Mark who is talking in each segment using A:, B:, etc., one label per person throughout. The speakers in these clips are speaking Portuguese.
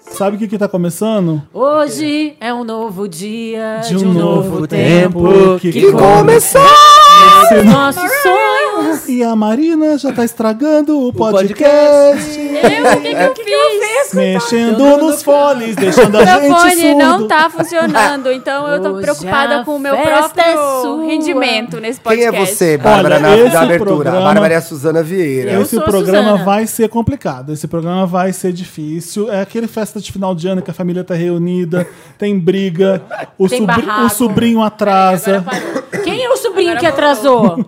A: Sabe o que que tá começando?
B: Hoje é um novo dia,
C: É
A: De um novo tempo que
D: começou!
C: é
B: Esse nosso sonho.
A: E a Marina já tá estragando o, podcast,
D: podcast.
C: Eu, o que, que eu fiz?
A: mexendo nos fones, deixando a
C: Meu
A: gente
C: fone
A: surdo.
C: não tá funcionando, então eu tô
B: Hoje
C: preocupada
B: a
C: com o meu
B: festa
C: próprio
B: é sua.
C: rendimento nesse
D: Quem é
C: podcast.
D: você, Bárbara, na,
A: esse
D: da abertura?
A: programa-
D: A Bárbara é a Suzana Vieira.
C: Eu
A: Esse
C: sou a
A: programa
C: Suzana.
A: vai ser complicado, esse programa vai ser difícil. É aquele festa de final de ano que a família tá reunida, tem briga, o,
C: Tem
A: sobri-
C: barraco.
A: o sobrinho atrasa.
B: Quem é o sobrinho que atrasou?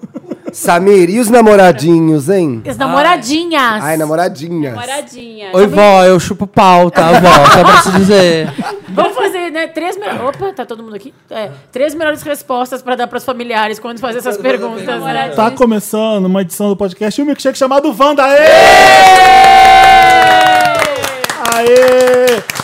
D: Samir, e os namoradinhos, hein?
B: As namoradinhas.
D: Ai, namoradinhas.
C: Moradinha.
E: Oi, vó, eu chupo pau, tá, vó? Só pra te dizer.
B: Vamos fazer, né? Três melhores. Opa, tá todo mundo aqui? É, três melhores respostas pra dar pros familiares quando faz essas perguntas. Né?
A: Tá começando uma edição do podcast, um milkshake chamado Wanda. Aê! Aê!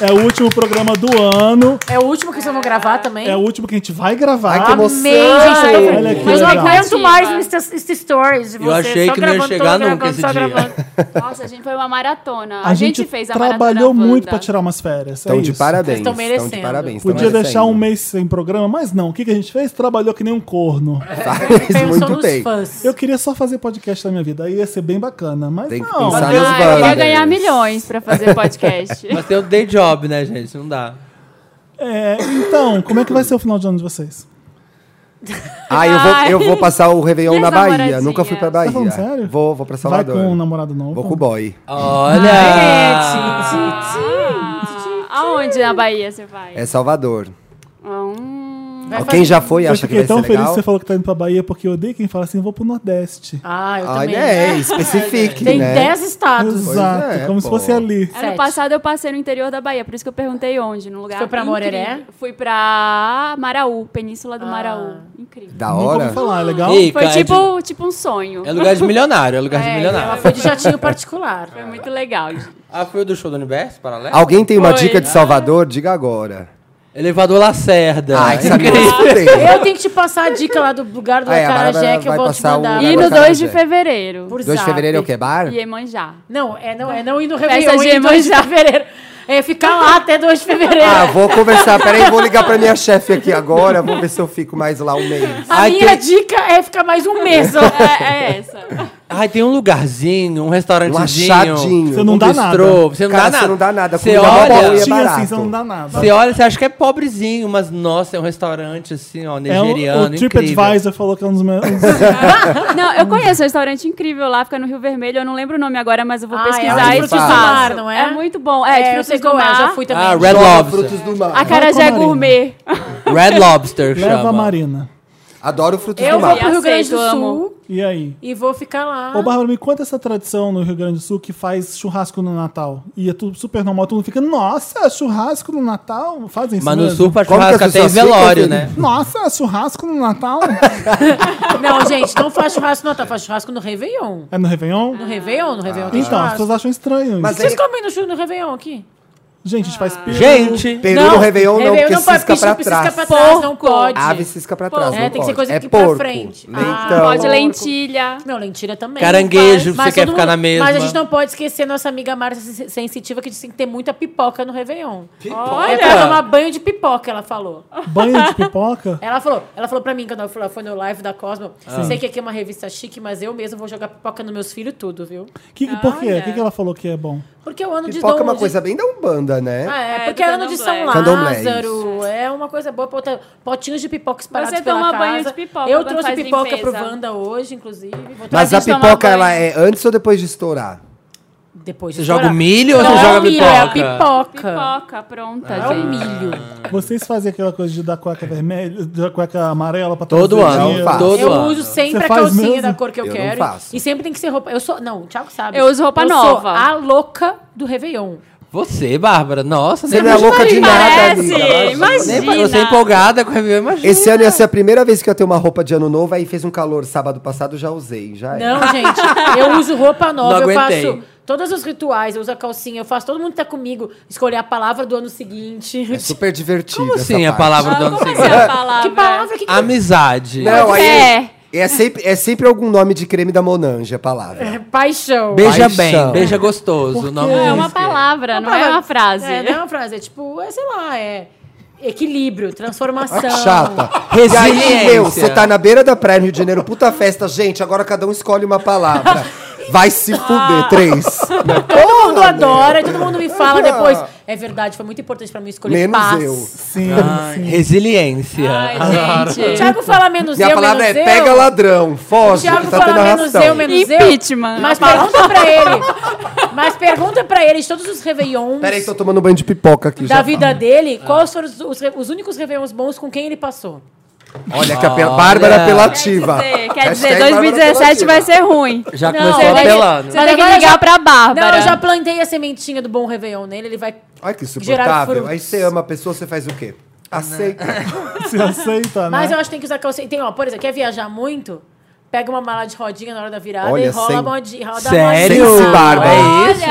A: É o último programa do ano,
B: É o último que vocês vão gravar também?
A: é o último que a gente vai gravar.
D: Ai, que emoção.
B: Amei, gente. eu tô
A: Olha
B: feliz.
A: que
B: Mas não
A: legal.
B: aguento mais esses esses stories de vocês.
E: Eu achei
B: só
E: que não ia
B: gravando, só
E: chegar
B: gravando,
E: nunca esse
B: só
E: dia.
B: gravando.
C: Nossa, a gente foi uma maratona.
A: A, gente,
C: fez a maratona.
A: trabalhou
C: Wanda.
A: muito pra tirar umas férias.
D: Estão
A: é
D: Então, de
A: isso.
D: parabéns.
B: Vocês tão
D: Estão de
B: merecendo.
D: parabéns. tão
A: Podia deixar um
D: merecendo.
A: mês sem programa, mas não. O que, que a gente fez? Trabalhou que nem um corno.
D: Faz
B: Pensou
D: muito
B: nos
D: tempo.
B: fãs.
A: Eu queria só fazer podcast na minha vida. Aí ia ser bem bacana, mas
D: Tem que
A: não.
D: pensar
C: Ah,
D: nos
C: eu ia
D: Wanders.
C: ganhar milhões pra fazer podcast.
E: Mas tem o day job, né, gente? Não dá.
A: É, então, como é que vai ser o final de ano de vocês?
D: Ah, eu vou, eu vou passar o
C: E
D: Réveillon
C: as
D: na Bahia.
C: namoradinhas?
D: Nunca fui pra Bahia.
A: Tá falando sério?
D: Vou, vou pra
A: Vai
D: Salvador.
A: com um namorado novo?
D: Vou com o boy.
C: É,
E: Olha!
C: Ah, Aonde na Bahia você vai?
D: É Salvador.
C: Ah, hum.
D: Quem
B: um-
D: já foi
A: Eu
D: acha que
A: fiquei
D: vai ser
A: tão feliz
D: legal.
A: que você falou que tá indo pra Bahia, porque eu odeio quem fala assim, vou pro Nordeste.
B: Ah, eu também.
D: Olha, é, especifique,
B: Tem
D: né?
B: 10 estados.
A: Exato,
D: é,
A: como se
D: pô.
A: fosse ali.
C: Ano
B: Sete.
C: passado eu passei no interior da Bahia, por isso que eu perguntei onde, num lugar
B: Foi pra
C: incrível.
B: Moreré?
C: Fui pra Maraú, Península do Maraú. Incrível.
D: Da
A: Nunca ouvi
D: hora.
A: falar, é legal?
E: Ih,
C: Foi
E: cara, é
C: tipo, tipo um sonho.
E: de- É lugar de milionário, é lugar
C: É,
E: de
B: Ela
E: milionário.
B: foi de jatinho particular.
C: Foi muito legal.
E: Ah, foi o do show do universo, paralelo?
D: Alguém tem uma
C: Foi.
B: Ah.
D: dica de Salvador? Diga agora.
E: Elevador Lacerda.
D: Ai, que sabe
E: Incrível.
D: isso
B: Eu tenho que te passar a dica lá do lugar do
D: Ah, é, a
B: Acarajé
D: Bárbara
B: que eu
D: vai
B: vou te
D: passar o-
B: mandar.
C: E
D: Agora
C: no
D: tá,
C: 2 de
D: Zé.
C: fevereiro.
B: Por
D: 2 de
B: zap.
D: fevereiro é o que? Bar?
C: Iemanjá.
B: Não, é não, é não ir no
C: Festa
B: Réveillon,
C: de
B: ir 2 de
C: Iemanjá.
B: fevereiro. É ficar lá até 2 de fevereiro.
D: Ah, vou conversar. Peraí, vou ligar pra minha chefe aqui agora. Vou ver se eu fico mais lá um mês.
B: a
E: Ai,
B: minha
E: tem-
B: dica é ficar mais um mês. ó.
C: É, é essa.
E: Ai, tem um lugarzinho, um restaurantezinho.
D: Um achadinho.
A: Você não
E: um
A: dá
E: bistrô, Você não
D: Cara,
E: dá
D: você
E: nada.
D: não dá nada,
E: Você
D: comida mó boa e é
E: olha,
D: ba-
A: Tinha assim,
D: barato.
A: você não dá nada.
E: você olha, você acha que é pobrezinho, mas nossa, é um restaurante assim, ó,
A: É, o,
E: nigeriano,
A: o
E: incrível.
A: TripAdvisor falou que é um dos meus...
C: Não, eu conheço um restaurante incrível lá, fica no Rio Vermelho. Eu não lembro o nome agora, mas eu vou
B: Ah, é
C: pesquisar
D: onde
C: e te
D: frutos do
B: mar,
C: passo.
B: não é?
C: É muito bom. É, de
B: É, eu
C: frutos
B: sei
C: do
B: qual é, eu já
C: mar.
B: fui também.
E: Ah, Red
D: Joga
E: Lobster.
A: é
D: frutos do mar.
C: Acarajé
A: Vai com a Marina.
C: é Gourmet.
E: Red Lobster
A: Leva
E: chama.
A: a Marina.
D: Adoro frutos
B: eu
D: do
B: vou
D: mar.
B: pro Rio
C: Aceito,
B: Grande do
C: amo.
B: Sul Ah.
A: E aí?
B: e vou ficar lá.
A: Ô, Bárbara, me conta essa tradição no Rio Grande do Sul que faz churrasco no Natal. E é tudo super normal, todo mundo fica, nossa, churrasco no Natal? Fazem isso
E: Mas no
A: mesmo?
E: sul, pra
D: Como que
E: churrasco,
D: as
E: tem
D: pessoas
E: velório,
D: ficam, assim?
E: né?
A: Nossa, churrasco no Natal?
B: Não, gente, não faz churrasco no Natal, faz churrasco no Réveillon.
A: é no Réveillon?
B: No Réveillon, no Réveillon tem
A: Então, as
B: churrasco.
A: pessoas acham estranho
D: Mas é
A: isso.
B: Vocês comem no, chu- no Réveillon aqui?
A: Gente, a gente faz peru.
E: Gente,
D: Peru no Réveillon não, porque
B: pode,
D: cisca pra
B: bicho Ah. não
D: trás.
B: pisca pra trás, não
C: Porco.
B: pode.
D: Ave cisca pra trás.
B: É,
D: não
B: tem que ser
D: pode.
B: coisa
D: é
B: que pra
D: porco.
B: frente.
D: Nem
B: Ah,
D: tão.
C: Pode
B: ler.
C: lentilha.
B: Não, lentilha também.
E: Caranguejo,
B: Mas-
E: você
B: mas
E: quer
B: todo
E: ficar na mesma.
B: Mas a gente não pode esquecer nossa amiga Márcia Sen- Sensitiva, que disse que tem muita pipoca no Réveillon. É pra tomar banho de pipoca, ela falou.
A: Banho de pipoca?
B: Ela falou, ela falou pra mim quando ela falou- foi no live da Cosmo.
D: Ah.
B: Sei que aqui é uma revista chique, mas eu mesmo vou jogar pipoca nos meus filhos tudo, viu?
A: Que, por quê? O que, que ela falou que é bom?
B: Porque o ano de
D: Pipoca é uma
B: de-
D: coisa bem da Umbanda, né?
B: Ah, é,
C: É,
B: porque
C: do
B: é ano de São
C: candomblé.
D: Candomblé, isso.
B: Lázaro. É uma coisa boa. bota- Potinhos de pipoca espalhados
C: Você
B: pela
C: toma
B: casa.
C: banho de pipoca
B: Eu
C: quando
B: trouxe
C: faz
B: pipoca pro
C: limpeza.
B: Wanda hoje, inclusive. Vou trazer
D: Mas a
C: gente tomar
D: pipoca,
C: banho.
D: ela é antes ou depois de estourar?
B: Depois
E: Você
B: de
E: joga o
B: estourar.
E: milho ou
B: Não
E: você
B: é
E: joga
B: o milho, é a
E: pipoca?
B: pipoca.
C: Pipoca, pronta,
B: É o
C: gente.
B: milho.
A: Vocês fazem aquela coisa de dar cueca vermelha, da cueca amarela pra
E: Todo
A: trazer
E: ano,
A: dinheiro?
D: faço.
E: todo
B: Eu
E: ano.
B: uso sempre
A: Você
B: a
A: faz
B: calcinha
A: mesmo?
B: da cor que eu,
D: Eu não
B: quero.
D: faço.
B: E sempre tem que ser roupa. Eu sou. Não, o Thiago sabe.
C: Eu uso roupa
B: Sou
C: nova.
B: a louca do Réveillon.
E: Você, Bárbara, nossa.
D: Você
E: nem
D: não é louca de nada,
C: Parece,
D: amiga.
E: Nem-
C: imagina.
E: Você é empolgada com o Réveillon, imagina.
D: Esse ano ia ser a primeira vez que eu tenho uma roupa de ano novo, aí fez um calor sábado passado, já usei, já é.
B: Não, gente, eu uso roupa nova,
E: Não
B: eu
E: aguentei.
B: faço todos os rituais, eu uso a calcinha, eu faço todo mundo que tá comigo escolher a palavra do ano seguinte.
D: É super divertido.
E: Como
D: essa
E: assim a
D: parte.
E: palavra do
C: Ah,
E: ano
C: como
E: seguinte?
C: assim a palavra?
B: Que palavra que
E: Amizade.
D: Não, aí
C: É.
D: é. sempre, é sempre algum nome de creme da Monange a palavra.
B: é paixão.
E: Beija
D: Paixão.
E: bem, beija
A: Por
E: gostoso. o nome
A: quê?
E: disso.
C: É uma palavra, não é uma frase.
B: É, não é uma frase, é tipo, é, sei lá, é equilíbrio, transformação.
D: Ah, Chata. E aí,
E: Ah. Resiliência.
D: meu, você tá na beira da praia no Rio de Janeiro, puta festa, gente, agora cada um escolhe uma palavra. Vai se
C: Ah.
D: fuder, três.
B: Todo mundo adora, todo mundo me fala depois. É verdade, foi muito importante pra mim escolher
D: Menos
B: paz.
D: eu.
A: Sim,
E: Ai,
A: sim.
E: Resiliência.
C: Ai,
B: O
C: gente.
B: Thiago fala menos
D: Minha
B: eu,
D: palavra é
B: menos eu.
D: pega ladrão, foge,
B: Thiago
D: que tá
B: fala
D: tendo
B: menos
D: arrastão.
B: eu, menos eu.
C: Impeachment.
B: Mas pergunta pra ele. Mas pergunta pra ele de todos os réveillons
D: Peraí, que eu tô tomando banho de pipoca aqui
B: da
D: já. Ah.
B: vida dele, quais foram os, os re- os únicos réveillons bons com quem ele passou?
D: Olha que apela...
E: Ah. Olha.
D: Bárbara
C: Quer
D: apelativa.
C: dizer, Quer dizer,
D: Hashtag Bárbara
C: 2017 vai
D: apelativa.
C: ser ruim.
E: Já
B: Não,
E: começou
B: mas-
E: apelando.
C: Você tem que
B: agora eu
C: ligar
B: já-
C: pra Bárbara.
B: Não, eu já plantei a sementinha do bom réveillon nele, ele vai
D: Olha que
B: Gerar
D: insuportável.
B: frutos.
D: Aí você ama a pessoa, você faz o quê?
C: Ah,
D: Aceita.
C: né?
A: Se
D: tá,
A: aceita, né?
B: Mas eu acho que tem que usar calcinha. Tem, ó, por exemplo, quer viajar muito? Pega uma mala de rodinha na hora da virada
D: Olha,
B: e rola
D: sem-
B: a modinha. Roda a
E: Sério?
B: modinha.
D: barba.
E: É isso?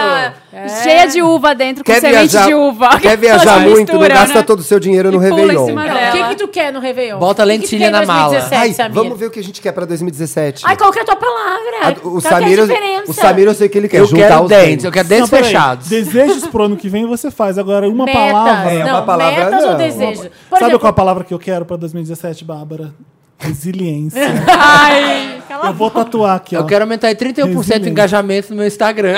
C: Olha, cheia de uva dentro, com
D: Quer
C: semente
D: viajar,
C: de uva.
D: quer viajar
C: Aquelas
D: muito, não
C: misturas,
D: gasta
C: né?
D: todo o seu dinheiro no
C: E pula em
D: Réveillon.
C: cima
B: Não,
C: dela.
B: o que, que tu quer no Réveillon?
E: Bota
B: O que que tu
E: lentilha
B: quer em
E: na mala.
B: 2017,
D: Ai,
B: Samir?
D: vamos ver o que a gente quer pra 2017.
B: Ai, qual que é a tua palavra?
D: A-
B: qual
D: o,
B: que é a
D: Samir, eu-
B: diferença?
D: o Samir, eu sei que ele quer
E: Eu
D: juntar
E: quero
D: os
E: dentes, eu quero
A: Não,
E: dentes
A: peraí.
E: fechados.
A: Desejos pro ano que vem você faz. Agora, uma
B: Metas.
A: palavra.
D: É,
B: não,
D: uma palavra
B: metas ou
D: não.
B: desejos?
D: Uma-
B: Por
A: Sabe
B: exemplo,
A: qual a palavra que eu quero pra 2017, Bárbara? Resiliência.
C: Ai, cala
A: eu vou tatuar aqui, ó.
E: Eu quero aumentar em 31%
A: Resiliência.
E: de engajamento no meu Instagram.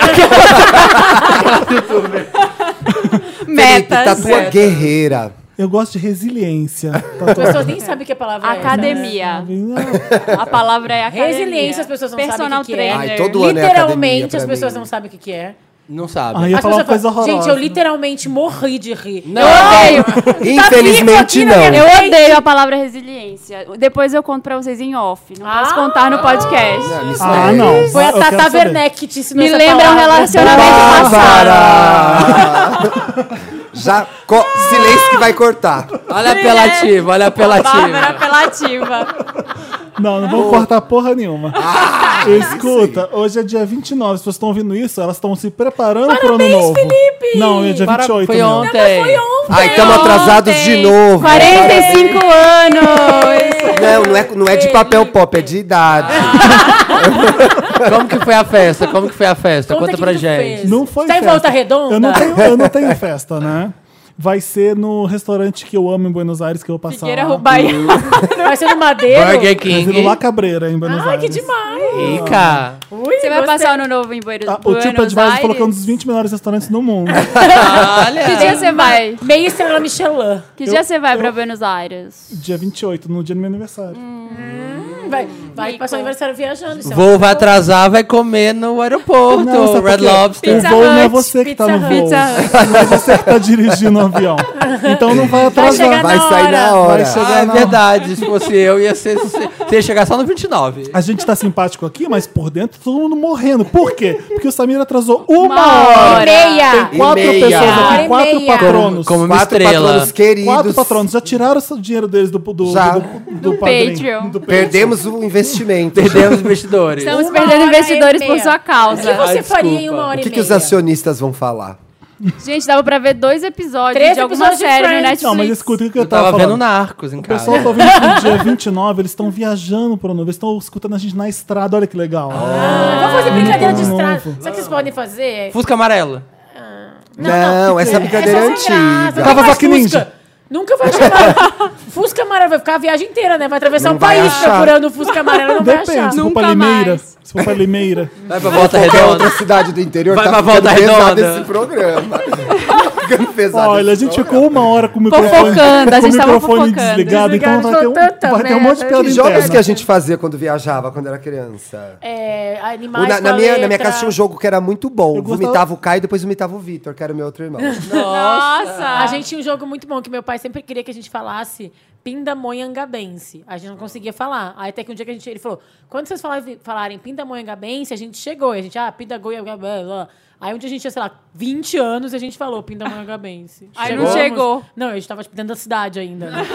E: Tá
D: Felipe,
C: metas.
D: tatua guerreira.
A: Eu gosto de resiliência. Tá
B: as pessoas nem sabem o que a palavra é.
C: Academia.
A: Não,
C: A palavra é academia.
B: Resiliência, as pessoas não sabem o
C: Personal
B: que que é.
C: trainer.
D: Ai, todo ano é academia
B: Literalmente,
D: pra
B: as pessoas
D: mim.
B: não sabem o que, que é.
E: Não sabe.
A: Aí eu ia
B: As
A: falar uma
B: pessoas
A: coisa
B: falam,
A: horrorosa.
B: Gente, eu literalmente morri de rir.
E: Tá
B: Tá
E: Não.
D: Infelizmente, não.
C: Eu odeio a palavra resiliência. Depois eu conto pra vocês em off. Não posso
B: Ah!
C: contar no podcast.
A: Ah, não.
B: Foi a
A: Eu quero saber.
B: Tata
A: Ah,
B: Werneck que te ensinou
C: Me
B: essa
C: lembra um
B: palavra.
C: relacionamento passado.
D: Bárbara! Já, co- silêncio que vai cortar.
E: Olha a apelativa, olha a
C: Bárbara
E: apelativa.
C: apelativa.
A: não, não vou cortar porra nenhuma. Escuta, hoje é dia 29. Se vocês estão ouvindo isso, elas estão se preparando pro ano novo.
B: Felipe!
A: Não, é dia
E: Para-
A: 28.
E: foi
A: meu.
E: ontem.
B: Foi ontem.
D: Ai, estamos atrasados de novo.
C: 45 anos.
D: Não, não é, não é de papel pop, é de idade.
E: Como que foi a festa? Como que foi a festa?
B: Ah.
E: Conta,
B: Conta aqui
E: pra
B: que tu
E: gente.
B: fez.
A: Não foi
B: Tá em
A: festa.
B: Volta Redonda?
A: Eu não, tenho, eu não tenho festa, né? Vai ser no restaurante que eu amo em Buenos Aires, que eu vou passar
C: Figueira
A: lá.
C: Rubaiano.
B: Vai ser no Madeiro?
E: Burger
A: Vai ser no
E: King.
A: La Cabreira, em Buenos
B: Ai,
A: Aires.
B: que demais!
E: Rica.
B: Ui,
C: Você vai
B: gostei.
C: passar o ano novo em Buenos
A: Ah, o
C: Buenos
A: tipo Advisor
C: Aires?
A: colocou um dos 20 melhores restaurantes do mundo.
C: Que
E: Olha.
C: dia você vai?
B: Meia estrela Michelin.
C: Que dia você vai pra Buenos Aires?
A: dia 28, no dia do meu aniversário.
B: Hum, Vai, vai
C: Rico.
B: passar o aniversário viajando. isso é
E: Vou,
B: uma
E: vai atrasar, vai comer no aeroporto.
A: Não, sabe por
E: Red
A: quê?
E: Lobster.
A: O
C: Pizza
A: voo não é
C: Hut,
A: você que tá
B: Pizza
A: no
B: Hut.
A: voo.
C: Pizza
A: Não é você que tá dirigindo o avião. Então não vai
B: Vai
A: atrasar.
B: chegar
D: Vai sair na hora.
A: Vai chegar.
E: Ah, é
A: não.
E: verdade. Se fosse eu, ia ser. Você ia chegar só no 29.
A: A gente tá simpático aqui, mas por dentro todo mundo morrendo. Por quê? Porque o Samir atrasou uma,
C: Uma
A: hora.
B: hora e
C: hora.
B: meia.
D: E
A: Quatro
D: meia.
A: pessoas
B: Uma hora
A: aqui,
B: e
A: quatro
B: meia.
A: patronos.
E: Como uma
D: Quatro
E: estrela.
D: patronos queridos.
A: Quatro patronos. Já tiraram o dinheiro deles do, do,
D: Já.
A: do, do, do padrinho,
C: Patreon.
A: do Patreon.
D: Perdemos o investimento.
E: Perdemos investidores.
C: Estamos
B: Uma
C: perdendo
B: hora
C: investidores
B: e
C: por
B: meia.
C: sua
B: O que
C: causa.
B: você
A: Ah,
E: Ai,
B: faria em
E: desculpa.
B: uma
D: Ah,
B: hora
D: O
B: e
D: que, que
B: meia?
D: os acionistas vão falar?
C: Gente, dava pra ver dois episódios
B: Três
C: de alguma
B: episódios de né,
C: série no
B: Friends.
C: Netflix.
A: Não, mas escuta o que eu,
E: Eu tava
A: falando.
E: vendo Narcos em
A: O pessoal
E: casa.
A: tá ouvindo isso no dia 29, eles estão viajando pro ano, eles estão escutando a gente na estrada, olha que legal.
B: Ah, Vamos fazer brincadeira de
A: Novo.
B: estrada. Sabe o que é? vocês podem fazer?
E: Fusca amarelo.
D: Ah, Não, essa brincadeira é,
B: só sem graça.
D: antiga.
A: Tava
B: Nunca faz
A: Vaca Ninja.
B: Fusca. Nunca vai chamar. Fusca amarelo vai ficar a viagem inteira, né? Vai atravessar
D: Não
B: o
D: vai
B: país
D: achar.
B: procurando o Fusca amarelo, não vai
A: Depende.
B: achar.
A: Desculpa,
C: Nunca
A: Limeira.
C: mais.
A: Se for pra Limeira.
D: Vai pra
E: Volta
D: qualquer
E: Redonda.
D: outra cidade do interior.
E: Vai
D: tá
E: pra
D: ficando
E: Volta
D: pesado
E: Redonda.
D: esse programa. Tá ficando pesado
A: Olha, a
D: esse
A: gente
D: programa.
A: ficou uma hora com o microfone,
C: Fofocando, a
A: com o
C: gente tava
A: microfone
C: fofocando.
A: desligado, então vai ter um,
F: Desligado, tanta
A: vai ter um monte de
F: merda.
A: piada
D: Que
A: interna.
D: jogos que a gente fazia quando viajava, quando era criança?
B: É,
D: O
B: animais
D: Na,
B: com
D: na
B: a
D: minha, na minha
B: letra.
D: casa tinha um jogo que era muito bom.
A: Eu gostava-
D: Vomitava o Caio e depois vomitava o Vitor, que era o meu outro irmão.
C: Nossa!
B: A gente tinha um jogo muito bom que meu pai sempre queria que a gente falasse Pindamonhangabense. A gente não conseguia falar. Aí até que um dia que a gente, ele falou: quando vocês falarem, falarem Pindamonhangabense, a gente chegou. E a gente, ah, Pindagoia. blá, blá, blá. Aí um dia a gente tinha, sei lá, 20 anos e a gente falou Pindamonhangabense.
C: Aí não chegou.
B: Não, a gente tava tipo, dentro da cidade ainda. né?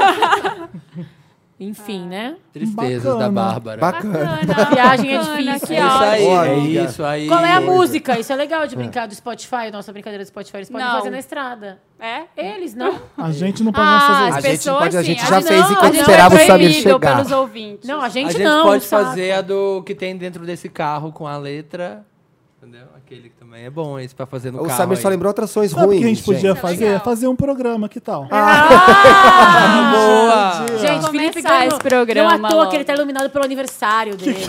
B: Enfim, né?
E: Tristezas da
A: Bacana.
E: Bárbara.
D: Bacana.
B: A viagem é
C: Bacana,
B: difícil.
C: que
E: É isso aí,
D: Boa,
E: é
D: amiga.
E: isso aí.
B: Qual é a música? Isso é legal de brincar do Spotify, nossa brincadeira do Spotify. Eles podem
C: Não.
B: fazer na estrada.
C: É?
B: Eles, não?
A: A gente não pode mais fazer
C: Ah, as
A: isso.
D: A gente
C: pessoas
D: pode- a gente é
C: sim.
D: já
C: gente
D: fez
C: não,
D: enquanto
C: a gente
D: esperava
C: foi
D: o Samir
C: proibido
D: chegar.
C: pelos ouvintes.
B: Não, a gente,
E: a gente
B: não.
E: pode
B: sabe?
E: fazer a do que tem dentro desse carro com a letra. Entendeu? Aquele que também é bom, esse pra fazer no
D: O
E: carro.
D: Samir
E: aí.
D: só lembrou atrações
A: Sabe o
D: ruins.
A: que a gente podia
D: gente.
A: fazer? É fazer um programa, que tal?
E: Ah, boa!
B: Gente,
C: Vamos
B: Felipe
C: começar
B: ganhou.
C: esse programa
B: Não à toa
C: logo.
B: que ele tá iluminado pelo aniversário dele.
D: Ele
A: O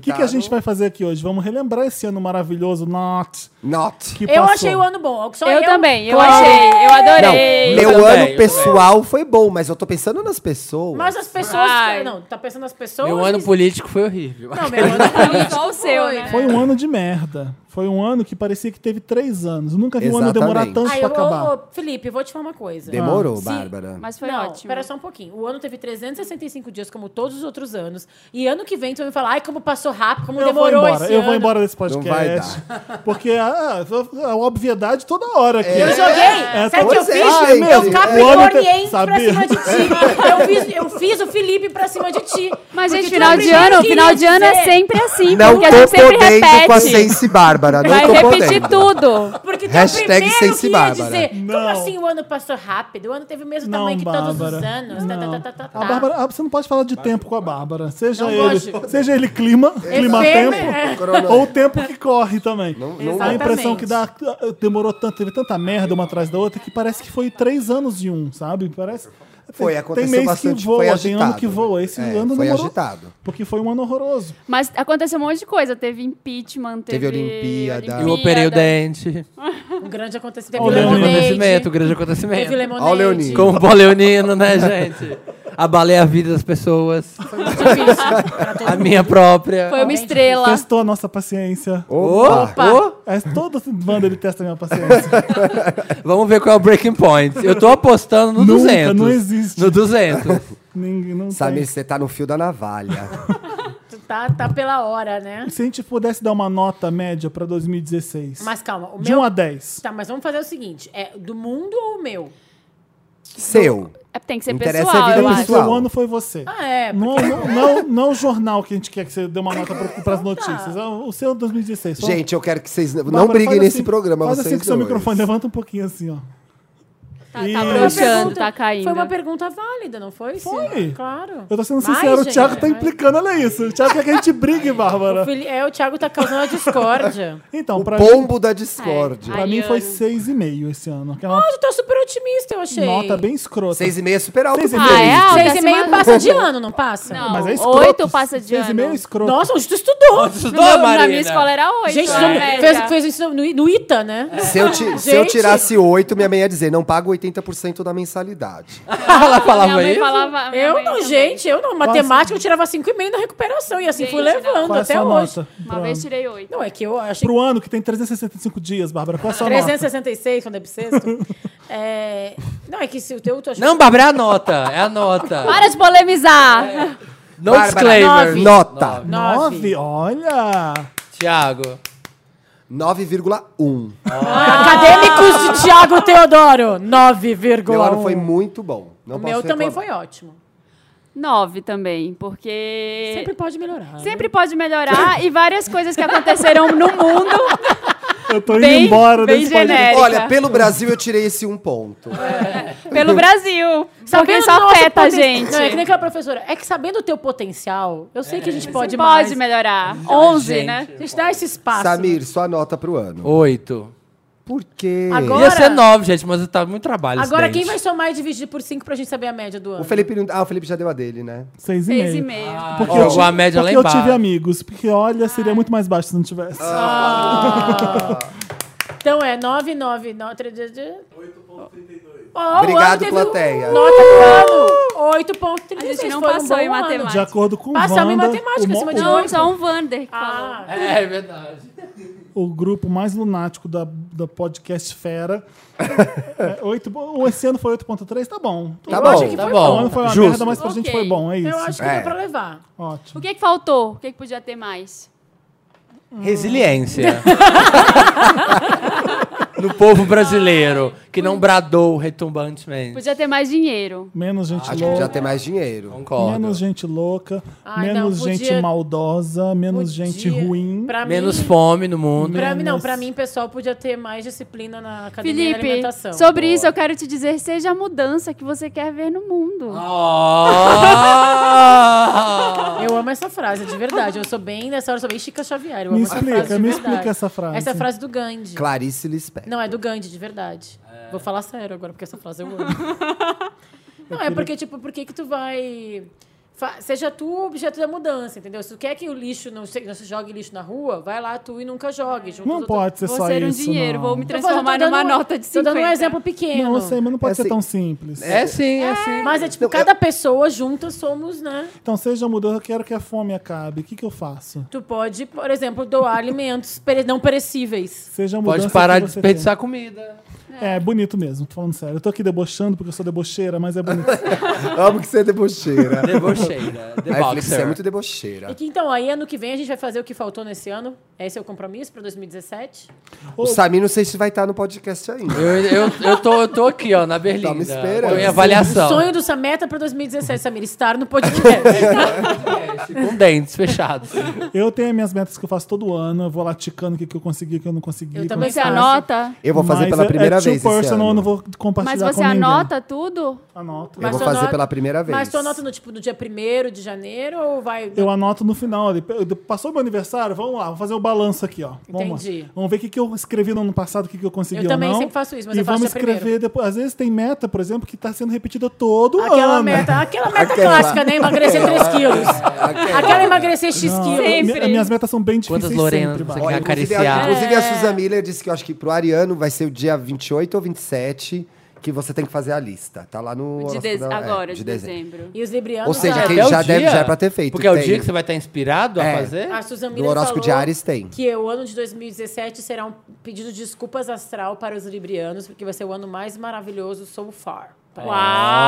A: que,
D: tá
A: que a gente
D: no-
A: vai fazer aqui hoje? Vamos relembrar esse ano maravilhoso, Not,
D: Not.
A: que
B: eu
A: passou.
B: achei o ano bom. Só
C: Eu também, eu
B: Claro.
C: achei, eu
D: Não,
C: adorei.
E: também,
D: meu
E: eu
D: ano
E: também.
D: pessoal foi bom, mas eu tô pensando nas pessoas.
B: Mas as pessoas...
C: Ai.
B: Não, tá pensando nas pessoas...
E: Meu ano
B: que-
E: político foi horrível.
B: Não, meu ano político.
C: Só o seu,
B: foi.
C: né?
A: Foi um ano de merda. Foi um ano que parecia que teve três anos. Eu nunca vi um ano
D: Exatamente.
A: demorar tanto
C: Ah,
B: Ai,
A: pra
B: eu,
A: acabar.
B: ô, ô, Felipe, eu vou te falar uma coisa.
D: Demorou,
B: Se-
D: Bárbara.
C: Mas foi
B: não,
C: ótimo.
B: espera só um pouquinho. O ano teve 365 dias, como todos os outros anos. E ano que vem tu vai me falar, ai, como passou rápido, como
A: Eu
B: demorou
A: vou
B: esse
A: embora, eu
B: ano.
A: vou embora desse
D: vai
A: podcast. Porque a, a obviedade toda hora aqui. tá
B: Eu joguei. Sabe o que eu
D: É. pois é,
B: fiz?
D: ai,
B: eu
D: mesmo.
B: capricorniei pra
A: Sabia.
B: cima de ti. Eu fiz, eu fiz o Felipe pra cima de ti.
C: Mas,
B: Porque
C: gente,
B: tu
C: final de
B: primeiro
C: ano,
B: queria
C: final de ano é
B: dizer-
C: sempre assim,
D: Não
C: porque a gente
D: tô
C: sempre
D: podendo
C: repete.
D: com a Sense Bárbara. Não
C: Vai
D: tô
C: repetir
D: podendo.
C: tudo.
B: Porque tu
D: Hashtag
B: é o primeiro
D: sem se
B: que ia
D: Bárbara.
B: dizer. Como
A: Não.
B: assim o ano passou rápido? O ano teve o mesmo
A: Não,
B: tamanho que todos os
A: Bárbara.
B: anos. Tá, tá, tá, tá, tá,
A: A
B: tá.
A: Bárbara, ah, você não pode falar de tempo com a Bárbara. Seja
B: Não
A: ele,
B: gosto.
A: seja ele clima, clima
B: Efêmero.
A: tempo,
D: Crono-
A: ou tempo que corre também.
D: não-
A: a impressão que dá ah, demorou tanto, teve tanta merda uma atrás da outra que parece que foi três anos de um, sabe? Parece
D: Foi,
A: tem
D: aconteceu
A: mês
D: bastante.
A: que voa,
D: foi
A: tem
D: agitado.
A: ano que voa. Esse
D: É,
A: ano
D: foi
A: demorou,
D: agitado.
A: porque foi um ano horroroso.
C: Mas aconteceu um monte de coisa. Teve impeachment,
D: Teve
C: teve.
D: Olimpíada.
E: Eu operei o dente.
B: Um grande acontecimento.
A: Olha,
B: Teve
E: Grande
A: Lemonade.
E: acontecimento,
B: Lemonade.
E: grande
B: Teve
E: acontecimento.
B: Lemonade.
D: Olha o Leoninho.
E: Com o bom leonino, né, gente? Abalei a vida das pessoas. A minha própria.
C: Foi uma estrela.
A: Testou a nossa paciência.
D: Opa!
E: Ô,
A: É, todo bando ele testa a minha paciência.
E: vamos ver qual é o breaking point. Eu tô apostando no
A: Nunca,
E: 200.
A: não existe.
E: No 200.
A: Ninguém não
D: Samir,
A: tem.
D: você tá no fio da navalha.
B: Tu tá, tá pela hora, né?
A: Se a gente pudesse dar uma nota média pra 2016,
B: Mas calma, o
A: de
B: meu.
A: 1 a 10.
B: Tá, mas vamos fazer o seguinte: é do mundo ou o meu?
D: Seu.
C: É, Tem que ser
D: Interessa
C: pessoal,
D: a vida
C: eu
A: Porque
C: acho.
A: o seu
D: pessoal.
A: ano foi você.
B: Ah, é.
A: Não, não, não, não o jornal que a gente quer que você dê uma nota pro- pras
C: Então tá.
A: notícias. É O seu 2016. Só-
D: Gente, eu quero que vocês não
A: Bárbara,
D: briguem
A: faz
D: nesse
A: assim-
D: programa,
A: Faz
D: vocês
A: assim com o seu
D: dois.
A: microfone. Levanta um pouquinho assim, ó.
C: Tá,
A: E-
C: tá
B: Foi uma
C: broxando,
B: pergunta-
C: tá caindo.
B: Foi uma pergunta válida, não foi? Sim?
A: Foi.
B: Claro.
A: Eu tô sendo
B: Mas,
A: sincero, o
B: gente,
A: Thiago tá
B: mas-
A: implicando, olha isso. O Thiago quer que a gente brigue,
B: O
A: Bárbara.
B: Fili- É, o Thiago tá causando a discórdia.
A: Então,
D: O
A: pra,
D: pombo da discórdia.
A: pra mim
C: Ai,
A: foi
C: Ana.
A: 6,5 esse ano. Aquela
B: Mas eu tô super otimista, eu achei.
A: nota bem escrota.
D: Seis e meia é super alto.
A: Seis e
D: pra
A: meia.
C: Ah,
D: mim.
C: é alta?
B: Seis e meio
C: acima-
B: passa de ano, não passa?
C: Não,
A: Mas é escroto.
C: oito passa de
A: 6,5 é
C: ano.
A: escroto.
B: Nossa, onde tu estudou?
E: Estudou,
C: No- na
E: Marina?
C: minha escola era oito.
B: Gente,
C: né,
B: não-
C: velha?
B: fez, fez isso no, no ITA, né?
D: Se eu, ti- se eu
B: Gente.
D: tirasse oito, minha mãe ia dizer, não pago 80% da mensalidade.
E: Ela
C: Minha
E: falava
C: mãe
E: isso?
C: falava. minha
B: Eu
C: mãe
B: não,
C: também.
B: gente, eu não. Matemática eu tirava 5,5 na recuperação e assim fui
C: Gente, não.
B: levando
A: Qual é a
B: até
A: sua
B: hoje.
A: nota?
C: Uma
A: pro
C: vez
A: ano?
C: tirei oito.
B: Não, é que eu achei
A: Pro ano que tem 365 dias, Bárbara. Qual é a sua nota?
B: 366, quando é bissexto. é... Não, é que se o teu... tu acha-
E: Não, Bárbara, é a nota. É a nota.
C: Para de polemizar!
B: É,
E: No
D: Bárbara,
E: disclaimer.
B: nove.
D: Nota.
B: Nove.
A: 9? Olha!
E: Tiago.
D: 9,1.
B: Acadêmicos de Tiago Teodoro,
D: Meu ano
B: 9,1.
D: foi muito bom. Não
B: O
D: posso
B: meu também
D: reclamar.
B: foi é ótimo.
C: Nove também, porque.
B: Sempre pode melhorar. né?
C: Sempre pode melhorar e várias coisas que aconteceram no mundo.
A: Eu tô indo
C: Bem-
A: embora
C: bem
A: desse podcast.
C: genérico.
D: Olha, pelo Brasil eu tirei esse um ponto.
C: É. pelo Brasil. Porque
B: Sabendo
C: isso
B: do nosso
C: afeta a
B: poten-
C: gente.
B: Não, é que nem aquela professora. É que sabendo o teu potencial, eu sei que a gente
C: pode
B: pode mais.
C: melhorar. Onze,
E: gente.
C: né?
B: A gente dá esse espaço.
D: Samir, sua nota pro ano.
E: Oito.
D: Por quê?
B: Agora-
E: Ia ser nove, gente, mas tá muito trabalho. esse
B: Agora,
E: dente.
B: quem vai somar e dividir por 5 pra gente saber a média do ano?
D: O Felipe, não- ah, o Felipe já deu a dele, né?
A: Seis e
C: Seis e
A: meio.
C: meio.
A: Porque,
E: Ó, jogou
A: eu, tive,
E: Ah, a média lá
A: porque eu
E: embaixo.
A: tive amigos. Porque, olha,
B: Ah.
A: seria muito mais baixo se não tivesse.
B: Então é 9, 9, 9, 8.32. Oh,
D: Obrigado, plateia.
B: Nota do ano. 8.32.
C: A gente não
B: foi um
C: passou
B: bom
C: em
B: ano.
C: matemática.
A: De acordo com o
B: Passamos em
A: Wanda,
B: matemática,
A: o, mo-
B: acima de
C: Não,
B: oito.
C: só um Vander que falou.
B: Ah,
E: É, verdade.
A: o, o grupo mais lunático da, da podcast Fera. É, oito, o- esse ano foi 8.3, tá bom.
D: Tá
B: eu
D: bom,
B: acho que
E: tá
B: foi
A: O
E: bom.
A: ano foi uma
E: Justo.
A: merda, mas pra
C: Ok.
A: gente foi bom, é isso.
B: Eu acho que
D: É.
B: deu pra levar.
A: Ótimo.
C: O que, que faltou? O que, que podia ter mais?
E: Resiliência. no povo brasileiro, que não bradou retumbantemente.
C: Podia ter mais dinheiro.
A: Menos gente
D: Acho que
A: louca.
D: já tem mais dinheiro.
E: Concordo.
A: Menos gente louca,
B: Ai,
A: menos
B: não, podia-
A: gente maldosa, menos gente
B: Podia-
A: ruim.
B: Pra
E: Menos
B: mim,
E: fome no mundo.
B: Pra mim, não.
A: Menos-
B: Pra mim, pessoal, podia ter mais disciplina na academia e
C: Felipe,
B: alimentação.
C: sobre isso eu quero te dizer, seja a mudança que você quer ver no mundo.
E: Ah, Oh!
B: Eu amo essa frase, de verdade. Eu sou bem, nessa hora, eu sou bem Chica Xavier. Eu
A: Me
B: amo essa
A: explica,
B: frase de
A: me
B: verdade.
A: explica essa frase.
B: Essa é a frase do Gandhi.
D: Clarice Lispector.
B: Não, é do Gandhi, de verdade. Vou falar sério agora, porque essa frase eu amo. Não, é porque, tipo, por que que tu vai... Fa- Seja tu o objeto da mudança, entendeu? Se tu quer que o lixo não se, não se jogue lixo na rua, vai lá tu e nunca jogue. junto
A: Não
B: do-
A: pode ser
C: Vou
A: só
C: ser um
A: isso,
C: dinheiro,
A: não.
C: vou me
B: Tô falando, tô
C: transformar
B: dando
C: numa
B: um-
C: nota de 50.
B: Tô dando um exemplo pequeno.
A: Não, eu sei, mas não pode
D: É
A: ser
D: assim-
A: tão simples.
E: É
B: assim.
E: sim, é sim.
B: Mas é tipo,
D: Não,
B: cada pessoa juntas somos, né?
A: Então, seja mudança, eu quero que a fome acabe. O que, que eu faço?
B: Tu pode, por exemplo, doar alimentos pere- não perecíveis.
A: Seja a mudança.
E: Pode parar
A: que
E: de
A: você
E: desperdiçar comida.
A: tem. É, bonito mesmo, tô falando sério. Eu tô aqui debochando porque eu sou debocheira, mas é bonito.
D: Amo que você é debocheira.
E: Debocheira.
D: Ai, Felipe, você é
E: Deboxer.
D: muito debocheira.
B: E que então, aí ano que vem a gente vai fazer o que faltou nesse ano. Esse é o compromisso para 2017.
D: O Samir, não sei se vai estar no podcast ainda.
E: Eu, eu, eu, tô, eu tô aqui, ó, na Berlinda.
D: Tá me esperando.
E: Tô em
B: O
E: avaliação. É,
B: sonho do é Sameta para 2017, Samir, estar no podcast.
E: Com dentes fechados.
A: Eu tenho minhas metas que eu faço todo ano, eu vou lá ticando o que, que eu consegui, o que eu não consegui.
B: Eu
A: o que
B: também
A: não
C: Você
A: faço.
C: anota,
D: Eu vou fazer
A: Mas
D: pela
A: é-
D: primeira
A: é too
D: vez esse
A: personal,
D: ano.
A: eu não vou compartilhar
C: mas você
A: com ninguém.
C: anota tudo?
A: Anoto.
D: Eu
B: Mas
D: vou
B: tu
D: fazer
B: anota-
D: pela primeira vez.
B: Mas tu anota no, tipo, no dia 1 de janeiro ou vai...
A: Eu anoto no final. ali. Eu- Passou meu aniversário? Vamos lá, vamos fazer o balanço aqui, ó. Vamos lá.
B: Entendi.
A: Vamos ver o que, que eu escrevi no ano passado, o que, que eu consegui
B: Eu
A: ou
B: também
A: não.
B: sempre faço isso, mas
A: e
B: eu faço
A: vamos
B: dia primeiro.
A: escrever depois. Às vezes tem meta, por exemplo, que tá sendo repetida todo
B: Aquela
A: ano.
B: meta, aquela meta
D: Aquela.
B: clássica, né? Emagrecer 3 quilos.
D: Aquela.
B: Aquela é emagrecer X
A: Não,
B: quilos.
A: eu-
C: Sempre.
A: mi- minhas metas são bem difíceis
E: Quantas Lorenas
A: sempre,
E: você
A: vai.
E: quer
D: inclusive,
E: acariciar?
D: a,
C: É.
D: inclusive a Susan Miller disse que eu acho que pro Ariano vai ser o dia 28 ou 27 que você tem que fazer a lista. Tá lá no.
C: De
D: horóscopo
C: de-
D: da- é,
C: agora, de, dezembro.
B: E os librianos...
D: Ou seja,
B: ah,
D: quem
E: Até o
D: já
E: dia.
D: deve- já é pra ter feito,
E: Porque é o
D: tem.
E: dia que você vai estar inspirado
D: É.
E: a fazer?
B: A Susan
D: No
B: Miller
D: horóscopo
B: falou
D: de Ares tem.
B: que o ano de 2017 será um pedido de desculpas astral para os librianos, porque vai ser o ano mais maravilhoso so far.
D: É.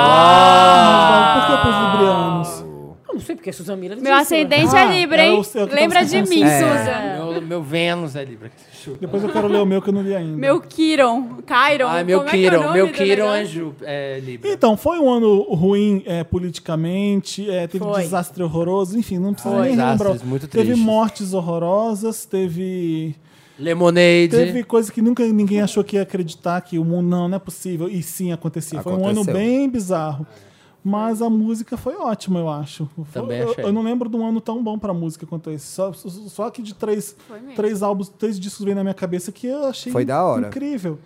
A: Ah, Por que pros librianos?
B: Eu não sei porque a Susan Miller
C: Meu
B: disse, né?
C: ascendente
A: Ah,
C: é Libra,
A: é
C: hein?
A: o seu que tá
C: Lembra
A: no
C: de
A: seu
D: assim.
C: mim,
D: É.
A: conceito.
C: Susan.
E: Meu, meu Vênus ali. pra que você chuta.
A: Depois eu quero ler o meu que eu não li ainda.
C: Meu Kiron, Kyron,
E: Ai, meu
C: como é que é o
E: Kiron.
C: nome
E: meu
C: do
E: Kiron é,
C: negócio?
E: Ju, é Libra.
A: Então, foi um ano ruim é, politicamente, é, teve
B: Foi.
A: desastre horroroso, enfim, não precisa
E: Foi.
A: nem
E: Desastres
A: relembrar.
E: muito
A: teve
E: tristes.
A: mortes horrorosas, teve
E: Lemonade.
A: Teve coisa que nunca ninguém achou que ia acreditar que o mundo não, não é possível. E sim, acontecia. Foi um ano
D: Aconteceu.
A: bem bizarro. Mas a música foi ótima, eu acho. Foi-
E: Também
A: eu,
E: achei.
A: eu não lembro de um ano tão bom pra música quanto esse. Só, só que de três, três álbuns, três discos vem na minha cabeça que eu achei
D: Foi da hora.
A: incrível.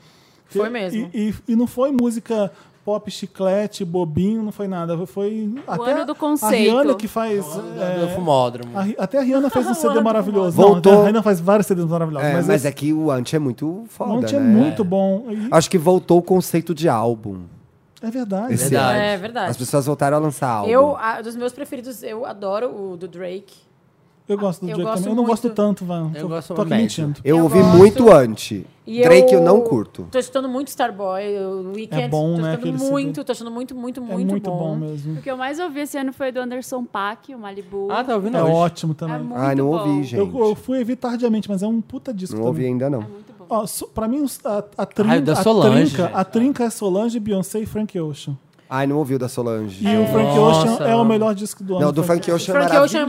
B: Foi
A: E-
B: mesmo.
A: E, e- e não foi música pop, chiclete, bobinho, não foi nada. Foi até
C: ano do
A: a
C: conceito.
A: Rihanna que faz... é,
E: Do fumódromo.
A: a Ri- até a Rihanna fez um
B: O ano
A: CD
B: do
A: maravilhoso.
D: Voltou.
A: Não, a Rihanna faz vários CDs maravilhosos.
D: É, mas
A: mas esse-
D: é que o Ant é muito foda.
A: Monte é
D: né?
A: muito bom. E-
D: Acho que voltou o conceito de álbum.
A: É verdade.
D: Esse
E: Verdade.
B: É
D: As
B: verdade.
D: pessoas voltaram a lançar álbum.
B: Eu, a- dos meus preferidos, eu adoro o do Drake.
A: Eu gosto do
B: Eu
A: Drake
B: gosto
A: também. Eu não gosto
B: muito.
A: tanto, Van.
E: Eu
A: Tô-
E: gosto
A: Tô aqui
E: médio.
A: mentindo.
D: Eu
B: Eu
D: ouvi
B: gosto.
D: muito Ante.
B: E
D: Drake eu... não curto.
B: Tô escutando muito Starboy, o Weeknd.
D: Tá
A: É bom,
B: tô
A: né,
B: escutando
A: aquele
B: tá muito,
A: CD.
B: tô achando muito, muito,
A: É
B: muito,
A: muito, bom. mesmo.
C: O que eu mais ouvi esse ano foi do Anderson Paak, o Malibu.
E: Ah, tá ouvindo
A: É
E: hoje.
A: ótimo
C: É
A: também.
C: muito
D: Ai, Ah, não
C: bom.
D: ouvi, gente.
A: eu, eu fui ouvir tardiamente, mas é um puta disco
D: Não ouvi
A: também.
D: ainda,
B: É
D: não.
A: Ó, so- pra mim, os- a, a, trin-
E: Ai, o da
A: a
E: Solange,
A: trinca,
E: gente.
A: a trinca é Solange, Beyoncé e Frank Ocean.
D: Ai, não ouvi o da Solange.
A: E o Frank
E: Nossa.
A: Ocean é o melhor disco do ano.
D: Não, do Frank
B: O
D: Ocean é
B: Frank
D: maravilhoso.
B: Ocean é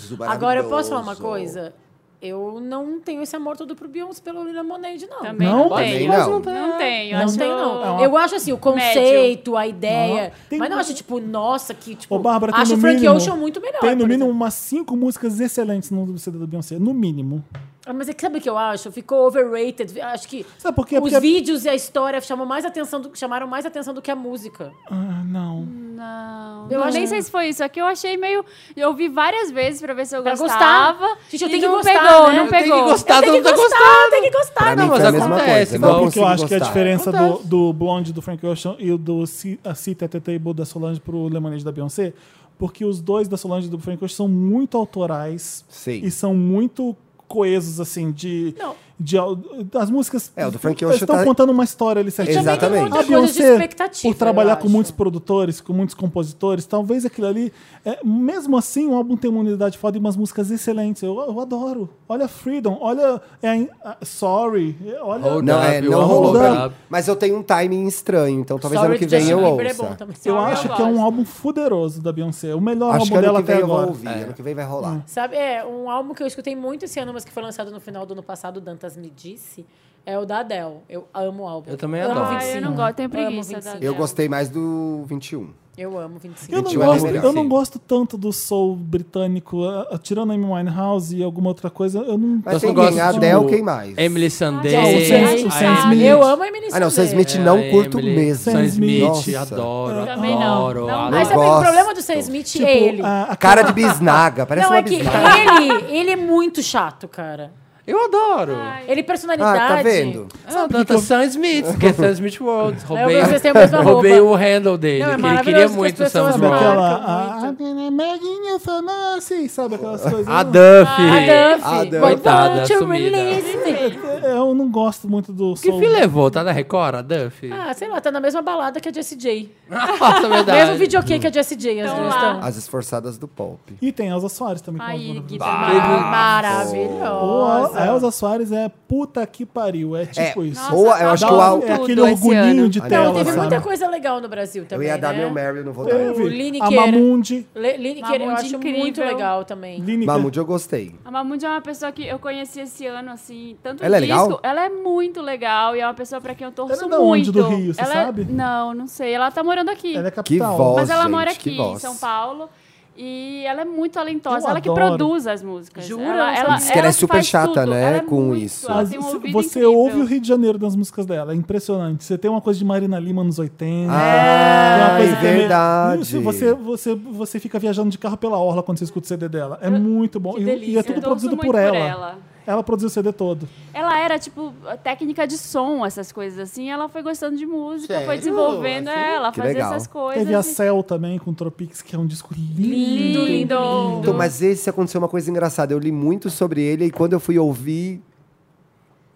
B: muito bom. Agora, eu
D: maravilhoso.
B: posso falar uma coisa? Eu não tenho esse amor todo pro Beyoncé pelo Lemonade, não.
C: Também
A: Não?
C: não,
D: Também
C: tenho.
D: não.
C: Não tenho.
B: Não
C: acho-
B: tem, não.
A: É uma-
B: Eu acho assim, o conceito, a ideia.
A: Não, tem
B: mas não
A: um-
B: acho, tipo, nossa, que, tipo,
A: Ô, Bárbara, tem
B: acho
A: no
B: o Frank
A: mínimo-
B: Ocean muito melhor.
A: Tem no
B: por
A: mínimo
B: exemplo.
A: umas cinco músicas excelentes no CD da Beyoncé. No mínimo.
B: Ah, Mas é que sabe o que eu acho? Ficou overrated. Acho que
A: Sabe por quê? É
B: os
A: Porque-
B: vídeos e a história chamam mais atenção do, chamaram mais atenção do que a música.
A: Ah, não.
C: Não.
B: Eu
C: Então, Eu
B: acho-
C: nem sei se foi isso. Aqui eu achei meio. Eu ouvi várias vezes pra ver se eu
B: Pra gostar.
C: gostava.
B: Gente, eu
C: e
B: tenho que
C: não
B: gostar,
C: pegou,
B: né?
C: não
B: Eu
E: Tem que
C: pegou.
E: gostar, não tá gostando.
B: tem que gostar.
D: Pra
E: não,
D: mim
E: mas
D: foi a mesma
E: acontece,
D: coisa.
E: igual-
D: Não
A: Sabe o que eu
D: consigo
A: acho que é a
D: gostar.
A: diferença do,
E: Acontece.
A: do Blonde do Frank Ocean e do C- a Cita Table da Solange pro Lemonade da Beyoncé? Porque os dois da Solange e do Frank Ocean são muito autorais
D: Sim.
A: e são muito coesos, assim, de.
B: Não.
A: de au- as músicas
D: É, o do Frank
A: eles
D: Ocean
A: estão
D: tá-
A: contando uma história ali certinho.
D: Também tem Exatamente.
A: A
D: outra
B: coisa de
A: Beyoncé,
B: expectativa,
A: por trabalhar
B: eu
A: com muitos
B: acho.
A: produtores, com muitos compositores, talvez aquilo ali. é, mesmo assim, o álbum tem uma unidade foda e umas músicas excelentes. Eu, eu adoro. Olha Freedom, olha é, ah, Sorry, olha.
E: Hold
D: Não, é,
E: up,
D: não
E: eu
D: rolou
A: amo
D: pra
E: rap.
D: mim. Mas eu tenho um timing estranho, então talvez
B: Sorry
D: ano que
B: do
D: vem
B: Justin
D: eu
B: Bieber é
D: ouça.
B: bom também.
A: Eu
B: Sorry,
A: acho
B: eu
A: que é um
B: gosto.
A: álbum fuderoso da Beyoncé. O melhor
D: Acho que
A: álbum dela
D: ano que
A: até
D: vem eu vou
A: agora. É.
D: ouvir.
E: É.
D: Ano que vem vai rolar.
B: Sabe, é, um álbum que eu escutei muito esse ano, mas que foi lançado no final do ano passado, Dantas me disse, é o da Adele. Eu amo o álbum.
E: Eu também
B: amo
E: adoro.
C: Ah, eu
B: 25.
C: não gosto, tenho
B: Amo
C: preguiça.
B: 25.
C: da-
D: Eu gostei mais do 21.
B: Eu amo 25.
A: Eu não,
D: Gente, o álbum é
A: gosto,
D: melhor,
A: eu não
E: sim.
A: gosto tanto do soul britânico, ah, ah, tirando Amy Winehouse e alguma outra coisa, eu não.
D: Mas
A: eu
D: tem
A: não
D: quem?
A: gosto
D: A
A: de-
D: Adele, quem mais?
E: Emily
A: Ah,
E: Sandé.
A: o Sam- o
E: a
A: Sam
E: Emily-
A: Smith.
B: Eu amo a Emily
D: Ah, não, Sam
B: Sandé.
D: Smith
E: É,
D: não
E: a
D: curto
E: Emily-
D: mesmo.
E: Sam
A: Sam
E: Smith,
D: Nossa.
E: adoro,
C: Também não.
E: adoro,
C: Não,
E: adoro.
B: Mas sabe que o
D: gosto.
B: problema do Sam Smith
A: Tipo,
B: é ele.
A: a- a
D: Cara de bisnaga, parece
B: não,
D: uma
B: é que
D: bisnaga.
B: ele, ele é muito chato, cara.
E: Eu adoro.
B: Ele é
D: Ah,
B: personalidade.
D: tá vendo?
E: Ah, Danta Sam Smith, que é Sam Smith World. Roubei,
B: vocês têm a mesma
E: roubei
B: roupa.
E: o handle dele,
B: Não, é
E: que ele
B: maravilhoso
E: queria
B: que
E: muito
B: as
E: o Sam
B: pessoas
A: Sabe
E: Smith
B: marcam.
E: World.
A: aquela. "Ah,
B: Marca
A: a- a- Meguinho Fanassi, sabe aquelas coisas? né?
E: A
A: Eu não-
E: Duffy.
B: Ah, A Duffy.
D: Duffy.
E: Coitada,
B: Why don't you
E: sumida.
B: release me?
A: Eu não gosto muito do
E: Que
A: soul.
E: fim levou? Tá na Record, a Duffy?
B: Ah, sei lá, tá na mesma balada que a Jessie J.
E: Nossa, verdade.
B: Mesmo videokê que a Jessie J, tá as
C: Então
B: duas
C: lá.
B: estão.
D: As esforçadas do pop.
A: E tem Elza Soares também. que é uma
C: Aí,
A: boa-
C: Guitar.
E: um-
A: Ou a-
B: Maravilhosa.
A: a Elza Soares é puta que pariu, é tipo
D: É,
A: isso.
C: Nossa,
D: ou eu acho que
A: Dá
D: o
A: um-
C: acabou
D: álbum.
A: é aquele
C: tudo esse
A: orgulhinho
C: ano.
A: de
D: Não,
A: tela,
B: Teve
A: sabe?
B: muita coisa legal no Brasil
D: Eu
B: também,
D: ia dar
B: né?
D: meu Mary, eu não vou dar.
A: Teve.
B: Lineker.
A: A Mamundi.
B: Le- Lineker, eu
C: Mamundi
B: acho muito
C: incrível.
B: legal também.
A: Lineker.
D: Mamud, eu gostei.
C: A Mamundi é uma pessoa que eu conheci esse ano, assim, tanto
D: Ela é
C: o disco,
D: legal?
C: ela é muito legal e é uma pessoa pra quem eu torço
A: Ela é da onde
C: muito.
A: do Rio, você
C: Ela- é-
A: sabe?
C: Não, não sei. Ela tá morando aqui.
A: Ela é capital.
D: Que voz.
C: Mas ela
D: gente,
C: mora
D: que
C: aqui em
D: voz.
C: São Paulo. E ela é muito talentosa.
A: Eu
C: ela que
A: adoro.
C: produz as músicas.
B: Jura? Eu não
C: Ela,
B: sabia.
C: ela,
B: Diz
D: que ela é
C: que
D: super
C: faz
D: chata,
C: tudo.
D: né,
C: Ela é
D: com
C: muito-
D: isso.
C: ela
A: Mas
C: tem um
A: se-
C: ouvido
A: você
C: incrível.
A: ouve o Rio de Janeiro nas músicas dela, é impressionante. Você tem uma coisa de Marina Lima nos 80. tem uma
D: Ah,
A: coisa
D: é
A: também-
D: verdade.
A: Isso, Você, você, você fica viajando de carro pela orla quando você escuta o CD dela. É muito bom.
B: que
A: E- E,
B: delícia.
A: é tudo
C: Eu torço
A: produzido
C: muito
A: por
C: por
A: ela.
C: ela.
A: Ela produziu o CD todo.
C: Ela era, tipo, a técnica de som, essas coisas assim. Ela foi gostando de música, foi
E: Sério?
C: desenvolvendo
E: Assim?
C: ela,
D: Que
C: fazia
D: legal.
C: essas coisas.
A: Teve a
C: e-
A: Cell também com Tropix, que é um disco lindo.
C: Lindo, lindo.
D: Então, mas esse aconteceu uma coisa engraçada. Eu li muito sobre ele e quando eu fui ouvir,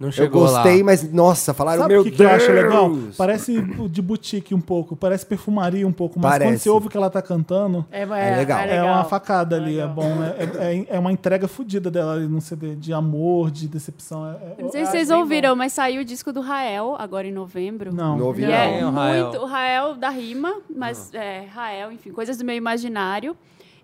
E: Não
D: eu
E: chegou lá.
D: gostei, mas nossa, falaram
A: Sabe
D: meu
A: o que, que eu
D: Deus.
A: acho legal? Parece de boutique um pouco, parece perfumaria um pouco, mas quando
D: Parece.
A: você ouve o que ela tá cantando,
B: É, é,
D: legal.
A: É uma facada
B: É
A: ali, é
B: legal.
A: bom. É, é- é- é uma entrega fodida dela ali no CD, de amor, de decepção. É- é-
C: Não sei
B: Ah,
C: se vocês
B: bem
C: ouviram, mas saiu o disco do Rael agora em novembro.
A: não.
D: Não ouvi,
C: E
D: não.
C: é
E: Não, Rael. Ah.
C: muito. O Rael da rima, mas é, Rael, enfim, coisas do meu imaginário.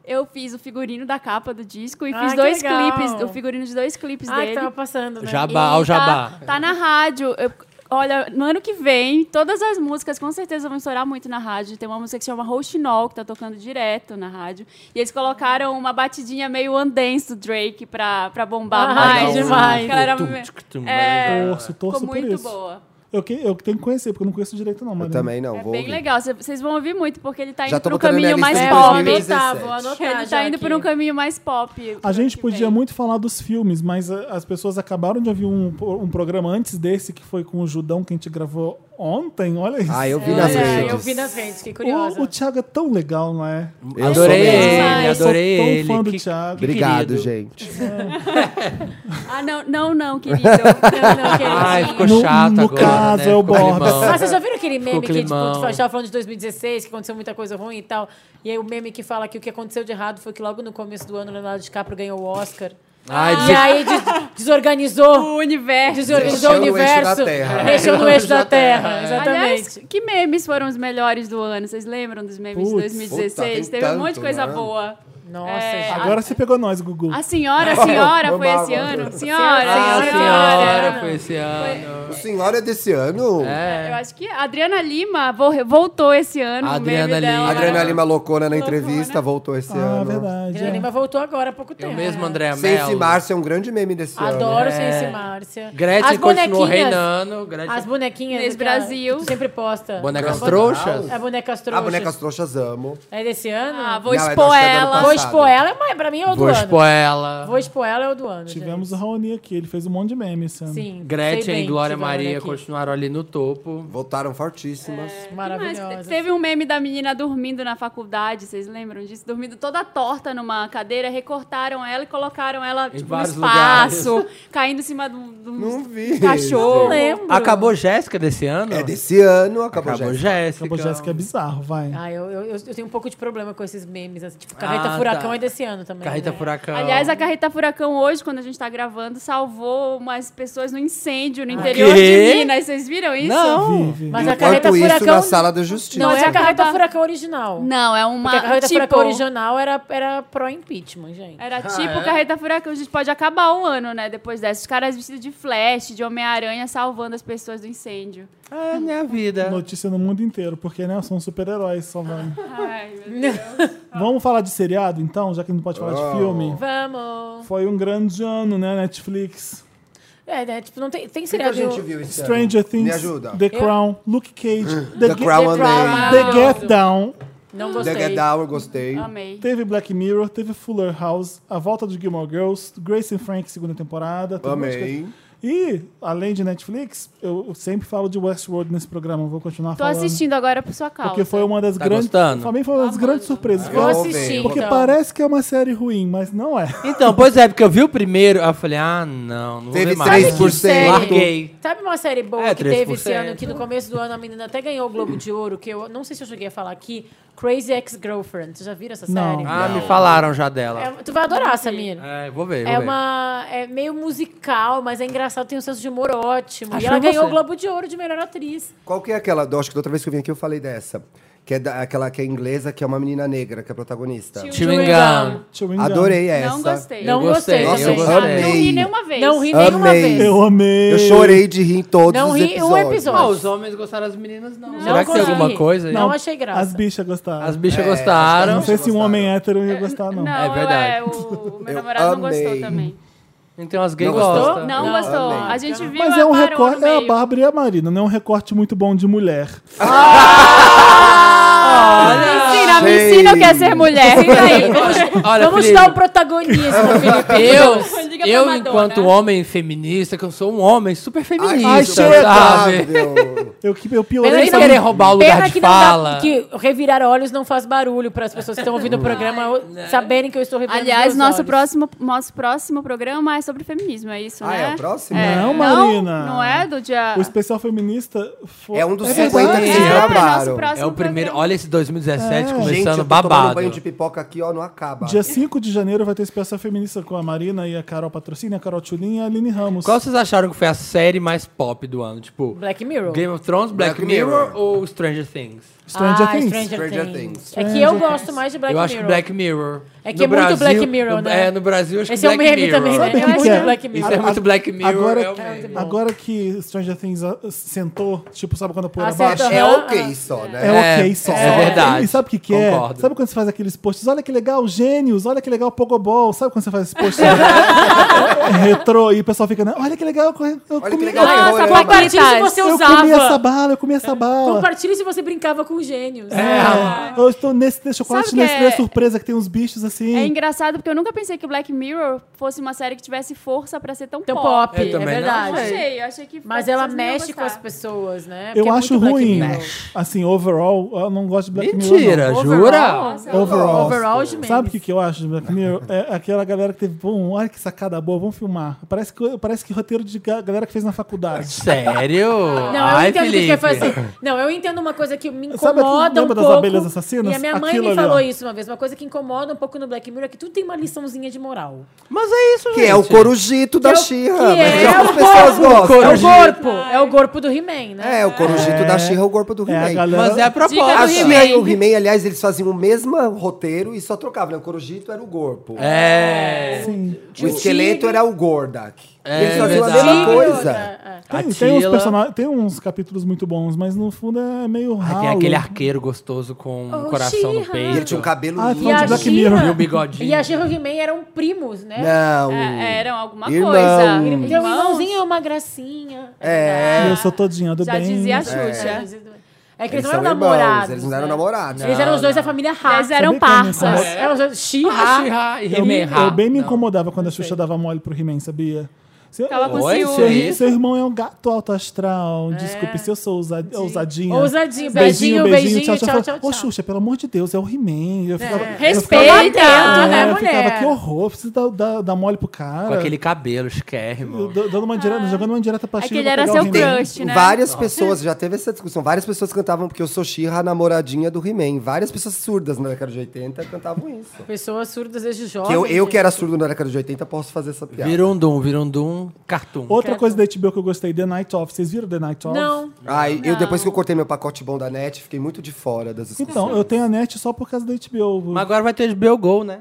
C: Eu fiz o figurino da capa do disco e
B: Ah,
C: fiz
B: que
C: dois
B: legal.
C: clipes, o figurino de dois clipes
B: Ah, que
C: dele.
B: tava passando, né?
E: Já-
C: E
E: Jabá, ao jabá.
C: Tá, tá na rádio. Eu- olha, no ano que vem, todas as músicas com certeza vão estourar muito na rádio. Tem uma música que se chama Roxinol, que tá tocando direto na rádio. E eles colocaram uma batidinha meio andance do Drake pra, pra bombar
B: Ah,
C: mais.
B: legal. demais.
C: A Galera,
E: Tum, tum, tum,
C: é,
E: mas
A: Torço, torço
C: ficou
A: por
C: muito
A: isso.
C: boa.
A: Eu, que- eu tenho que conhecer, porque eu não conheço direito, não,
D: Eu
A: Marina.
D: também não,
C: É
D: vou.
C: bem
D: ouvir.
C: legal, Cê- vocês vão ouvir muito, porque ele tá
D: Já
C: indo
D: tô
C: pro
D: botando na minha
C: caminho mais
D: lista
B: É,
D: de
B: vou
C: pop.
D: 2017.
B: anotar, vou anotar.
C: Ele
B: já
C: tá indo
B: aqui.
C: por um caminho mais pop.
A: A gente
C: Que
A: podia
C: vem.
A: muito falar dos filmes, mas eh, as pessoas acabaram de ouvir um, um programa antes desse, que foi com o Judão, que a gente gravou ontem. Olha isso.
D: Ah, eu vi nas
B: Olha,
C: É,
D: redes.
B: É, eu vi nas redes, fiquei curiosa.
A: o, o Thiago é tão legal, não é?
D: Eu
E: Adorei
D: sou mesmo.
E: ele,
A: Eu sou
E: adorei
A: tão
E: ele.
A: fã do
E: Que-
A: Thiago.
E: que
D: Obrigado,
E: querido.
D: gente.
C: Ah, não, não, não, querido. Não, não, querido.
E: Ai, ficou
A: No-
E: chato
A: no
E: agora,
A: caso,
E: né?
A: é o
E: Ficou
A: Borbs.
E: climão.
B: Mas Ah, vocês já viram aquele meme
E: Ficou
B: que tipo,
E: climão.
B: a gente tava falando de 2016, que aconteceu muita coisa ruim e tal. E aí o meme que fala que o que aconteceu de errado foi que logo no começo do ano o Leonardo DiCaprio ganhou o Oscar.
E: Ai,
B: E
E: de-
B: aí des- desorganizou,
C: O universo.
B: desorganizou o
D: Mexeu no eixo da
B: universo.
D: Terra.
B: Mexeu no eixo da Terra.
D: é.
C: Aliás,
B: Exatamente.
C: que memes foram os melhores do ano? Vocês lembram dos memes
A: Putz,
C: de 2016?
D: puta, tem
C: Teve um monte de
D: tanto,
C: coisa
D: né?
C: boa.
B: Nossa,
C: É,
B: gente.
A: Agora você pegou nós, Gugu.
C: A senhora, a senhora
D: Vamos
C: foi
D: lá,
C: esse
D: vamos lá.
C: ano? Senhora,
E: Ah,
B: Senhora.
E: senhora, foi esse ano.
D: O senhor é desse ano?
C: Eu
E: É.
C: acho que a Adriana Lima vo- voltou esse ano. o
E: Adriana
C: meme dela. né?
E: Lima.
D: A Adriana
E: Maravilha.
D: Lima loucona na
C: Loucona.
D: entrevista, voltou esse
A: Ah,
D: ano.
A: verdade.
B: Adriana
A: é.
B: Lima voltou agora há pouco tempo.
E: Eu mesmo, André
D: Sense e
E: Mello.
D: Márcia é um grande meme desse ano.
B: Adoro
E: É.
B: Sense Márcia.
E: Gretchen continuou
B: bonequinhas-
E: reinando. Gretchen
B: As bonequinhas.
C: Nesse
B: que a-
C: Brasil.
B: que tu sempre posta.
E: Bonecas
B: A bo-
E: trouxas?
B: É bonecas
D: A
B: trouxas.
D: Ah, bonecas trouxas amo.
B: É desse ano?
C: Ah, vou
D: Não, é do-
C: expor
D: acho que é do ano
C: ela.
D: passado.
B: Vou expor ela, é mais- pra mim é o do
E: Vou
B: ano.
E: expor ela.
B: Vou expor ela, é o do ano. gente.
A: Tivemos o Raoni aqui, ele fez um monte de meme esse ano.
B: Sim. sei
E: Gretchen
B: bem
E: e Glória
B: que tiveram
E: Maria
B: aqui. É.
E: continuaram ali no topo.
D: Voltaram fortíssimas.
C: Mas
B: Maravilhosa.
C: teve um meme da menina dormindo na faculdade, vocês lembram disso? Dormindo toda torta numa cadeira, recortaram ela e colocaram ela tipo, no
E: vários
C: espaço, caindo em cima do, do
D: Não vi.
C: um cachorro.
B: lembro.
E: Acabou Jéssica desse ano?
D: É desse ano, acabou,
E: Acabou
D: Jéssica.
E: Jéssica.
A: Acabou Jéssica é bizarro, vai.
B: Ah, eu, eu, eu- eu tenho um pouco de problema com esses memes. assim, Tipo, Carreta
E: Ah,
B: Furacão
E: tá.
B: é desse ano também.
E: Carreta
B: né?
E: Furacão.
C: Aliás, a carreta Furacão hoje, quando a gente tá gravando, salvou umas pessoas no incêndio no
E: O
C: interior
E: quê?
C: de Minas. Vocês viram isso?
E: Não.
A: Vive.
B: Ah, Mas a Carreta
D: Enquanto isso,
B: Furacão
D: na sala da justiça.
B: não é a
C: Mas
B: Carreta
C: acaba-
B: Furacão original.
C: Não, é uma.
B: Porque a Carreta
C: tipo,
B: Furacão original era, era pró-impeachment, gente.
C: Era tipo
E: é?
C: carreta furacão. A gente pode acabar o ano, né? Depois dessa. Os caras vestidos de flash, de Homem-Aranha, salvando as pessoas do incêndio.
E: É minha vida.
A: Notícia no mundo inteiro, porque né, são super-heróis salvando.
C: Ai, meu Deus.
A: Vamos falar de seriado, então, já que não pode falar de filme.
B: Vamos!
A: Foi um grande ano, né, Netflix?
B: É, né? Tipo, não tem, tem
D: O que que a
B: seriado.
D: gente viu esse
A: Stranger
D: ano?
A: Things,
D: Me ajuda.
A: The Crown, Luke Cage, The,
D: The
A: Ge-
D: Crown
B: The Crown.
D: andei.
A: The Get Down,
B: Não
D: The
B: gostei.
D: Get Down, eu gostei.
C: Amei.
A: teve Black Mirror, teve Fuller House, A Volta do Gilmore Girls, Grace and Frank, segunda temporada. teve um monte de
D: Amei.
A: coisa. E, além de Netflix, eu sempre falo de Westworld nesse programa, vou continuar
C: Tô
A: falando.
C: assistindo agora por sua causa.
A: Porque foi uma das
E: Tá
A: grandes.
E: gostando?
A: Pra mim foi uma das grandes surpresas.
B: Vou
D: Eu
B: assistir.
D: odeio.
A: Porque
B: então.
A: parece que é uma série ruim, mas não é.
E: Então, pois é, porque eu vi o primeiro, aí eu falei, ah, não, não vou
D: Teve
E: ver mais.
D: 3%.
E: Larguei.
B: Sabe uma série boa
E: É,
B: que teve esse
E: 3%.
B: ano, que no começo do ano a menina até ganhou o Globo de Ouro, que eu não sei se eu cheguei a falar aqui, Crazy Ex-Girlfriend. Vocês já viram essa
A: Não.
B: série?
E: Ah, me falaram já dela.
B: É, tu vai adorar, Samir.
E: É, vou ver, vou
B: É
E: ver.
B: uma. É meio musical, mas é engraçado, tem um senso de humor ótimo.
E: Acho
B: e ela
E: que é
B: ganhou
E: você.
B: o Globo de Ouro de melhor atriz.
D: Qual que é aquela? Eu Acho que da outra vez que eu vim aqui eu falei dessa. Que é da- aquela que é inglesa, que é uma menina negra, que é a protagonista.
E: Chewing Gum.
A: Chewing Gum.
D: Adorei essa.
C: Não gostei.
B: Não
E: Eu gostei,
B: gostei,
D: Nossa, eu
B: também.
E: gostei.
C: Não
D: amei.
C: ri nenhuma vez.
B: Não ri nenhuma
D: Amei.
B: vez.
A: Eu amei.
D: Eu chorei de rir em todos
B: Não
D: os
B: ri
D: episódios.
B: um episódio.
E: Ah, os homens gostaram, as meninas não.
B: Não
E: Será que tem
B: consegui.
E: alguma coisa aí?
B: Não, achei graça.
A: As bichas gostaram.
E: As bichas
D: É,
E: gostaram.
A: Não sei se um
D: Gostaram.
A: homem hétero ia gostar, não.
C: Não,
E: É verdade.
C: eu- o meu
D: Eu
C: namorado não gostou
D: amei.
C: também.
E: Então as gays
D: Não gostou?
E: gostam.
C: Não,
B: Não,
C: gostou.
D: amei.
C: A gente viu
A: Mas
C: ela
A: é um
C: parou no
A: recorte. É a
C: meio.
A: Bárbara e a Marina, não é um recorte muito bom de mulher.
E: Ah,
C: Me ensina, me ensina o que é ser mulher. Fica aí.
E: Olha,
B: Vamos
E: Felipe,
B: dar o protagonismo, Felipe.
E: eu,
B: é
C: Diga pra
E: eu
C: Madonna.
E: enquanto homem feminista, que eu sou um homem super feminista,
A: Ai, chega.
E: sabe? É
D: Inacreditável.
A: Eu, que- eu
B: Pena
A: piorei.
E: Nem
B: que não-
E: querer roubar o lugar
B: pena
E: de
B: que
E: fala.
B: Não dá, que revirar olhos não faz barulho para as pessoas que estão ouvindo o programa saberem que eu estou revirando
C: Aliás,
B: meus
C: nosso
B: olhos.
C: próximo, nosso próximo programa é sobre feminismo, é isso,
D: Ah,
C: né?
D: é o próximo?
A: Não, Marina.
C: Não, não é do dia...
A: O especial feminista foi.
D: É um dos
A: verdade.
D: 50 que
E: É,
D: vocês
E: é
D: gravaram.
E: É o primeiro. Olha esse 2017
D: Gente, eu
E: começando
D: tô tomando
E: babado.
D: banho de pipoca aqui, ó, não acaba.
A: Dia 5 de janeiro vai ter especial feminista com a Marina e a Carol Patrocínio, a Carol Tchulin e a Aline Ramos.
E: Qual vocês acharam que foi a série mais pop do ano? Tipo,
B: Black Mirror.
E: Game of Thrones, Black,
D: Black
E: Mirror,
D: Mirror.
E: ou Stranger Things?
A: Stranger
B: Ah,
A: Things.
B: Stranger
D: Stranger
B: Things.
D: Things.
B: É que eu gosto mais de Black
E: eu
B: Mirror.
E: acho que Black Mirror.
B: É que é muito Black Mirror,
E: no-
B: né?
E: É, no Brasil acho
B: Esse é
E: que
B: o
E: Black
B: meme
E: Mirror.
B: também, né?
A: Sabe
B: É
A: quem
B: muito
A: que é?
B: Black Mirror.
E: Isso é muito Black Mirror.
A: Agora,
E: é o meme.
A: agora que Stranger Things ah, sentou, tipo, sabe quando a poeira
B: Acertou.
A: baixa?
D: É
B: Aham,
D: ok
B: aham.
D: só,
A: É,
E: É,
D: né?
A: ok só.
E: é verdade.
A: E sabe o que, que é?
E: Concordo.
A: Sabe quando você faz aqueles posts? Olha que legal, gênios. Olha que legal, Pogobol. Sabe quando você faz esses posts? Retrô. E o pessoal fica, né? olha que legal. Eu, eu
D: que
A: comi,
D: legal,
C: Ah,
D: Olha,
C: essa
D: eu-
B: Compartilhe se
C: Compartilhe
B: você
A: eu
B: usava.
A: comi essa bala, eu comi essa bala.
B: Compartilhe se você brincava com gênios.
A: É. Eu estou nesse chocolate
C: Sabe que
A: nesse é...
C: é-
A: surpresa que tem uns bichos assim.
C: É engraçado porque eu nunca pensei que Black Mirror fosse uma série que tivesse força pra ser tão,
B: Tão
C: pop.
B: pop,
E: Eu
B: é
E: também não
B: verdade.
C: Achei, eu achei que
B: Mas
C: fosse-
B: ela
C: vocês não iam
B: mexe com as
C: gostar.
B: pessoas, né?
A: eu
B: Porque é
A: acho
B: muito Black
A: ruim.
B: Mirror.
A: Assim, overall, eu não gosto de Black Mirror.
E: Mentira,
A: não.
E: jura?
B: Overall,
C: Nossa,
A: Overall.
B: Overall de memes.
A: Sabe o que, que eu acho de Black Mirror? É aquela galera que teve, bom, olha que sacada piada boa, vamos filmar. Parece que, parece que roteiro de ga- galera que fez na faculdade.
E: Sério?
B: Não, eu
E: Ai,
B: entendo
E: Felipe.
B: que quer fazer. assim, Não, eu entendo uma coisa que me
A: Sabe aquele-
B: incomoda um
A: lembra
B: pouco.
A: das abelhas assassinas?
B: E a minha mãe
A: Aquilo
B: me
A: ali,
B: falou
A: ó.
B: isso uma vez. Uma coisa que incomoda um pouco no Black Mirror é que tudo tem uma liçãozinha de moral.
E: Mas é isso, gente.
D: Que é o corujito
B: Que é
D: da
B: o-
D: Xirra.
B: que
D: Mas
B: é
D: é o que
B: o
D: as pessoas gostam.
B: É o
E: Corujito.
B: corpo. É o corpo do He-Man, né?
D: É, o corujito da Xirra é o corpo do
A: É, a
D: He-Man.
A: galera-
E: Mas é a proposta.
D: A
C: do
D: Xirra e
C: He-Man.
D: o He-Man, aliás, eles faziam o mesmo roteiro e só trocavam, né? O corujito era o corpo.
E: É.
A: Sim.
D: O esqueleto era o Gordak.
E: É,
D: eles faziam
E: verdade.
D: a mesma
E: Tigre,
D: coisa.
B: É, é.
E: A
A: Tem, tem, uns
E: Tila-
A: personagens, tem uns capítulos muito bons, mas no fundo é meio
E: Ai,
A: ralo.
E: Ah, tem aquele arqueiro gostoso com um
B: Oh,
E: coração no
B: She-Ra.
E: peito.
D: E ele tinha um cabelo
A: Ah,
D: lindo.
A: falando de
B: a
A: Black
B: She-Ra-
A: Mirror.
E: E o bigodinho.
B: E a She-Ra e o He-Man eram primos, né?
D: Não.
C: É, eram alguma
D: Irmão.
C: coisa.
D: Irmão.
B: Então, o irmãozinho é uma gracinha.
D: É.
B: Ah,
A: E Eu sou todinha do
C: Já
A: bem.
C: dizia a
B: É,
C: Xuxa.
B: é que eles,
D: Eles
B: não
D: são
B: eram
D: irmãos,
B: namorados.
D: eles não eram
B: né?
D: namorados.
B: Eles eram os dois da família Ra.
C: Eles eram
A: Sabia que eu não
C: parças.
A: sabia?
B: Eram os dois.
E: Ah,
B: She-Ra.
E: She-Ra e
A: é Eu, me-
E: He-Man. Ra.
A: eu bem me
E: Não.
A: incomodava quando a Xuxa dava mole pro He-Man, sabia? Seu,
C: Ficava com
E: Oi,
C: ciúme.
E: isso aí.
A: seu, seu irmão é um gato alto astral. Desculpe se eu sou ousa- ousadinha.
B: Ousadinho,
A: Beijinho, beijinho, tchau, tchau,
B: tchau, tchau,
A: Ô,
B: tchau.
A: Xuxa, pelo amor de Deus, é o He-Man. Eu ficava- eu
C: Respeita,
A: ficava-
B: né,
A: eu
B: mulher?
A: ficava, que horror, precisa dar, dar, dar mole pro cara.
E: Com aquele cabelo esquermo.
A: D- Dando uma direta, jogando uma direta pra
C: É que
A: Sheila
C: ele
A: pra
C: era
A: pegar
C: seu
A: o He-Man.
C: crush, né?
D: Várias pessoas, já teve essa discussão, várias pessoas cantavam porque eu sou Xirra, a namoradinha do He-Man. Várias pessoas surdas na década de 80 cantavam isso.
B: Pessoas surdas desde jovens.
D: Que eu, eu que
B: gente.
D: era surdo na década de 80 posso fazer essa piada.
E: Virundum, Virundum, Cartoon.
A: Outra coisa da HBO que eu gostei, The Night Of. Vocês viram The Night Of?
B: Não.
D: Ai, eu depois que eu cortei meu pacote bom da net, fiquei muito de fora das discussões.
A: Então, eu tenho a net só por causa da HBO.
E: Mas agora vai ter HBO Go, né?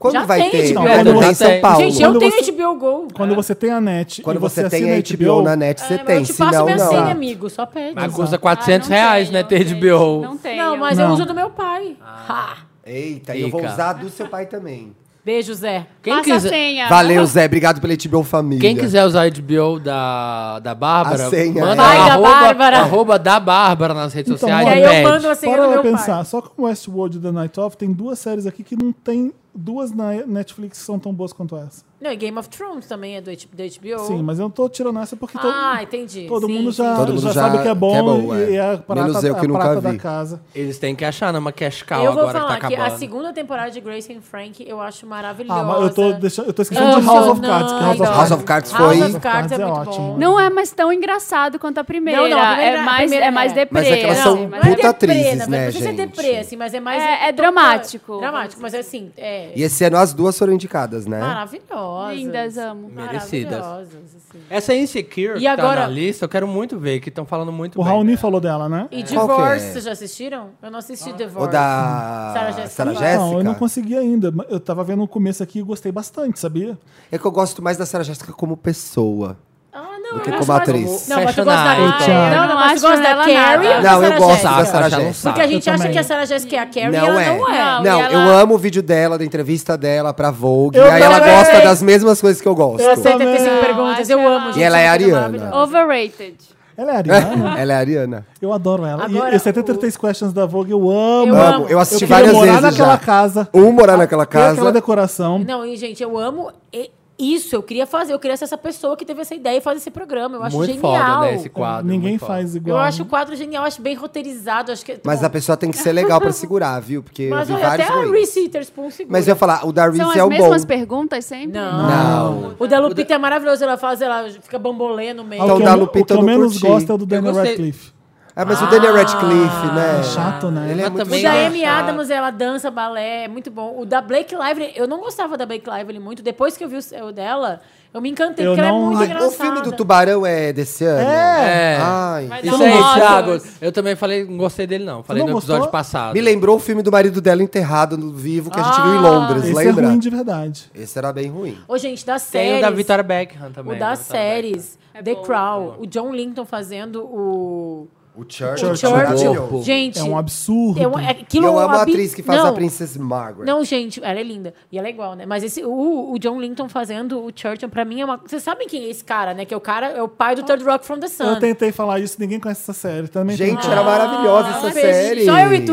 D: Quando
B: Já
D: vai
B: tem,
D: ter?
B: gente,
D: Quando
E: quando
D: tem
A: é
E: já
D: em São
E: tá tem.
D: Paulo.
B: Gente,
A: Quando
B: eu
A: você-
B: tenho HBO Go.
A: Quando
B: É.
A: você tem a net
D: Quando
A: e você,
D: você tem
A: assina
D: a HBO na net,
B: É,
D: você
B: mas
D: tem.
B: Eu te passo
D: Senão,
B: minha
D: não.
B: senha, assim, amigo. Só pede.
E: Mas custa
C: Ah,
E: 400
C: não
E: reais,
C: tenho,
E: né? Ter
C: gente,
E: HBO.
C: Não tem.
B: Não, mas eu
A: Não.
B: uso do meu pai. Ha.
D: Eita, eu vou
E: Fica.
D: usar do seu pai também.
B: Beijo, Zé.
E: Quem
C: Passa
E: quiser,
C: a senha.
D: Valeu, Zé. Obrigado pela HBO Família.
E: Quem quiser usar HBO da, da Bárbara,
D: A senha,
E: manda
D: é.
B: Vai da
E: arroba,
B: Bárbara.
E: arroba da Bárbara nas redes
A: Então,
E: sociais.
A: olha,
E: e
A: E aí eu
E: pede.
B: mando a senha
A: Para
B: do
A: eu
B: é meu pai.
A: pensar, só com Westworld e The Night Of, tem duas séries aqui que não tem... Duas na Netflix que são tão boas quanto essa.
B: Não, e Game of Thrones também é do H- da HBO.
A: Sim, mas eu não tô tirando essa porque todo,
B: Ah, entendi.
A: todo
B: Sim,
A: mundo,
B: sim.
A: já,
D: Todo mundo
A: já
D: já
A: sabe que é bom,
D: que é bom,
A: e,
D: é.
A: e é a prata,
D: Menos eu que
A: a
D: nunca
A: prata da
D: vi.
A: casa.
E: Eles têm que achar numa cash cow
B: Eu vou
E: agora
B: falar
E: que tá
B: que a
E: acabando.
B: segunda temporada de Grace and Frank eu acho maravilhosa.
A: Ah, mas eu tô, deixando, eu tô esquecendo de
B: Amo,
A: House of
B: não,
A: Cards. Que House of
B: adoro.
A: Cards,
D: House of Cards
B: House
D: foi-
B: of Cards é,
A: House of Cards é
B: muito
A: ótimo.
B: bom.
C: Não é mais tão engraçado quanto a primeira.
B: Não, não, a primeira-
C: é
B: a
C: mais,
B: primeira
C: é mais
B: é.
C: deprê.
D: Mas é que elas
C: né? Mas
D: são
C: é-
B: Não é
D: puta
B: deprê,
D: atrizes,
B: não
D: né,
B: precisa ser
D: gente?
B: deprê, assim, mas é mais...
C: É- é
B: tocante.
C: dramático.
B: Dramático, mas assim, é... Ah,
D: E esse ano as duas foram indicadas, né?
B: Maravilhosas.
C: Lindas, amo.
E: Merecidas.
B: Maravilhosas, assim.
E: Essa Insecure
B: E
E: que tá
B: agora-
E: na lista, eu quero muito ver, que estão falando muito
A: O
E: bem.
A: Raoni
E: dela.
A: falou dela, né?
B: E
D: Qual que
B: Divorce,
D: é?
B: vocês já assistiram? Eu não assisti
D: Ou
B: Divorce. Sarah
D: da
B: Jessica
D: Sarah
B: Parker.
D: Jéssica?
A: Não, eu não consegui ainda. mas Eu tava vendo o começo aqui e gostei bastante, sabia?
D: É que eu gosto mais da Sarah Jéssica como pessoa.
B: Ah, não,
D: que
B: eu
D: como
B: acho
D: atriz.
B: mais- Não, mas
E: Fashion
B: tu gosta da...
E: Night.
A: Ah,
B: Não, não, mas tu
C: eu
B: gosta
C: não
B: da
C: acho
B: Carrie
C: ela
B: ou da
D: Não, eu
B: Sarah
D: gosto da
B: Jessica?
E: Sabe,
D: Sarah
E: já não
D: Jessica.
E: sabe.
B: Porque a gente
A: Eu
B: acha
A: também.
B: que a Sarah Jessica é a Carrie
D: Não
B: e ela não é.
C: Não,
D: Não,
C: e ela-
D: eu amo o vídeo dela, da entrevista dela pra Vogue.
A: Eu
D: e aí ela
A: também!
D: gosta das mesmas coisas que eu gosto.
B: Eu aceito
A: também.
B: 75
A: Não,
B: perguntas,
C: acho
B: eu
C: ela-
B: amo,
C: E
B: gente,
D: ela é
B: essa menina
D: Ariana.
B: maravilhosa.
C: Overrated.
A: Ela é ariana.
D: ela é a Ariana.
A: Eu adoro ela. E-
B: Agora,
A: e, 73 Questions da Vogue, eu amo.
B: Eu amo.
D: Amo. Eu assisti
A: eu queria
D: várias
A: morar
D: vezes
A: naquela
D: já.
A: casa.
D: Um morar naquela
A: ter aquela
D: casa.
A: decoração.
B: Não, e gente, eu amo e- isso. Eu queria fazer, eu queria ser essa pessoa que teve essa ideia e fazer esse programa. Eu acho
E: Muito
B: genial.
E: foda, né, esse quadro.
A: Ninguém
E: muito foda.
A: faz
B: Eu
A: igual.
B: acho o quadro genial, acho bem roteirizado. Acho que,
D: Mas a pessoa tem que ser legal pra segurar, viu? Porque
B: Mas
D: eu vi
B: olha, até
D: vários
B: a
D: ruins.
B: Reese Witherspoon segura.
D: Mas eu ia falar, o da
C: São
D: Reese
C: as
D: é o bom.
C: mesmas perguntas sempre?
B: Não. O da Lupita é maravilhoso. Ela faz, ela fica bambolê no meio.
A: Ah, o
D: Então,
A: que
D: da
A: eu-
D: Lupita
A: o que eu
D: eu não
A: menos
D: curti.
A: gosto é o do
E: Eu
A: Daniel
E: gostei.
A: Radcliffe.
D: Ah, mas o Daniel Radcliffe, né?
A: É chato, né?
D: Ele é
E: Mas
D: muito
E: também
B: O da
E: é
B: Amy
E: chato.
B: Adams, ela dança balé, é muito bom. O da Blake Lively, eu não gostava da Blake Lively muito. Depois que eu vi o o dela, eu me encantei,
A: Eu
B: porque ela é
A: não-
B: muito
A: Ai,
D: Ai,
B: engraçada.
D: o filme do Tubarão é desse ano?
E: É.
D: Ai.
C: Vai dar
E: Isso
C: um
E: aí,
C: Oscar.
E: Thiago. Eu também falei, não gostei dele, não. Falei
A: Não
E: no episódio
A: gostou?
E: passado.
D: Me lembrou o filme do marido dela enterrado no vivo que a gente
B: Ah,
D: viu em Londres,
A: Esse
D: lembra?
A: é ruim de verdade.
D: Esse era bem ruim.
B: Ô, gente, das
E: Tem
B: séries...
E: o da Vitória Beckham também.
B: O
E: da
B: das
E: Vitória
B: séries,
C: É
B: The
C: bom.
B: Crown, o John Lincoln fazendo o...
D: O Church.
B: O
A: Churchill.
B: Churchill.
E: Corpo.
B: Gente,
A: É um absurdo.
B: é um- é aquilo
D: eu
B: é um
D: amo a
B: abi-
D: atriz que faz
B: não,
D: a Princess Margaret.
B: Não, gente, ela é linda. E ela é igual, né? Mas esse, o, o John Linton fazendo o Churchill, pra mim é uma. Vocês sabem quem é esse cara, né? Que é o cara, é o pai do Third Rock from the Sun.
A: Eu tentei falar isso, ninguém conhece essa série. Também tem-
D: Gente, era maravilhosa
B: Ah,
D: essa
B: fez-
D: série.
B: Só eu e
C: I
B: tu?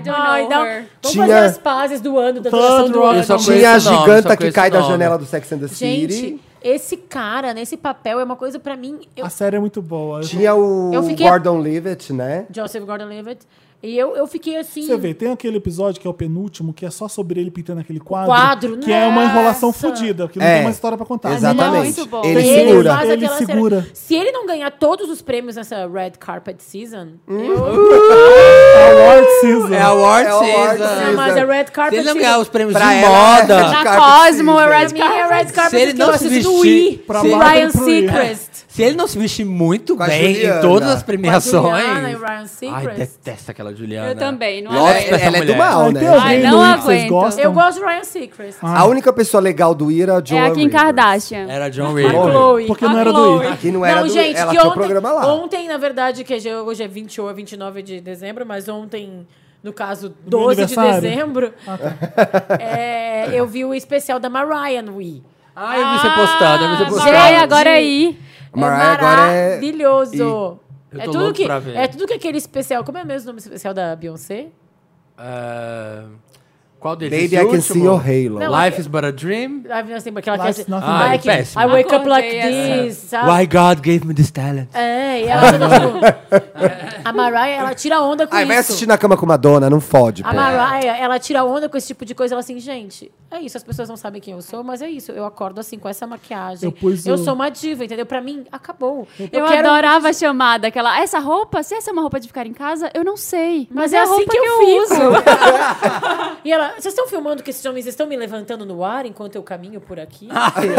C: don't
B: Ah,
C: know
B: então,
C: her.
B: Vamos
D: Tinha-
B: fazer as pazes do ano, da duração
A: Third
B: do
A: Rock
B: ano.
E: Eu só conheço
D: Tinha a
E: o nome,
D: giganta
E: só
D: que
E: conheço
D: cai
E: o
D: da
E: nome.
D: janela do Sex and the
B: Gente,
D: City.
B: esse cara, nesse papel, é uma coisa pra mim. Eu,
A: A série é muito boa.
D: Tinha o
B: Eu fiquei-
D: Gordon Levitt, né?
B: Joseph Gordon-Levitt. E eu, eu fiquei assim.
A: Você vê, tem aquele episódio que é o penúltimo, que é só sobre ele pintando aquele quadro.
B: quadro,
A: que é uma
B: nossa.
A: enrolação fodida, que não
D: É,
A: tem uma história pra contar.
D: Exatamente.
C: muito bom.
D: Ele
A: Tem ele,
D: segura.
A: faz-
B: faz
A: Ele
B: aquela cena.
A: segura.
B: Se ele não ganhar todos os prêmios nessa Red Carpet Season,
A: Award Season.
E: É a Award
D: É a award
E: Season.
B: não, mas a Red
E: Se
B: Carpet
E: ele não
B: Season.
E: ganhar os prêmios
D: Pra
E: de
D: ela,
E: moda,
D: é
C: Na
D: Carpet
C: Cosmo,
D: Season.
C: Red
B: Pra mim é Red
C: Carpet.
B: Carpet
E: Se ele
B: que
E: não
B: eu
E: se
B: assisto do
E: vestir
B: Wii,
A: pra
B: do
A: Marvel
B: Ryan
A: pro Wii.
B: Seacrest.
E: se ele não se vestir muito
D: Com a
E: bem em
D: Juliana.
E: todas as
B: Com a
E: premiações.
B: Juliana e o Ryan
E: Ai,
B: Seacrest.
E: detesto aquela Juliana.
C: Eu também, não
E: Logo
C: aguento.
E: pra essa
D: Ela é do
E: mulher.
D: mal.
A: Aí
D: né?
A: tem alguém
C: Ai,
A: do
C: não
A: Wii que vocês
C: aguento.
A: gostam?
B: Eu gosto do Ryan Seacrest.
D: A única pessoa legal do I era a Joan
C: É a Kim
D: Rivers.
C: Kardashian.
E: Era John
B: A
E: River.
B: Chloe.
A: Porque
B: a
A: não era do
B: Chloe.
A: Wii.
D: Que não era do-
B: gente,
D: ela
B: que
D: tinha o
B: ontem,
D: programa lá.
B: Ontem, na verdade, que já- hoje é 20 ou 29 de dezembro, mas ontem, no caso,
A: meu
B: 12 de
A: aniversário.
B: dezembro,
F: Ah, tá.
B: é, eu vi o especial da Mariah no Wii. Ah,
E: Ah, eu vi você postado, eu vi você
C: Gente,
E: postado.
B: Mariah,
C: agora aí.
B: É
D: Mariah agora é-
B: maravilhoso.
E: Eu
B: É
E: tô
B: tudo,
E: louco
B: que,
E: pra ver.
B: é tudo que aquele especial. Como é mesmo o nome especial da Beyoncé?
E: Ah, qual deles?
D: Baby,
E: Esse
D: I can
E: último?
D: see your halo.
B: Não,
E: Life is but a dream.
B: Ah, não sei, Aquela
A: Life's
B: que
A: Nothing
E: But a
B: Ai, que-
E: Dream.
B: I wake up like
C: Acordei
B: this, sabe?
E: Why God gave me this talent.
B: É, e ela toda, tipo, a Mariah, ela tira onda com
D: Ai,
B: isso.
D: vai assistir na cama com Madonna, não fode, pô.
B: A Mariah, ela tira onda com esse tipo de coisa. Ela assim, gente, é isso. As pessoas não sabem quem eu sou, mas é isso. Eu acordo assim, com essa maquiagem.
A: Eu pus o-
B: sou uma diva, entendeu? Pra mim, acabou.
C: Eu,
B: quero-
C: adorava a chamada, aquela. "Ah, Essa roupa, se essa é uma roupa de ficar em casa, eu não sei. Mas,
B: Mas é
C: é a
B: assim
C: roupa
B: que
C: que
B: eu
C: eu,
B: fico."
C: uso.
B: E ela, vocês estão filmando que esses homens estão me levantando no ar enquanto eu caminho por aqui?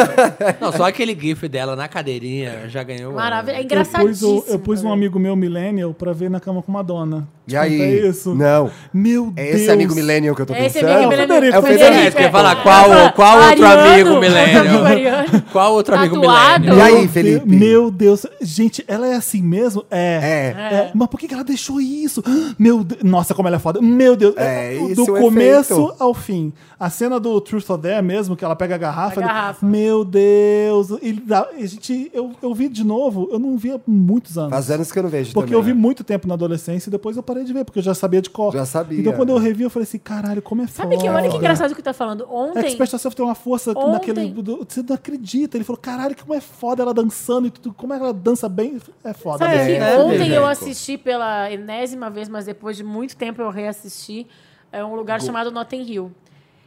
E: Não, só aquele gif dela na cadeirinha já ganhou.
B: Maravilha. É
A: Eu pus,
B: engraçadíssimo.
A: o- eu pus um amigo meu millennial pra ver na cama com Madonna.
D: E aí?
A: É isso?
D: Não.
A: Meu
D: É
A: Deus.
D: esse amigo millennial que eu tô
B: É esse
D: pensando?
B: amigo
A: É o
B: millennial.
A: Federico,
D: É o Federico.
E: É, isso que eu ia
B: é.
E: falar, qual,
B: Ela fala,
E: qual outro
B: "Ariano",
E: amigo
B: outro amigo
E: milênio?
B: ariano.
E: Qual outro amigo
C: Tatuado.
E: milênio?
D: E aí,
A: Meu
D: Felipe?
A: Deus, Meu Deus. Gente, ela é assim mesmo? É.
D: É.
A: É, Mas por que que ela deixou isso? Meu Deus. Nossa, como ela é foda. Meu Deus.
D: É,
A: do
D: isso é o
A: começo
D: efeito.
A: ao fim. A cena do Truth or Dare mesmo, que ela pega a garrafa.
B: A
A: ele-
B: garrafa.
A: Meu Deus. E, dá- e, gente, eu, eu vi de novo. Eu não via há muitos anos.
D: Faz anos que eu não vejo
A: Porque
D: também. né?
A: eu vi muito tempo na adolescência e depois eu parei de ver, porque eu já sabia de cor.
D: Já sabia.
A: Então quando eu revi, eu falei assim, caralho, como é
B: Sabe que
A: foda.
B: olha que engraçado que tá falando. Ontem.
A: Expert Yourself tem uma força
B: Ontem-
A: naquele. do- Você não acredita. Ele falou, caralho, como é foda ela dançando e tudo. Como é que ela dança bem? É foda.
B: Sabe
A: mesmo.
B: que
E: né,
B: ontem eu
D: Federico?
B: assisti pela enésima vez, mas depois de muito tempo eu reassisti é um lugar chamado Notting Hill.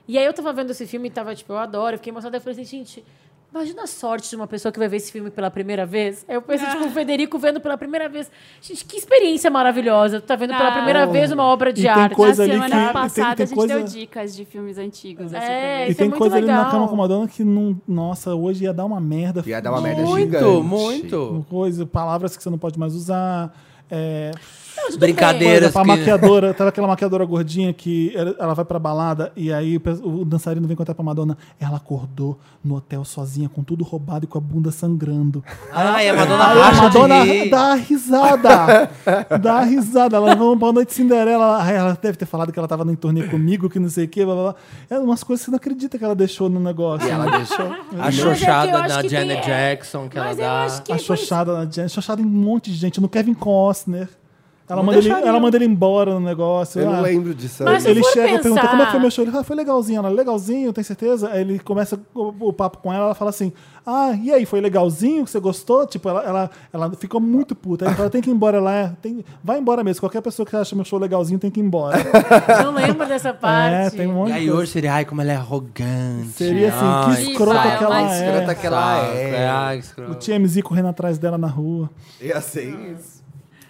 B: E aí eu tava vendo esse filme e tava tipo, eu adoro, eu fiquei emocionada. Eu falei assim, gente, imagina a sorte de uma pessoa que vai ver esse filme pela primeira vez. Aí Eu
C: Ah.
B: pensei, tipo, o Federico vendo pela primeira vez. Gente, que experiência maravilhosa. Tu tá vendo pela
C: Ah.
B: primeira vez uma obra de
A: Oh, tem
B: arte. Tá assim,
A: coisa
C: Na
A: ali
C: semana
A: que- tem- tem
C: passada a gente deu
A: coisa-
C: dicas de filmes antigos. assim,
B: É,
C: também.
A: E
B: isso
A: tem
B: muito
A: coisa ali na
B: legal.
A: cama com Madonna que não. Nossa, hoje ia dar uma merda.
D: Ia dar uma merda gigante.
E: Muito, muito.
A: Coisa, palavras que você não pode mais usar. É,
E: Brincadeiras
A: Pra
E: que...
A: maquiadora, tava aquela maquiadora gordinha que ela ela vai pra balada e aí o pe- o dançarino vem contar pra Madonna. Ela acordou no hotel sozinha, com tudo roubado e com a bunda sangrando.
E: Ai, a Madonna
A: Aí a
E: racha
A: Madonna
E: de rir.
A: dá risada. dá risada. Ela vai pra noite Cinderela. Ai, Ela deve ter falado que ela tava em turnê comigo, que não sei o quê. Blá, blá, blá. É umas coisas que você não acredita que ela deixou no negócio. né?
D: E ela deixou.
E: A
B: é que eu
E: xoxada
B: acho
E: da
B: que tem-
E: Janet Jackson que ela
B: Mas eu
E: dá.
B: acho que. é
A: A xoxada na Janet, xoxada em um monte de gente, no Kevin Costner. Ela
E: Não
A: manda, ele,
E: deixaria.
A: ela manda ele embora no negócio.
D: Eu
A: Ah,
D: não lembro disso.
B: Mas
D: né?
A: ele
B: for
A: chega e
B: pensar-
A: pergunta como é que foi meu show. Ele fala, foi legalzinho. Ela, legalzinho, tem certeza? Aí ele começa o, o papo com ela, ela fala assim, ah, e aí, foi legalzinho? Você gostou? Tipo, ela, ela, ela ficou muito puta. Aí Ela fala, tem que ir embora lá. é, Tem, vai embora mesmo. Qualquer pessoa que acha meu show legalzinho tem que ir embora.
B: Não lembro dessa
A: é,
B: parte.
A: tem um monte
E: E
A: de
E: aí
A: coisa.
E: hoje seria, ai, como ela é arrogante.
A: Seria assim,
E: Ai,
A: que
C: que
A: escrota
C: saco,
A: que ela
C: mais
A: é.
D: escrota que ela
E: saco,
D: é.
E: ai, que escroto.
A: O TMZ correndo atrás dela na rua.
D: Ia ser isso.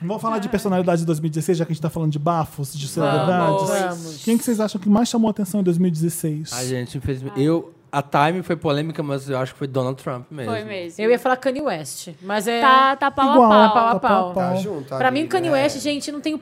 A: Vamos falar
B: Ah.
A: de personalidade de 2016, já que a gente tá falando de bafos, de celebridades.
B: vamos.
A: Quem que vocês acham que mais chamou atenção em 2016?
E: Ai, gente, infelizmente. Eu, a time foi polêmica, mas eu acho que foi Donald Trump mesmo.
C: Foi mesmo.
B: Eu ia falar Kanye West, mas é.
C: Tá, tá pau
A: Igual,
C: a pau.
B: pau a
A: tá
B: pau.
D: Tá junto.
B: Pra
D: ali,
B: mim, o Kanye
D: né?
B: West, gente, eu não tenho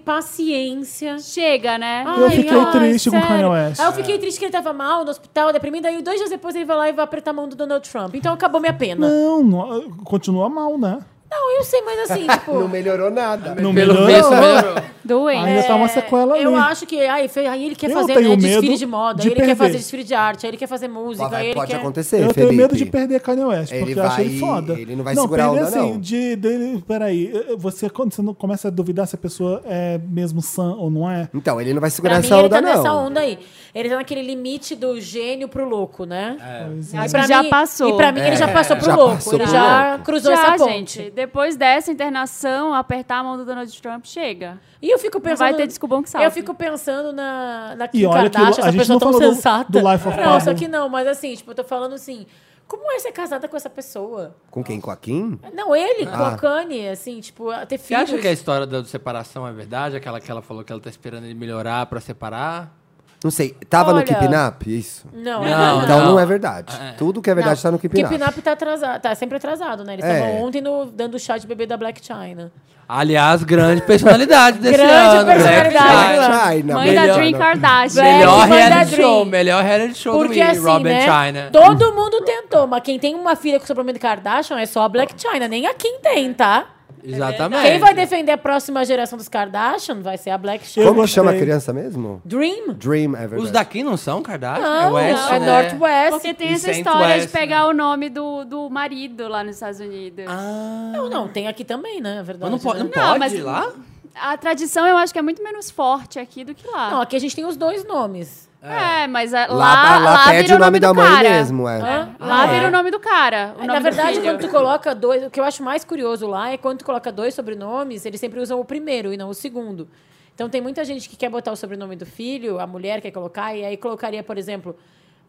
B: paciência.
C: Chega, né?
A: Eu fiquei triste com o
B: sério.
A: Kanye West.
B: Aí eu fiquei triste que ele tava mal no hospital, deprimido. Aí dois dias depois ele vai lá e vai apertar a mão do Donald Trump. Então acabou minha pena.
A: Não, não, continua mal, né?
B: Não, eu sei, mas assim, tipo.
D: Não melhorou nada.
E: Pelo
A: Não melhorou.
E: visto mesmo.
C: Doente.
A: Ainda tá uma sequela ali.
B: é, Eu acho que ai, fe- aí ele quer
A: Eu
B: fazer
A: tenho
B: né, desfile
A: medo
B: de moda,
A: de
B: aí ele quer
A: perder.
B: fazer desfile de arte, aí ele quer fazer música,
D: Ó, vai-
B: aí ele
D: pode
B: quer.
D: acontecer,
A: eu
D: Felipe.
A: tenho medo de perder Kanye West,
D: Ele
A: porque eu acho
D: vai-
A: ele foda.
D: ele não vai
A: não,
D: segurar a
A: perder
D: onda,
A: assim,
D: não.
A: de dele. Peraí, você, quando você não começa a duvidar se a pessoa é mesmo sã ou não é.
D: Então, ele não vai segurar
B: Pra mim,
D: essa
B: ele
D: onda,
B: tá
D: não.
B: nessa onda aí. Ele tá naquele limite do gênio pro louco, né?
A: Pois é.
B: Aí
C: Acho que já passou.
B: E pra mim ele já passou pro
D: já
B: louco.
D: passou
B: ele
D: pro
B: já
D: louco.
B: cruzou
C: Já,
B: essa ponte.
C: gente. Depois dessa internação, apertar a mão do Donald Trump, chega.
B: E eu fico pensando.
C: vai ter disco bom que salve.
B: Eu fico pensando tá na, na Kim
A: E olha que
B: Kardashian,
A: a
B: essa
A: gente
B: pessoa
A: não
B: tão
A: falou do-
B: sensata.
A: do Life of
B: não,
A: Pablo.
B: só que não, mas assim, tipo, eu tô falando assim. Como é ser casada com essa pessoa?
D: Com quem? Com a Kim?
B: Não, ele, com
D: Ah.
B: a Kanye, assim, tipo, ter
E: Você
B: filhos.
E: acha que a história da separação é verdade? Aquela que ela falou que ela tá esperando ele melhorar pra separar?
D: Não sei. Tava no
B: Olha.
D: Keeping Up? Isso.
E: Não,
B: Não, não.
D: então não,
E: não.
D: é verdade.
E: É.
D: Tudo que é verdade tá no Keeping Up.
B: Keeping Up tá, atrasado, tá sempre atrasado, né? Eles
D: É.
B: estavam ontem no, dando chá de bebê da Black China.
E: Aliás, grande personalidade desse
B: Grande
E: ano. Black
B: personalidade.
E: China.
D: China,
C: Mãe da
E: melhor-
C: Dream Kardashian.
B: Velho,
E: Melhor
B: mãe da
E: reality
B: Dream.
E: show, melhor reality show
B: Porque
E: do Wii,
B: assim,
E: Robin
B: né?
E: China.
B: Todo mundo tentou, mas quem tem uma filha com sobrenome de Kardashian é só a Black China, nem a Kim tem, tá?
E: Exatamente.
B: Quem vai defender a próxima geração dos Kardashian vai ser a Black China.
A: Eu
D: Como que chama a
A: gostei.
D: criança mesmo?
B: Dream?
D: Dream, é verdade.
E: Os daqui não são Kardashian?
B: Não,
E: é West,
B: é
E: né?
B: Northwest.
C: Porque tem
E: E
C: essa
E: Saint
C: história
E: West,
C: de pegar o nome do, do marido lá nos Estados Unidos.
E: Ah,
B: Não, não, tem aqui também, né? Na verdade.
E: mas não, po- não
B: né?
E: pode
C: mas-
E: ir lá?
C: A tradição eu acho que é muito menos forte aqui do que lá.
B: Não, aqui a gente tem os dois nomes.
C: É, mas é, lá,
D: Lá, lá, pede
C: vira
D: o nome da
C: do
D: mãe
C: cara.
D: mesmo, é.
B: Hã?
C: Lá
E: Ah,
C: vira
E: é.
C: o nome do cara. o nome
B: É, Na
C: do
B: verdade,
C: filho.
B: quando tu coloca dois, o que eu acho mais curioso lá é quando tu coloca dois sobrenomes, eles sempre usam o primeiro e não o segundo. Então tem muita gente que quer botar o sobrenome do filho, a mulher quer colocar, e aí colocaria, por exemplo,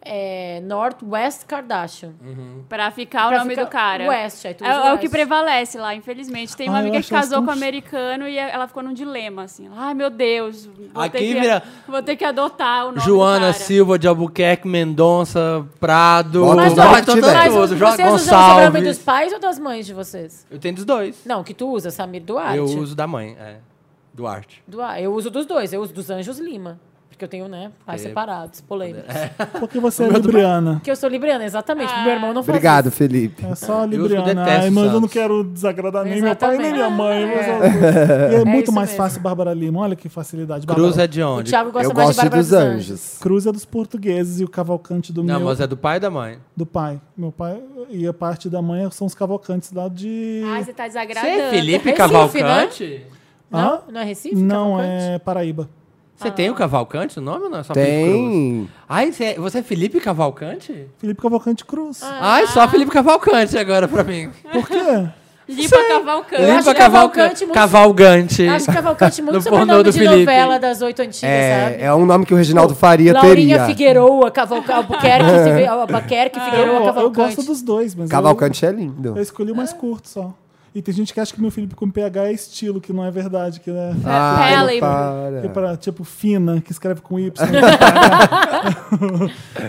B: é, Northwest Kardashian.
C: Pra ficar o
B: Pra
C: nome
B: ficar
C: do cara.
B: West, aí tu
C: é,
B: usa
C: é o que
B: West.
C: prevalece lá, infelizmente. Tem uma
A: Ah, eu
C: amiga que
A: acho elas
C: casou
A: tão
C: com um
A: ch-
C: americano e ela ficou num dilema, assim. Ai, meu Deus. Vou
E: Aqui
C: ter que,
E: vira-
C: Vou ter que adotar o nome
E: Joana
C: do cara.
E: Silva de Albuquerque, Mendonça, Prado.
D: Bota né?
E: Bota
D: Mas,
E: todo
D: ó, Norte,
E: mundo,
D: velho.
E: todo,
B: vocês
E: João
B: usam o sobrenome dos
E: Gonçalves.
B: pais ou das mães de vocês?
E: Eu tenho dos dois.
B: Não, que tu usa, Samir Duarte.
E: Eu uso da mãe, é. Duarte.
B: Duarte. Eu uso dos dois, eu uso dos Anjos Lima. Porque eu tenho, né, pais
E: É.
B: separados, polêmicos.
A: Porque você é libriana.
B: Porque eu sou libriana, exatamente. Meu irmão não faz
D: Obrigado,
B: isso.
D: Felipe.
A: É só
E: Eu
A: libriana.
E: detesto
A: Ai, mas eu não
E: Santos.
A: quero desagradar nem meu pai nem minha mãe. mas eu- E é, muito
B: isso
A: mais
B: mesmo.
A: fácil Bárbara Lima. Olha que facilidade.
E: Cruz
A: Bárbara-
E: é de
B: O
E: onde?
B: Thiago gosta
D: Eu
B: mais
D: gosto
B: de
D: de
B: Bárbara
D: dos Anjos.
A: Cruz é dos portugueses e o cavalcante do
E: Não,
A: meu,
E: mas é do pai e da mãe.
A: do pai. Meu pai e a parte da mãe são os cavalcantes lá de...
C: Ai, você tá
E: Você
C: desagradando.
E: é Felipe
B: Recife, né?
E: Cavalcante?
B: Não?
A: Hã?
B: Não é Recife?
A: Não,
B: Cavalcante?
A: é Paraíba.
E: Você tem o Cavalcante no nome ou não? É só Felipe Cruz?
D: Tem.
E: Ai, você é, você é Felipe Cavalcante? Ah.
A: Felipe Cavalcante Cruz.
E: Ai, só Felipe Cavalcante agora pra mim.
A: Por quê?
C: Lipa Cavalcante.
B: Lipa
C: Acho
E: Limpa
C: que-
B: Cavalcante
E: Cavalcante.
B: muito-
E: Cavalgante.
B: Acho que Cavalcante muito
E: No
B: sobrenome
E: pornô
B: de
E: do Felipe.
B: novela das oito antigas, sabe?
D: É, é um nome que o Reginaldo Faria
B: Laurinha
D: teria.
B: Figueroa, Cavalcante, Albuquerque, Figue- Albuquerque, Figueroa,
A: Ah, Eu, eu
B: Cavalcante.
A: gosto dos dois, mas eu-
D: Cavalcante é
A: eu,
D: lindo.
A: escolhi o mais curto só. E tem gente que acha que meu Felipe com PH é estilo, que não é verdade, que é...
D: Ai,
C: Pele.
A: Que é
D: para.
A: pra, tipo, fina, que escreve com Y.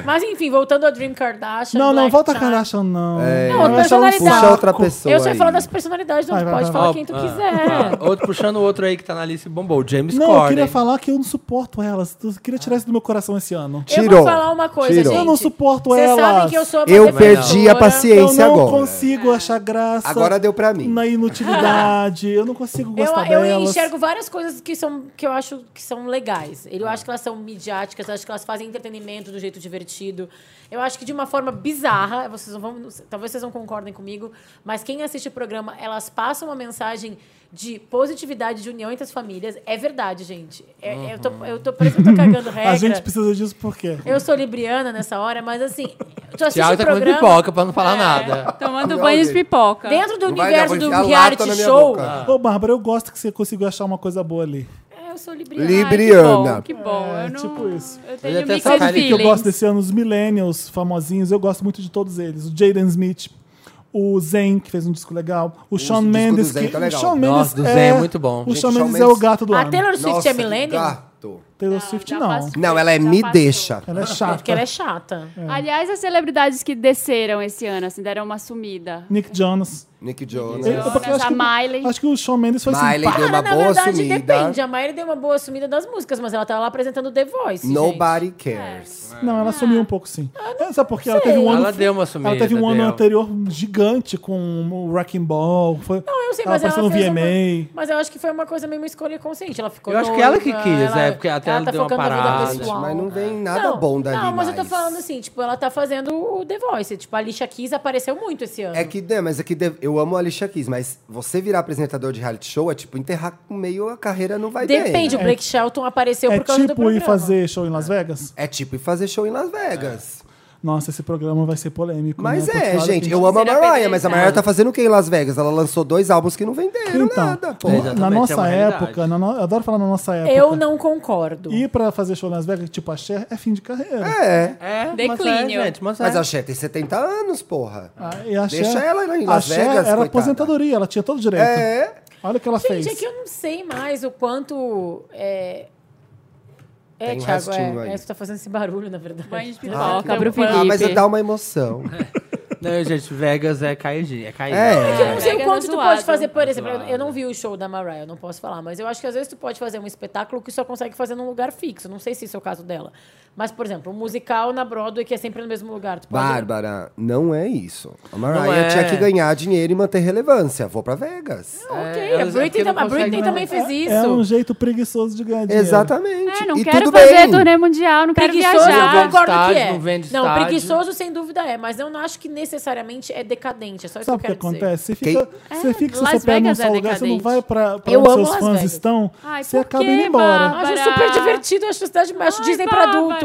B: Mas enfim, voltando ao Dream Kardashian.
A: não, não,
B: Black
A: volta a
B: China.
A: Kardashian, não.
D: É,
B: Não, outra
A: Eu acho ela um
B: personalidade.
A: saco.
D: Puxa outra pessoa
B: Eu só ia
D: aí.
B: falar das personalidades, não.
A: Vai,
B: tu
A: vai,
B: pode
A: vai.
B: falar
E: Ó,
B: quem tu
E: ah,
B: quiser.
E: ah, outro puxando o outro aí que tá na lista bom bom, James
A: Não, eu
E: Corden.
A: queria falar que eu não suporto elas. Eu queria tirar isso do meu coração esse ano.
B: Eu
D: Tirou.
B: vou falar uma coisa,
D: Tirou.
B: gente.
A: Eu não suporto
B: Vocês
A: elas.
B: sabem que eu sou uma
D: Eu
B: defensora.
D: perdi a
A: Eu
D: paciência
A: não
D: agora.
A: consigo achar graça
D: Agora deu pra mim.
A: na inutilidade. Eu não consigo
B: Eu,
A: gostar
B: eu
A: delas.
B: enxergo várias coisas que, são, que eu acho que são legais. Eu acho que elas são midiáticas, eu acho que elas fazem entretenimento do jeito divertido. Eu acho que de uma forma bizarra, vocês não vão, talvez vocês não concordem comigo, mas quem assiste o programa, elas passam uma mensagem de positividade, de união entre as famílias. É verdade, gente. É- Eu tô, eu tô, parece que eu tô cagando regra.
A: A gente precisa disso por quê?
B: Eu sou libriana nessa hora, mas assim, tu assiste
E: Thiago
B: o
E: tá comendo
B: programa... É,
E: pipoca pra não falar nada.
A: Tá,
C: Tomando banho de pipoca.
B: Dentro do
D: Não vai,
B: universo
D: não, vou
B: do
D: enfiar lata
B: reality
D: na minha
B: show...
D: boca.
A: Ô, Bárbara, eu gosto que você conseguiu achar uma coisa boa ali.
B: É, eu sou libriana.
C: Ai,
D: Libriana.
C: que bom, que bom.
A: É,
C: eu não...
A: tipo isso.
C: Eu
E: Eu
C: tenho
E: até
C: mixed
E: sabe
A: Sabe
E: Kylie
A: o que eu
C: feelings.
A: gosto desse ano? Os millennials famosinhos, eu gosto muito de todos eles. O Jaden Smith, o Zayn, que fez um disco legal. O Shawn
D: disco do
A: Mendes,
D: Zayn
A: que...
D: tá
A: o
D: legal.
A: Shawn Mendes
E: Nossa, do Zayn é muito bom.
A: O
E: Gente,
A: Shawn
D: Shawn
A: Mendes é
D: Mendes-
A: o gato do
B: A
A: ano.
B: Taylor Swift
D: Nossa,
B: é millennial?
D: gato.
A: Taylor
C: Não,
A: Swift
C: Ah, já
A: não.
C: passou.
D: Não, ela é
C: Já
D: me
C: passou.
D: deixa.
A: Ela é chata.
B: Porque ela é chata.
C: Aliás, as celebridades que desceram esse ano, assim, deram uma sumida.
A: Nick Jonas.
D: Nick Jonas.
A: Eu- eu- É porque eu
C: a Miley.
A: acho que o Shawn Mendes foi assim,
D: Miley
A: simpático.
D: deu uma
B: na
D: boa
B: verdade,
D: sumida.
B: depende. A Maíra deu uma boa sumida das músicas, mas ela tava lá apresentando The Voice.
D: Nobody cares.
A: Não,
C: Ah.
A: ela sumiu um pouco, sim. Sabe por quê? Ela teve um ano...
E: Ela deu uma sumida.
A: Ela teve um ano
E: deu.
A: anterior gigante com o Wrecking Ball. Foi...
B: Não, eu sei,
A: tá- ela
B: mas ela
A: apareceu no
B: fez uma-
A: VMA.
B: Mas eu acho que foi uma coisa meio uma escolha consciente. Ela ficou
E: Eu acho que ela que
B: noiva,
E: quis,
D: né?
E: é, porque até ela deu uma
B: tá focando na vida
E: parada.
B: pessoal.
D: Mas não vem nada
B: Não,
D: bom dali
B: Não, mas eu tô
D: mais.
B: falando assim, tipo, ela tá fazendo o The Voice. Tipo, a Alicia Keys apareceu muito esse ano.
D: É que, né, mas é que de- eu amo a Alicia Keys, mas você virar apresentador de reality show é tipo enterrar com meio a carreira não vai bem.
B: Depende,
D: né?
B: o Blake Shelton apareceu
A: É
B: por causa do
A: tipo ir
B: programa.
A: fazer show em Las Vegas?
D: É tipo ir fazer show em Las Vegas.
A: Nossa, esse programa vai ser polêmico.
D: Mas
A: né? Porque
D: é,
A: olha que
D: gente, eu amo a
C: Será
D: Mariah,
C: pedreiro,
D: mas a
C: né?
D: Mariah tá fazendo o que em Las Vegas? Ela lançou dois álbuns que não venderam
A: Então,
D: nada, pô. É.
E: É, já-
A: Na
E: Exatamente, é
A: nossa
E: uma realidade.
A: época, na no- eu adoro falar na nossa época.
B: Eu não concordo.
A: Ir pra fazer show nas Vegas, tipo, a Cher é fim de carreira.
D: É.
E: É, mas
C: Declínio.
E: é, gente, mas,
D: Mas
E: é.
D: a Cher tem 70 anos, porra.
A: Ah, e a
D: Deixa
A: Cher-
D: ela lá em
A: A
D: Las
A: Cher
D: Vegas,
A: era
D: coitada.
A: aposentadoria, ela tinha todo o direito.
D: É.
A: Olha o que ela fez.
B: Gente, é que eu não sei mais o quanto. É, é
D: Tem um
B: Thiago,
D: restinho
B: é,
D: aí.
B: é, você tá fazendo esse barulho, na verdade.
C: Banho de
D: Ah,
C: pipoca pro
B: que
C: Felipe.
D: Ah, mas dá uma emoção.
E: Não, gente, Vegas é cair. É cair.
D: É.
B: É que eu não sei o
C: Pega
B: quanto
C: no
B: tu
C: zoado.
B: pode fazer, por exemplo, eu-
E: Zoado.
B: eu não vi o show da Mariah, eu não posso falar, mas eu acho que às vezes tu pode fazer um espetáculo que só consegue fazer num lugar fixo, não sei se isso é o caso dela. Mas, por exemplo, um musical na Broadway que é sempre no mesmo lugar, tu pode...
D: Bárbara, não é isso. A Mariah
E: Não é.
D: tinha que ganhar dinheiro e manter relevância. Vou pra Vegas.
B: Ah, Ok,
E: É,
B: a
E: elas- é porque
B: Britney,
E: não
B: tam- a Britney
E: consegue-
B: também fez
A: É-
B: isso.
A: É um jeito preguiçoso de ganhar dinheiro.
D: Exatamente.
C: É, não
D: e
C: quero
D: tudo
C: fazer
D: bem.
C: turnê mundial, não quero
B: Preguiçoso, eu
C: viajar.
B: concordo que
E: Estádio,
B: é.
E: não vende
B: não,
E: estádio.
B: preguiçoso sem dúvida é, mas eu não acho que necessariamente é decadente. É só isso
A: Sabe o
B: que
A: que
B: eu quero dizer.
A: acontece? Você fica, você fica
C: Las
A: você pega um num
C: Vegas
A: só
C: é
A: lugar, você não
C: decadente.
A: vai pra, pra
B: Eu
A: onde
B: amo
A: seus
B: Las
A: fãs
B: Vegas.
A: estão,
C: Ai,
A: você
C: por
A: acaba
C: quê,
A: indo embora.
C: Bárbara?
B: Eu acho super divertido, eu acho cidade de macho. Disney pra
C: Bárbara.
B: adulto.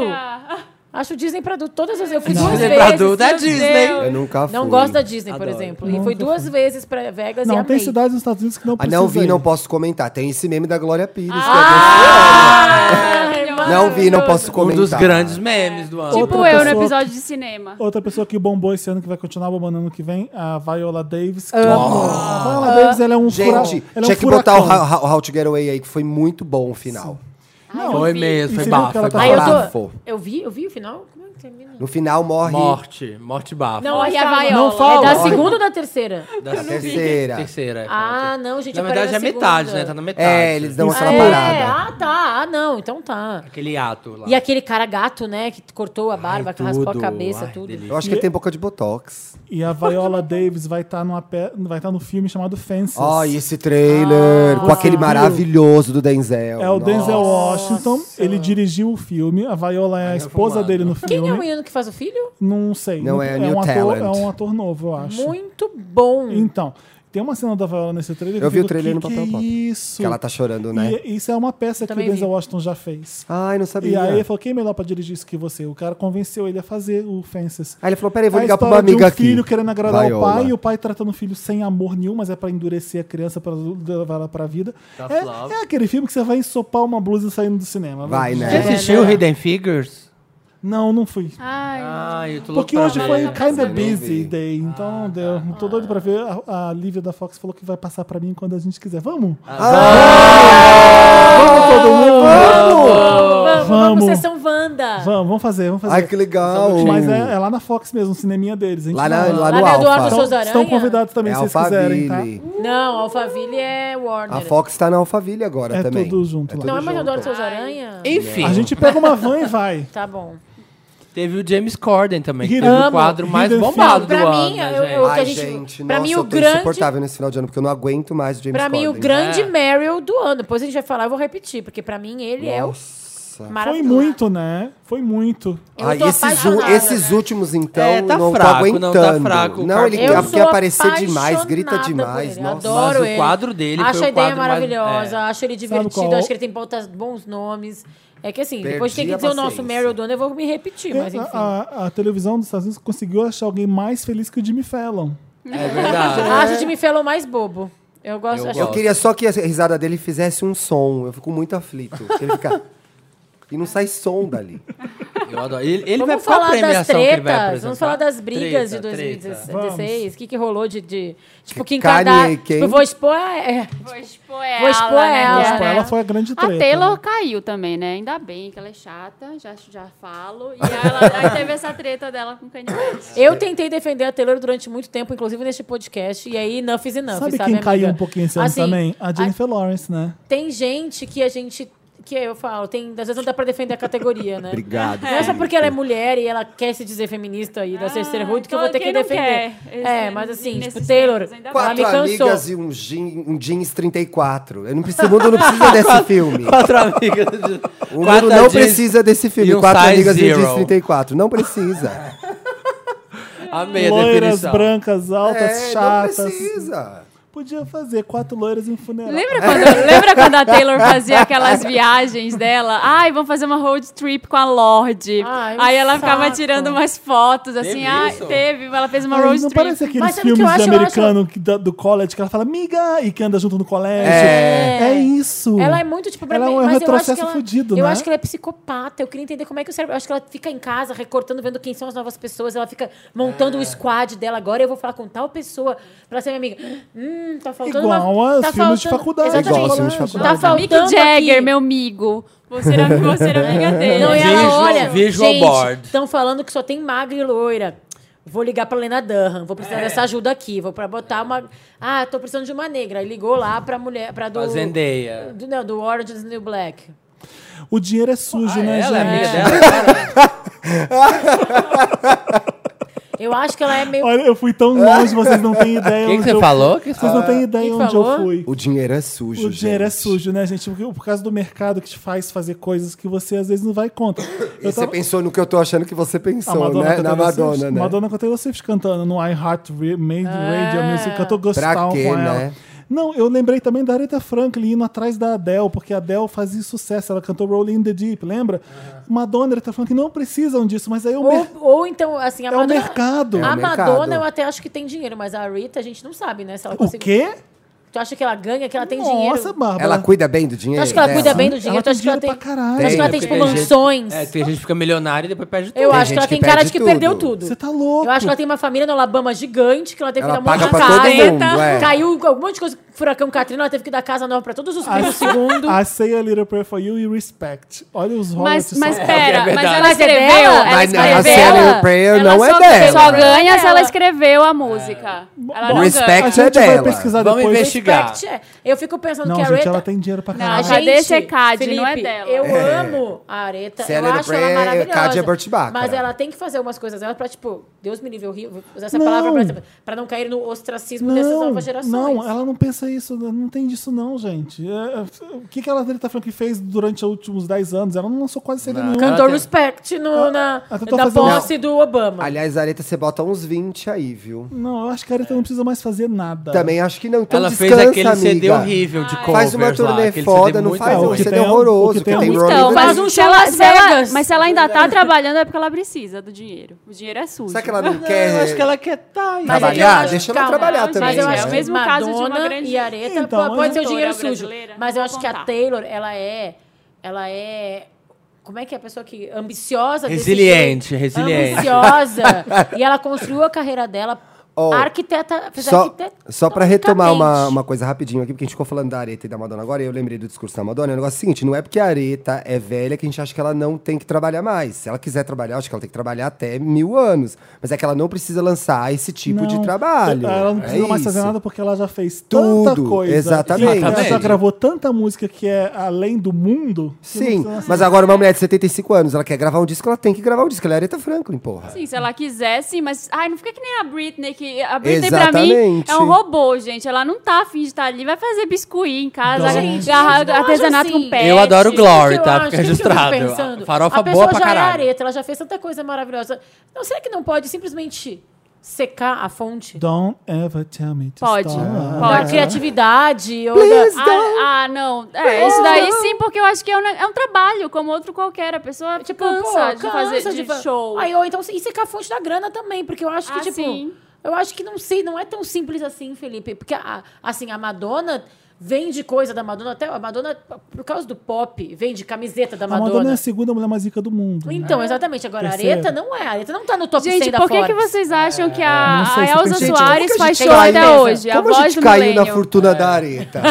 B: Acho Disney pra adulto. Todas as eu fui duas
E: Disney
B: vezes.
E: pra adulto é
C: meu
E: Disney.
C: Deus.
D: Eu nunca fui.
B: Não gosto da Disney, por
E: Adoro.
B: exemplo. E fui duas vezes pra Vegas e
A: Não,
B: amei.
A: tem cidades nos Estados Unidos que não
D: Ah,
A: precisam.
D: não vi,
A: ir.
D: não posso comentar. Tem esse meme da Glória Pires.
B: Ah!
C: Ah!
D: é que eu
C: maravilhoso.
D: não- não vi, não posso
E: Um
D: comentar.
E: dos grandes memes do ano.
C: Tipo
A: Outra
C: eu no
A: pessoa-
C: episódio de cinema.
A: Outra pessoa que bombou esse ano, que vai continuar bombando ano que vem, a Viola Davis. A
C: Ah.
A: Viola Davis, ela é um fura-
D: Gente,
A: ela é um
D: tinha que botar
A: furacão.
D: o How, How- How to Get Away aí, que foi muito bom o final.
E: Não, foi mesmo,
A: E
E: foi
A: você viu que
E: bafo.
A: ela
E: Foi
A: tá
B: Aí eu
E: bafo.
B: tô.
D: Bafo.
B: Eu vi, eu vi o final? Como é que termina?
D: No final morre
E: Morte, morte bafo.
B: Não, aí a
C: calma.
B: vaiola.
A: Não fala.
B: É da segunda ou da terceira?
E: da
D: a terceira.
E: terceira. é,
B: Ah,
E: foi a terceira.
B: não, gente,
E: Na
B: eu parei
E: verdade é
B: na
E: metade,
B: segunda.
E: né? Tá na metade.
D: É, eles dão aquela
B: é.
D: parada.
B: Ah, tá. Ah, não. Então tá.
E: Aquele ato lá.
B: E aquele cara gato, né? Que cortou a barba, que raspou a
E: tudo.
B: cabeça,
E: Ai,
B: tudo.
E: delícia.
D: Eu acho que ele tem boca de botox.
A: E a Viola Davis vai estar no filme chamado Fences.
D: Ai, esse trailer
B: Ah,
D: com aquele
A: viu?
D: maravilhoso do Denzel.
A: É o Denzel
D: Nossa.
A: Washington, ele dirigiu o filme, a Viola é a
E: eu
A: esposa
E: fumando.
A: dele no
B: Quem é o
A: filme.
B: menino que faz o filho?
A: Não sei.
D: Não, é
A: um
D: new
A: ator,
D: talent.
A: é um ator novo, eu acho.
B: Muito bom.
A: Então, tem uma cena da Viola nesse trailer.
D: Eu
A: que
D: vi o
A: digo,
D: trailer
A: que,
D: no Papel
A: que
D: Pop.
A: Isso.
D: Que ela tá chorando, né?
A: E isso é uma peça que o
B: também
A: Denzel
B: vi.
A: Washington já fez.
D: Ai, não sabia.
A: E aí ele falou, quem é melhor pra dirigir isso que você? O cara convenceu ele a fazer o Fences.
D: Aí ele falou, peraí, vou
A: a
D: ligar pra uma
A: história de
D: amiga
A: um
D: aqui.
A: filho querendo agradar
D: Viola.
A: o pai, e o pai tratando o filho sem amor nenhum, mas é pra endurecer a criança, pra levar ela pra vida.
E: Tough love.
A: É, é aquele filme que você vai ensopar uma blusa saindo do cinema.
D: Vai, né?
E: Você
D: É,
E: assistiu Hidden Figures?
A: Não, não fui.
C: Ai,
E: Ah, eu tô louco
A: Porque
E: pra
A: hoje
E: ver.
A: foi kinda
D: Eu não vi.
A: busy day, então
D: Ah,
A: não deu.
D: tá.
A: Tô doido pra ver. A, a Lívia da Fox falou que vai passar pra mim quando a gente quiser. Vamos?
D: Ah!
A: Vamos todo mundo! Vamos! Vamos.
B: Vamos, vamos, sessão Wanda.
A: Vamos, vamos fazer, vamos fazer.
D: Ai, que legal.
A: Mas é, é lá na Fox mesmo, o cineminha deles. A gente
D: Lá, na,
A: vai
D: lá
B: Lá
D: no
B: na Eduardo
D: Alfa.
B: Souza.
A: Então,
B: Aranha?
A: estão convidados também,
D: É
A: se vocês quiserem, tá?
D: Alphaville.
B: Não, Alphaville é Warner.
D: A Fox tá na Alphaville agora
A: É
D: também.
A: tudo junto lá.
B: Não, é
D: junto. É.
B: mais Adoro Seus Aranha?
E: Enfim,
A: A gente pega uma van e vai.
B: Tá bom.
E: teve o James Corden também, que
A: Hidden-
E: teve o
A: Amo.
E: quadro mais
A: Hidden
E: bombado do
B: Figures. Pra
E: ano.
B: mim,
E: né,
B: eu-
E: gente?
B: eu-
D: Ai,
B: a gente-
D: gente,
B: pra
D: nossa,
B: mim,
D: eu
B: o
D: tô
B: grande-
D: insuportável nesse final de ano, porque eu não aguento mais o James
B: Pra mim, o
D: Corden.
B: grande
E: É.
B: Meryl do ano. Depois a gente vai falar, eu vou repetir, porque pra mim ele é o
D: Nossa.
A: Foi
B: maravilhoso.
A: muito, né? Foi muito.
B: Eu
D: Ai,
B: tô
D: Ah, esses, u-
B: apaixonada,
D: esses
B: né?
D: últimos, então,
E: É, tá
D: não tô
E: fraco,
D: aguentando.
E: não, tá fraco.
D: Não, ele
E: Eu
D: quer
E: sou
D: quer aparecer demais,
B: apaixonada
D: grita
B: por
D: demais.
B: ele,
D: Nossa.
B: Adoro
E: Mas o
B: ele.
E: quadro dele
B: Acho
E: foi
B: a
E: o
B: ideia
E: quadro mais-
B: maravilhosa,
E: é.
B: acho ele divertido,
A: qual?
B: acho que ele tem botas, bons nomes. É que assim, depois
D: Perdi
B: tem que
D: a
B: dizer o nosso
D: paciência.
B: Meryl do ano, eu vou me repetir, mas
A: É, a,
B: enfim.
A: a- a televisão dos Estados Unidos conseguiu achar alguém mais feliz que o Jimmy Fallon.
E: É verdade.
C: né?
B: Acho o Jimmy Fallon mais bobo. Eu gosto,
E: Eu
B: acho-
D: Eu queria só que a risada dele fizesse um som. Eu fico muito aflito. Ele fica... e não sai som dali.
E: Eu adoro. Ele, ele vai
B: Vamos
E: qual
B: falar das
E: premiação que ele vai
B: tretas,
E: apresentar?
B: vamos falar das brigas de
E: Treta, treta.
B: 2016, o que, que rolou de, de tipo, Kim
D: Kanye,
B: Kardashian,
D: quem?
B: tipo, vou expor, a- é,
C: vou expor ela.
B: Vou expor
C: né,
B: ela,
C: cara?
A: Tipo, ela foi a grande
C: A
A: treta.
C: Taylor caiu também, né? Ainda bem que ela é chata, já, já falo. E aí ela aí teve essa treta dela com o Kanye West.
B: eu tentei defender a Taylor durante muito tempo, inclusive neste podcast, e aí enough is enough,
A: Sabe
B: sabe,
A: quem
B: amiga?
A: caiu um pouquinho esse ano
B: Assim,
A: também? A
B: a-
A: Jennifer Lawrence, né?
B: Tem gente que a gente, que eu falo, tem, às vezes não dá pra defender a categoria, né?
D: Obrigado.
B: Não é só
D: Felipe.
B: porque ela é mulher e ela quer se dizer feminista e da sisterhood que eu vou ter que
C: Ah, então quem não
B: defender.
C: quer
B: É,
C: esse-
B: mas assim, tipo,
C: nesses
B: Taylor,
C: tempos, ainda
B: ela me
D: Quatro
B: cansou.
D: amigas e um, jean- um jeans 34. Eu não preciso, o mundo não precisa desse filme.
E: Quatro amigas. de- quatro
D: O mundo não
E: jeans-
D: precisa desse filme.
E: e um
D: Quatro
E: size
D: amigas e um jeans
E: zero.
D: 34. Não precisa.
E: Amei a
A: Loiras,
E: definição.
A: brancas, altas,
D: É, não
A: chatas.
D: precisa.
A: Podia fazer quatro loiras em funeral.
C: Lembra quando, lembra quando a Taylor fazia aquelas viagens dela? Ai, vamos fazer uma road trip com a Lorde.
B: Ai, um
C: Aí ela
B: saco.
C: ficava tirando umas fotos, assim, ai,
E: isso?
C: teve, ela fez uma
A: Ai,
C: road
A: não
C: trip.
A: parece aqueles
B: Mas sabe o que
A: filmes
B: eu
A: de
B: acho? Eu
A: americano que da- do college que ela fala, miga, e que anda junto no colégio.
D: É.
A: É isso.
B: Ela é muito, tipo, pra
A: Ela é
B: mim,
A: um
B: mas eu acho
A: retrocesso
B: que ela,
A: fudido,
B: Eu
A: né?
B: acho que ela é psicopata. Eu queria entender como é que o cérebro. Eu acho que ela fica em casa recortando, vendo quem são as novas pessoas. Ela fica montando
E: É.
B: o squad dela. Agora eu vou falar com tal pessoa pra ser minha amiga. Hum, tá faltando.
A: Igual
B: uma,
A: aos
B: tá
A: filmes de
B: faltando-
A: faculdade,
B: Exatamente.
D: Igual aos filmes de
B: Tá
D: faculdade.
B: faltando.
C: Mick Jagger,
B: aqui.
C: meu amigo. Você era, você era amiga dele.
B: Não, e ela
E: Visual-
B: olha.
E: visual
B: gente,
E: board.
B: Estão falando que só tem magra e loira. Vou ligar pra Lena Dunham, vou
E: É.
B: precisar dessa ajuda aqui. Vou pra botar uma. Ah, tô precisando de uma negra. Aí Ligou lá pra mulher. Pra do,
E: Fazendeia.
B: do, não, do Orange is the New Black.
A: O dinheiro é sujo,
E: Ah,
A: né,
E: ela é
A: gente?
E: amiga né? dela?
B: É. Eu acho que ela é meio.
A: Olha, eu fui tão longe, vocês não têm ideia.
E: O que, que
A: onde
E: você
A: É, eu-
E: falou? O que você
A: Vocês não têm ideia
B: Quem
A: onde
B: falou?
A: eu fui.
D: O dinheiro é sujo,
A: O dinheiro é
D: gente.
A: sujo, né, gente? Porque- Por causa do mercado que te faz fazer coisas que você às vezes não vai contra.
D: E você pensou no que eu tô achando que você pensou,
A: A Ah, Madonna,
D: é né?
A: com a
D: Na
A: Taylor
D: Madonna,
A: Swift,
D: né?
A: Madonna com a Taylor Swift cantando no I Heart Re- Made
B: Ah.
A: Radio Music. Cantou Ghost
D: Pra
A: Town
D: quê,
A: com ela.
D: né?
A: Não, eu lembrei também da Aretha Franklin indo atrás da Adele, porque a Adele fazia sucesso. Ela cantou Rolling in the Deep, lembra? Madonna e Aretha Franklin não precisam disso, mas aí o
B: Ou,
A: mer-
B: ou então, assim, a
A: é o
B: Madonna.
A: mercado.
D: É
B: A
D: o mercado.
B: Madonna eu até acho que tem dinheiro, mas a Rita a gente não sabe, né? Se ela
A: O
B: consegue-
A: quê?
B: Tu acha que ela ganha, que ela tem
A: Nossa,
B: dinheiro?
A: Bárbara.
D: Ela cuida bem do dinheiro?
B: Tu acha que ela
D: dela?
B: cuida bem do
A: Ela
B: dinheiro? Tu
A: tem
B: acha que ela tem.
A: dinheiro pra caralho.
B: Tu acha que ela tem,
E: Tem,
B: tipo,
E: tem gente-
B: mansões?
E: É, tem gente que fica milionária e depois perde tudo.
B: Eu acho
D: gente
B: que ela
D: que
B: tem cara
D: perde
B: de que
D: tudo.
B: perdeu tudo.
A: Você tá louco.
B: Eu acho que ela tem uma família no Alabama gigante, que ela teve
D: Ela
B: que dar um monte
D: paga
B: de
D: pra todo
B: casa.
D: mundo, é.
B: Caiu um monte de coisa. Furacão Katrina, ela teve que dar casa nova pra todos os
A: a,
B: primos segundo.
A: a Say a Little Prayer for You e Respect. Olha os royalties.
C: Mas, mas
A: só-
C: pera,
E: É
C: mas
E: verdade.
C: ela
B: Mas é
C: escreveu,
B: dela?
C: ela
D: Mas
C: escreveu.
D: a Sarah Prayer
C: Ela
D: não é
C: só-
D: dela.
C: Só ganha se ela
B: Ela-
C: escreveu a música. Ela não
D: Respect-
A: É. a
C: ganha.
A: gente
D: é
A: vai
D: dela.
A: pesquisar
E: Tá, Vamos
A: depois.
E: investigar.
B: Respect, é. Eu fico pensando
A: Não,
B: que a
A: gente,
B: Aretha...
A: ela tem dinheiro pra
C: Não,
A: caralho.
B: A
C: Cadê esse Cade?
B: Felipe,
C: Não é dela.
B: Eu amo a Areta.
D: Se
B: Eu
D: ela é do
B: acho ela
D: Pré,
B: maravilhosa.
D: Cade é Burt Bacharach.
B: mas ela tem que fazer umas coisas dela pra, tipo, Deus me livre, eu ri- vou usar essa
A: Não.
B: palavra pra, pra não cair no ostracismo dessas novas gerações.
A: Não, ela não pensa isso, não tem disso não, gente. É, é, o que, que ela Aretha Franklin fez durante os últimos 10 anos? Ela não lançou quase CD nenhum.
B: Cantou
E: Ela tem-
B: respect no, na,
A: eu
E: É
A: tô
B: da
A: fazendo-
B: posse do Obama.
D: Aliás, Areta, você bota uns 20 aí, viu?
A: Não, eu acho que a Aretha não precisa mais fazer nada.
D: Também acho que não. Então
E: Ela
D: descansa,
E: fez aquele
D: amiga.
E: CD horrível de covers
D: Faz uma
E: lá,
D: turnê
E: aquele
D: foda,
E: CD
D: não
E: muito
D: faz
A: bom.
D: um
A: O que
D: CD
A: tem é um-
D: horroroso,
A: o
D: que
A: que
D: tem
A: tem é um-
D: Rolling
C: Então,
D: in the
C: mas
D: Deep.
B: um
C: se
B: show
C: ela,
B: Las
C: se ela-
B: Vegas.
C: mas se ela ainda tá trabalhando é porque ela precisa do dinheiro. O dinheiro é sujo.
D: Será que ela não quer...
E: É, eu acho que ela quer tá.
B: Mas é que eu
D: trabalhar?
B: acho-
D: Deixa ela
B: calma,
D: trabalhar
B: mas
D: também,
B: eu
D: né?
B: acho
C: É o
B: que
C: mesmo
B: Madonna
C: caso de uma grande
B: e Areta
A: Então,
B: po- pode ser o
C: cantora
B: dinheiro sujo.
C: brasileira,
B: Mas eu acho que a
C: contar.
B: Taylor, ela é. Ela é. Como é que é a pessoa que. Ambiciosa. desse
E: Resiliente,
B: jeito.
E: resiliente.
B: Ambiciosa. e ela construiu a carreira dela.
D: Ó,
B: arquiteta. Fez
D: Só,
B: arquiteta.
D: só pra retomar uma, uma coisa rapidinho aqui, porque a gente ficou falando da Areta e da Madonna agora, e eu lembrei do discurso da Madonna. É o negócio seguinte: não é porque a Areta é velha que a gente acha que ela não tem que trabalhar mais. Se ela quiser trabalhar, eu acho que ela tem que trabalhar até mil anos. Mas é que ela não precisa lançar esse tipo
A: Não,
D: de trabalho.
A: Ela não
D: É
A: precisa mais fazer
D: isso.
A: nada porque ela já fez
D: Tudo,
A: tanta coisa.
D: exatamente.
A: E Ela já
E: Exatamente.
A: gravou tanta música que é além do mundo. que
D: Sim,
A: não precisa-
D: mas agora uma mulher de 75 anos, ela quer gravar um disco, ela tem que gravar um disco. Ela é Aretha Franklin, porra.
C: Sim, se ela quiser, sim, mas ai, não fica que nem a Britney, que a Britney pra mim
D: Exatamente.
C: é um robô, gente. Ela não tá afim de estar ali, vai fazer biscuit em casa,
A: Então-
C: gente,
B: gente, não
C: artesanato
B: acho
C: com
B: assim.
C: pé.
E: Eu adoro Glory,
B: que eu
E: tá?
B: acho,
E: Fica
B: que eu fico
E: registrado.
B: pensando.
E: A farofa
B: a
E: boa pra
B: pessoa já é
E: caralho.
B: areta, ela já fez tanta coisa maravilhosa. Não, será que não pode simplesmente secar a fonte?
A: Don't ever tell me to
C: Pode,
A: stop.
B: Da
C: pode.
B: criatividade ou da...
C: Ah, ah, não. É, isso daí sim, porque eu acho que é um, ne- é um trabalho, como outro qualquer. A pessoa
B: Tipo,
C: cansa,
B: pô,
C: de fazer
B: cansa
C: de
B: fa-
C: show.
B: Aí, ou então, e secar a fonte da grana também, porque eu acho que,
C: Ah,
B: tipo.
C: sim.
B: Eu acho que não sei, não é tão simples assim, Felipe. Porque, a- assim, a Madonna vende coisa da Madonna, até a Madonna, por causa do pop, vende camiseta da
A: A
B: Madonna.
A: Madonna é a segunda mulher mais rica do mundo.
B: né?
A: né?
B: Então, exatamente. Agora, a
A: Terceira. É,
B: Areta não é. A Areta não tá no top 100
C: Ah, Gente,
B: da
C: por que,
B: Forbes.
C: que vocês acham que a,
A: não sei,
C: a
A: isso
C: Elza
A: tem-
D: Gente,
C: Soares
D: como que a
C: faz
D: gente
C: show
D: caiu-
C: até hoje? A
D: Como a
C: voz
D: gente
C: do
D: caiu na
C: milênio.
D: fortuna da Areta?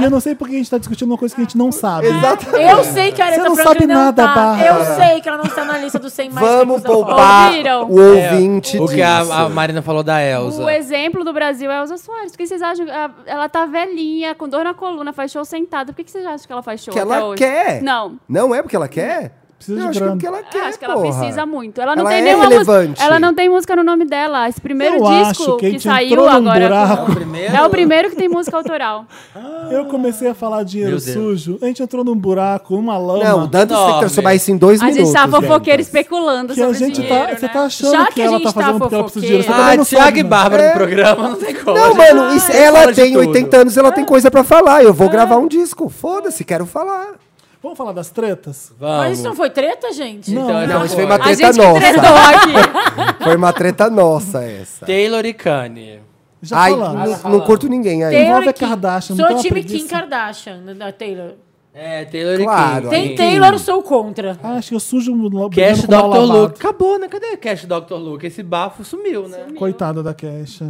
A: E eu não sei porque a gente tá discutindo uma coisa que a gente não sabe.
D: Exatamente.
B: Eu sei que a Areta
A: Você não
B: Franklin
A: sabe
B: não
A: nada,
B: tá.
A: Bárbara.
B: Eu sei que ela não está na lista dos 100 mais
D: Vamos
B: ricos da Forbes.
D: poupar
C: Ouviram?
D: o
B: É.
D: ouvinte
E: O que a,
D: disso.
E: a Marina falou da Elsa.
C: O exemplo do Brasil é a Elza Soares. Por que vocês acham? ah, Ela tá velhinha, com dor na coluna, faz show sentada. Por que que vocês acham que ela faz show
D: Que
C: até
D: ela
C: hoje?
D: quer.
C: Não.
D: Não é porque ela quer?
A: Precisa
D: Eu
A: de
D: acho que é
A: grana.
D: o que ela quer,
C: É, acho que ela
D: porra.
C: precisa muito. Ela não
D: Ela
C: tem
D: é
C: nenhuma
D: relevante.
C: música. Ela não tem música no nome dela. Esse primeiro
A: Eu acho
C: disco
A: que a
C: que,
A: gente
C: saiu
A: entrou num
C: agora.
A: buraco.
E: primeiro?
C: É o primeiro que tem música autoral.
A: Eu comecei a falar dinheiro
E: Meu Deus.
A: sujo, a gente entrou num buraco, uma lama.
D: Não, o Dantas tem que
E: Dorme.
D: transformar isso em dois
C: A
D: minutos.
C: gente tá fofoqueiro
D: Dantas.
C: especulando
A: que a
C: sobre
A: gente
C: dinheiro,
A: tá. Você
C: né?
A: tá achando
B: Já
A: que,
B: que a
A: ela
B: gente
A: tá
B: tá
A: fazendo porque ela precisa de dinheiro. Você tá
E: Ah,
A: dando sorte,
E: Thiago e
A: né?
E: Bárbara
D: É.
E: no programa, não tem como.
D: Não, mano, isso-
E: Fala
D: ela
E: de
D: tem
E: tudo.
D: 80 anos, ela tem coisa pra falar. Eu vou gravar um disco. Foda-se, quero falar.
A: Vamos falar das tretas?
B: Mas
E: Vamos.
B: isso não foi treta, gente?
A: Não.
E: Então,
D: Não,
E: essa
D: isso
E: foi.
D: foi uma
C: A
D: treta
C: gente que tretou
D: nossa.
C: aqui.
D: Foi uma treta nossa essa.
E: Tá. Taylor e Kanye.
A: Já
D: Ai,
A: falamos.
D: não, não curto ninguém aí.
A: Tem- Envolve
B: Taylor
A: a
B: Kim.
A: Kardashian, me
B: Sou
A: dá uma
B: time
A: preguiça.
B: Kim Kardashian, né, da Taylor.
E: É, Taylor
D: Claro,
E: e Kanye.
D: aí.
B: Tem Taylor, sou contra.
A: Ah, acho que eu sujo um lo-
E: Cash
A: bebendo com mal
E: Dr.
A: lavado.
E: Luke. Acabou, né? Cadê Cash Dr. Luke? Esse bafo sumiu, né?
A: Coitada da Cash.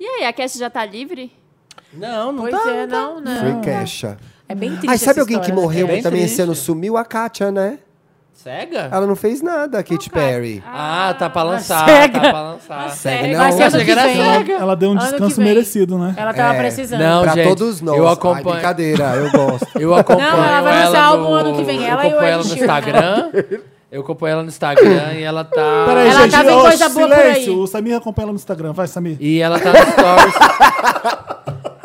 C: E aí, a Cash já tá livre?
E: Não, não
B: Pois
E: tá.
B: é, não, né?
D: Foi queixa.
B: É bem triste.
D: Ai,
B: essa
D: sabe alguém que
B: história, né?
D: morreu
E: É Bem
D: que também
E: triste.
D: esse ano sumiu? A Katia, né?
E: Cega?
D: Ela não fez nada, a Katy
C: cara.
D: Perry.
E: Ah, tá pra lançar.
B: cega.
E: Tá pra lançar.
D: Cega,
C: Sério?
D: não.
B: Vai ser
E: Eu
B: ano
E: achei
B: que
E: que era
B: vem.
E: cega.
A: Ela deu um
B: Ano que
A: descanso
B: vem.
A: merecido, né?
B: Ela tava
D: É.
B: precisando.
E: Não,
D: pra
E: gente,
D: todos nós.
E: eu
D: Ai,
E: acompanho-
D: brincadeira, eu gosto.
E: Eu acompanho
B: Não, ela vai lançar
E: ela
B: álbum
E: no...
B: ano que vem. Ela e
E: eu
B: o
E: acompanho ela
B: Ed
E: no
B: Sheeran.
E: Instagram. Eu acompanho ela no Instagram e ela tá...
A: Peraí,
B: Ela
A: gente.
B: tá vendo
A: ô,
B: coisa boa por
A: silêncio.
B: aí.
A: O Samir acompanha ela no Instagram. Vai, Samir.
E: E ela tá no Stories.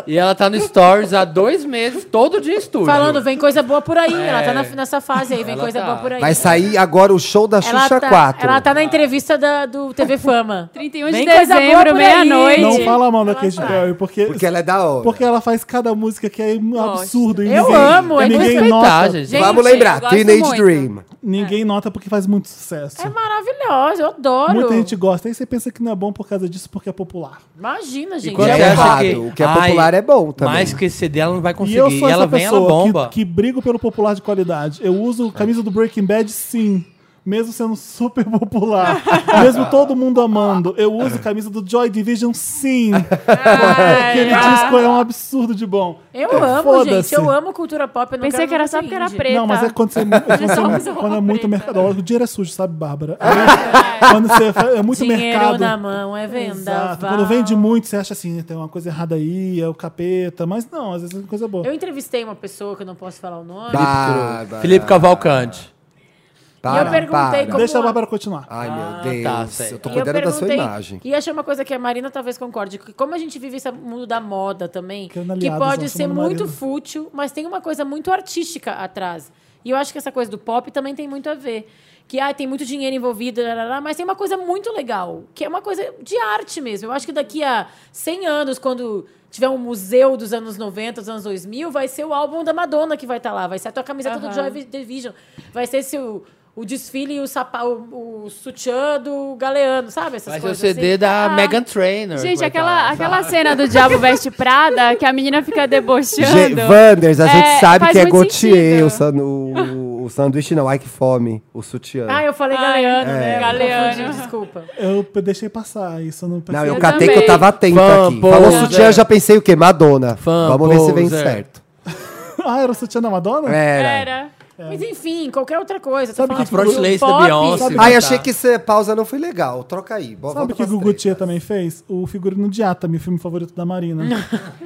E: e ela tá no Stories há dois meses, todo dia em estúdio.
B: Falando, vem coisa boa por aí.
E: É.
B: Ela tá na- nessa fase aí, vem
E: Ela
B: coisa
E: tá.
B: boa por aí.
D: Vai sair agora o show da
B: ela
A: é
D: Xuxa
B: tá,
D: 4.
B: Ela tá na entrevista da- do TV Fama.
C: 31 de
B: Vem coisa boa
C: dezembro,
B: por aí.
C: meia-noite.
A: Não
B: Entendi.
A: fala mal da Katy Perry, porque,
D: Porque ela é da hora.
A: porque ela faz cada música que é um
C: Gosto.
A: absurdo. e
B: Eu
A: ninguém-
B: amo,
A: e
B: é
A: ninguém
E: respeitar,
A: nota.
E: gente.
B: Gente,
D: Vamos
C: eu
D: lembrar,
C: gosto
D: Teenage
C: muito.
D: Dream.
A: Ninguém nota porque faz muito sucesso.
B: É maravilhosa, eu adoro.
A: Muita gente gosta. Aí você pensa que não é bom por causa disso, porque é popular.
B: Imagina,
E: E
B: gente.
E: quando
D: É
E: você
B: Ela-
E: acha
D: errado,
E: que,
D: o que é popular é bom também.
E: Mas que esse dela não vai
A: E
E: conseguir.
A: eu sou
E: E ela
A: essa
E: vem, ela
A: pessoa
E: bomba.
A: que, que brigo pelo popular de qualidade. Eu uso camisa do Breaking Bad, sim. Mesmo sendo super popular. mesmo todo mundo amando. Eu uso camisa do Joy Division, sim. Aquele disco é um absurdo de bom.
B: Eu
A: É,
B: amo, gente.
A: foda-se.
B: Eu amo cultura pop. Eu não
C: Pensei
B: quero
C: que era
B: nada
C: só porque era
B: indie.
C: preta.
A: Não, mas é quando você, quando,
C: só
A: você-
C: usa roupa
A: quando é muito
C: preta. É
A: mercadológico. O dinheiro é sujo, sabe, Bárbara? Quando você fa- é muito
B: Dinheiro
A: mercado.
B: na mão é venda.
A: Exato. Quando vende muito, você acha assim, tem uma coisa errada aí, é o capeta. Mas não, às vezes é coisa boa.
B: Eu entrevistei uma pessoa que eu não posso falar o nome.
D: Bárbara.
E: Felipe Cavalcante.
D: Para,
B: perguntei
D: para.
B: como-
A: Deixa a Bárbara continuar.
D: Ai, meu
E: tá,
D: Deus.
E: sei.
D: eu tô
E: E
B: E eu
D: cuidando da sua
B: perguntei-
D: imagem.
B: E achei uma coisa que a Marina talvez concorde, que como a gente vive esse mundo da moda também, que,
A: Ficando aliados,
B: pode
A: nós
B: ser
A: chamando
B: muito
A: Marina.
B: fútil, mas tem uma coisa muito artística atrás. E eu acho que essa coisa do pop também tem muito a ver. Que ah, tem muito dinheiro envolvido, larará, mas tem uma coisa muito legal, que é uma coisa de arte mesmo. Eu acho que daqui a 100 anos, quando tiver um museu dos anos 90, dos anos 2000, vai ser o álbum da Madonna que vai estar lá, vai ser a tua camiseta do
C: Aham.
B: Joy Division, vai ser seu, o desfile e o, sapa, o, o sutiã do Galeano, sabe? Essas
E: Vai ser o
B: coisas
E: CD
B: assim.
E: É da
B: Ah,
E: Megan Trainor. que
C: Gente,
E: vai
C: aquela,
E: tá lá,
C: aquela
E: sabe?
C: cena do Diabo Veste Prada, que a menina fica debochando.
D: Ge- Wanders, a gente
C: É,
D: sabe
C: faz
D: que é
C: muito
D: Gautier
C: sentido.
D: o, san- o- o sanduíche, não. Ai, que fome. O sutiã. É.
B: Ah, eu falei
C: Ai,
B: Galeano, né? Eu
C: Galeano.
B: confundi, desculpa.
A: Eu p- deixei passar isso, eu não
D: não, eu,
A: percebi.
D: catei
C: também.
D: que eu tava atento
E: Fã,
D: aqui.
E: poser.
D: Falou sutiã, já pensei o quê? Madonna.
E: Fã,
D: Vamos ver se vem
E: poser.
D: certo.
A: Ah, era o sutiã da Madonna?
D: É. Era.
C: Era.
B: Mas enfim, qualquer outra coisa.
A: Sabe
B: Tô
A: que
B: falando
A: Front
B: do
E: Lace da
B: pop,
E: Beyoncé,
B: sabe?
E: né?
D: Ai,
E: Tá.
D: achei que essa pausa não foi legal. Troca aí. Bo-
A: Sabe
D: volta
A: o que
D: pras
A: o Gugu
D: três.
A: Tia também fez? O figurino de Atami, o filme favorito da Marina.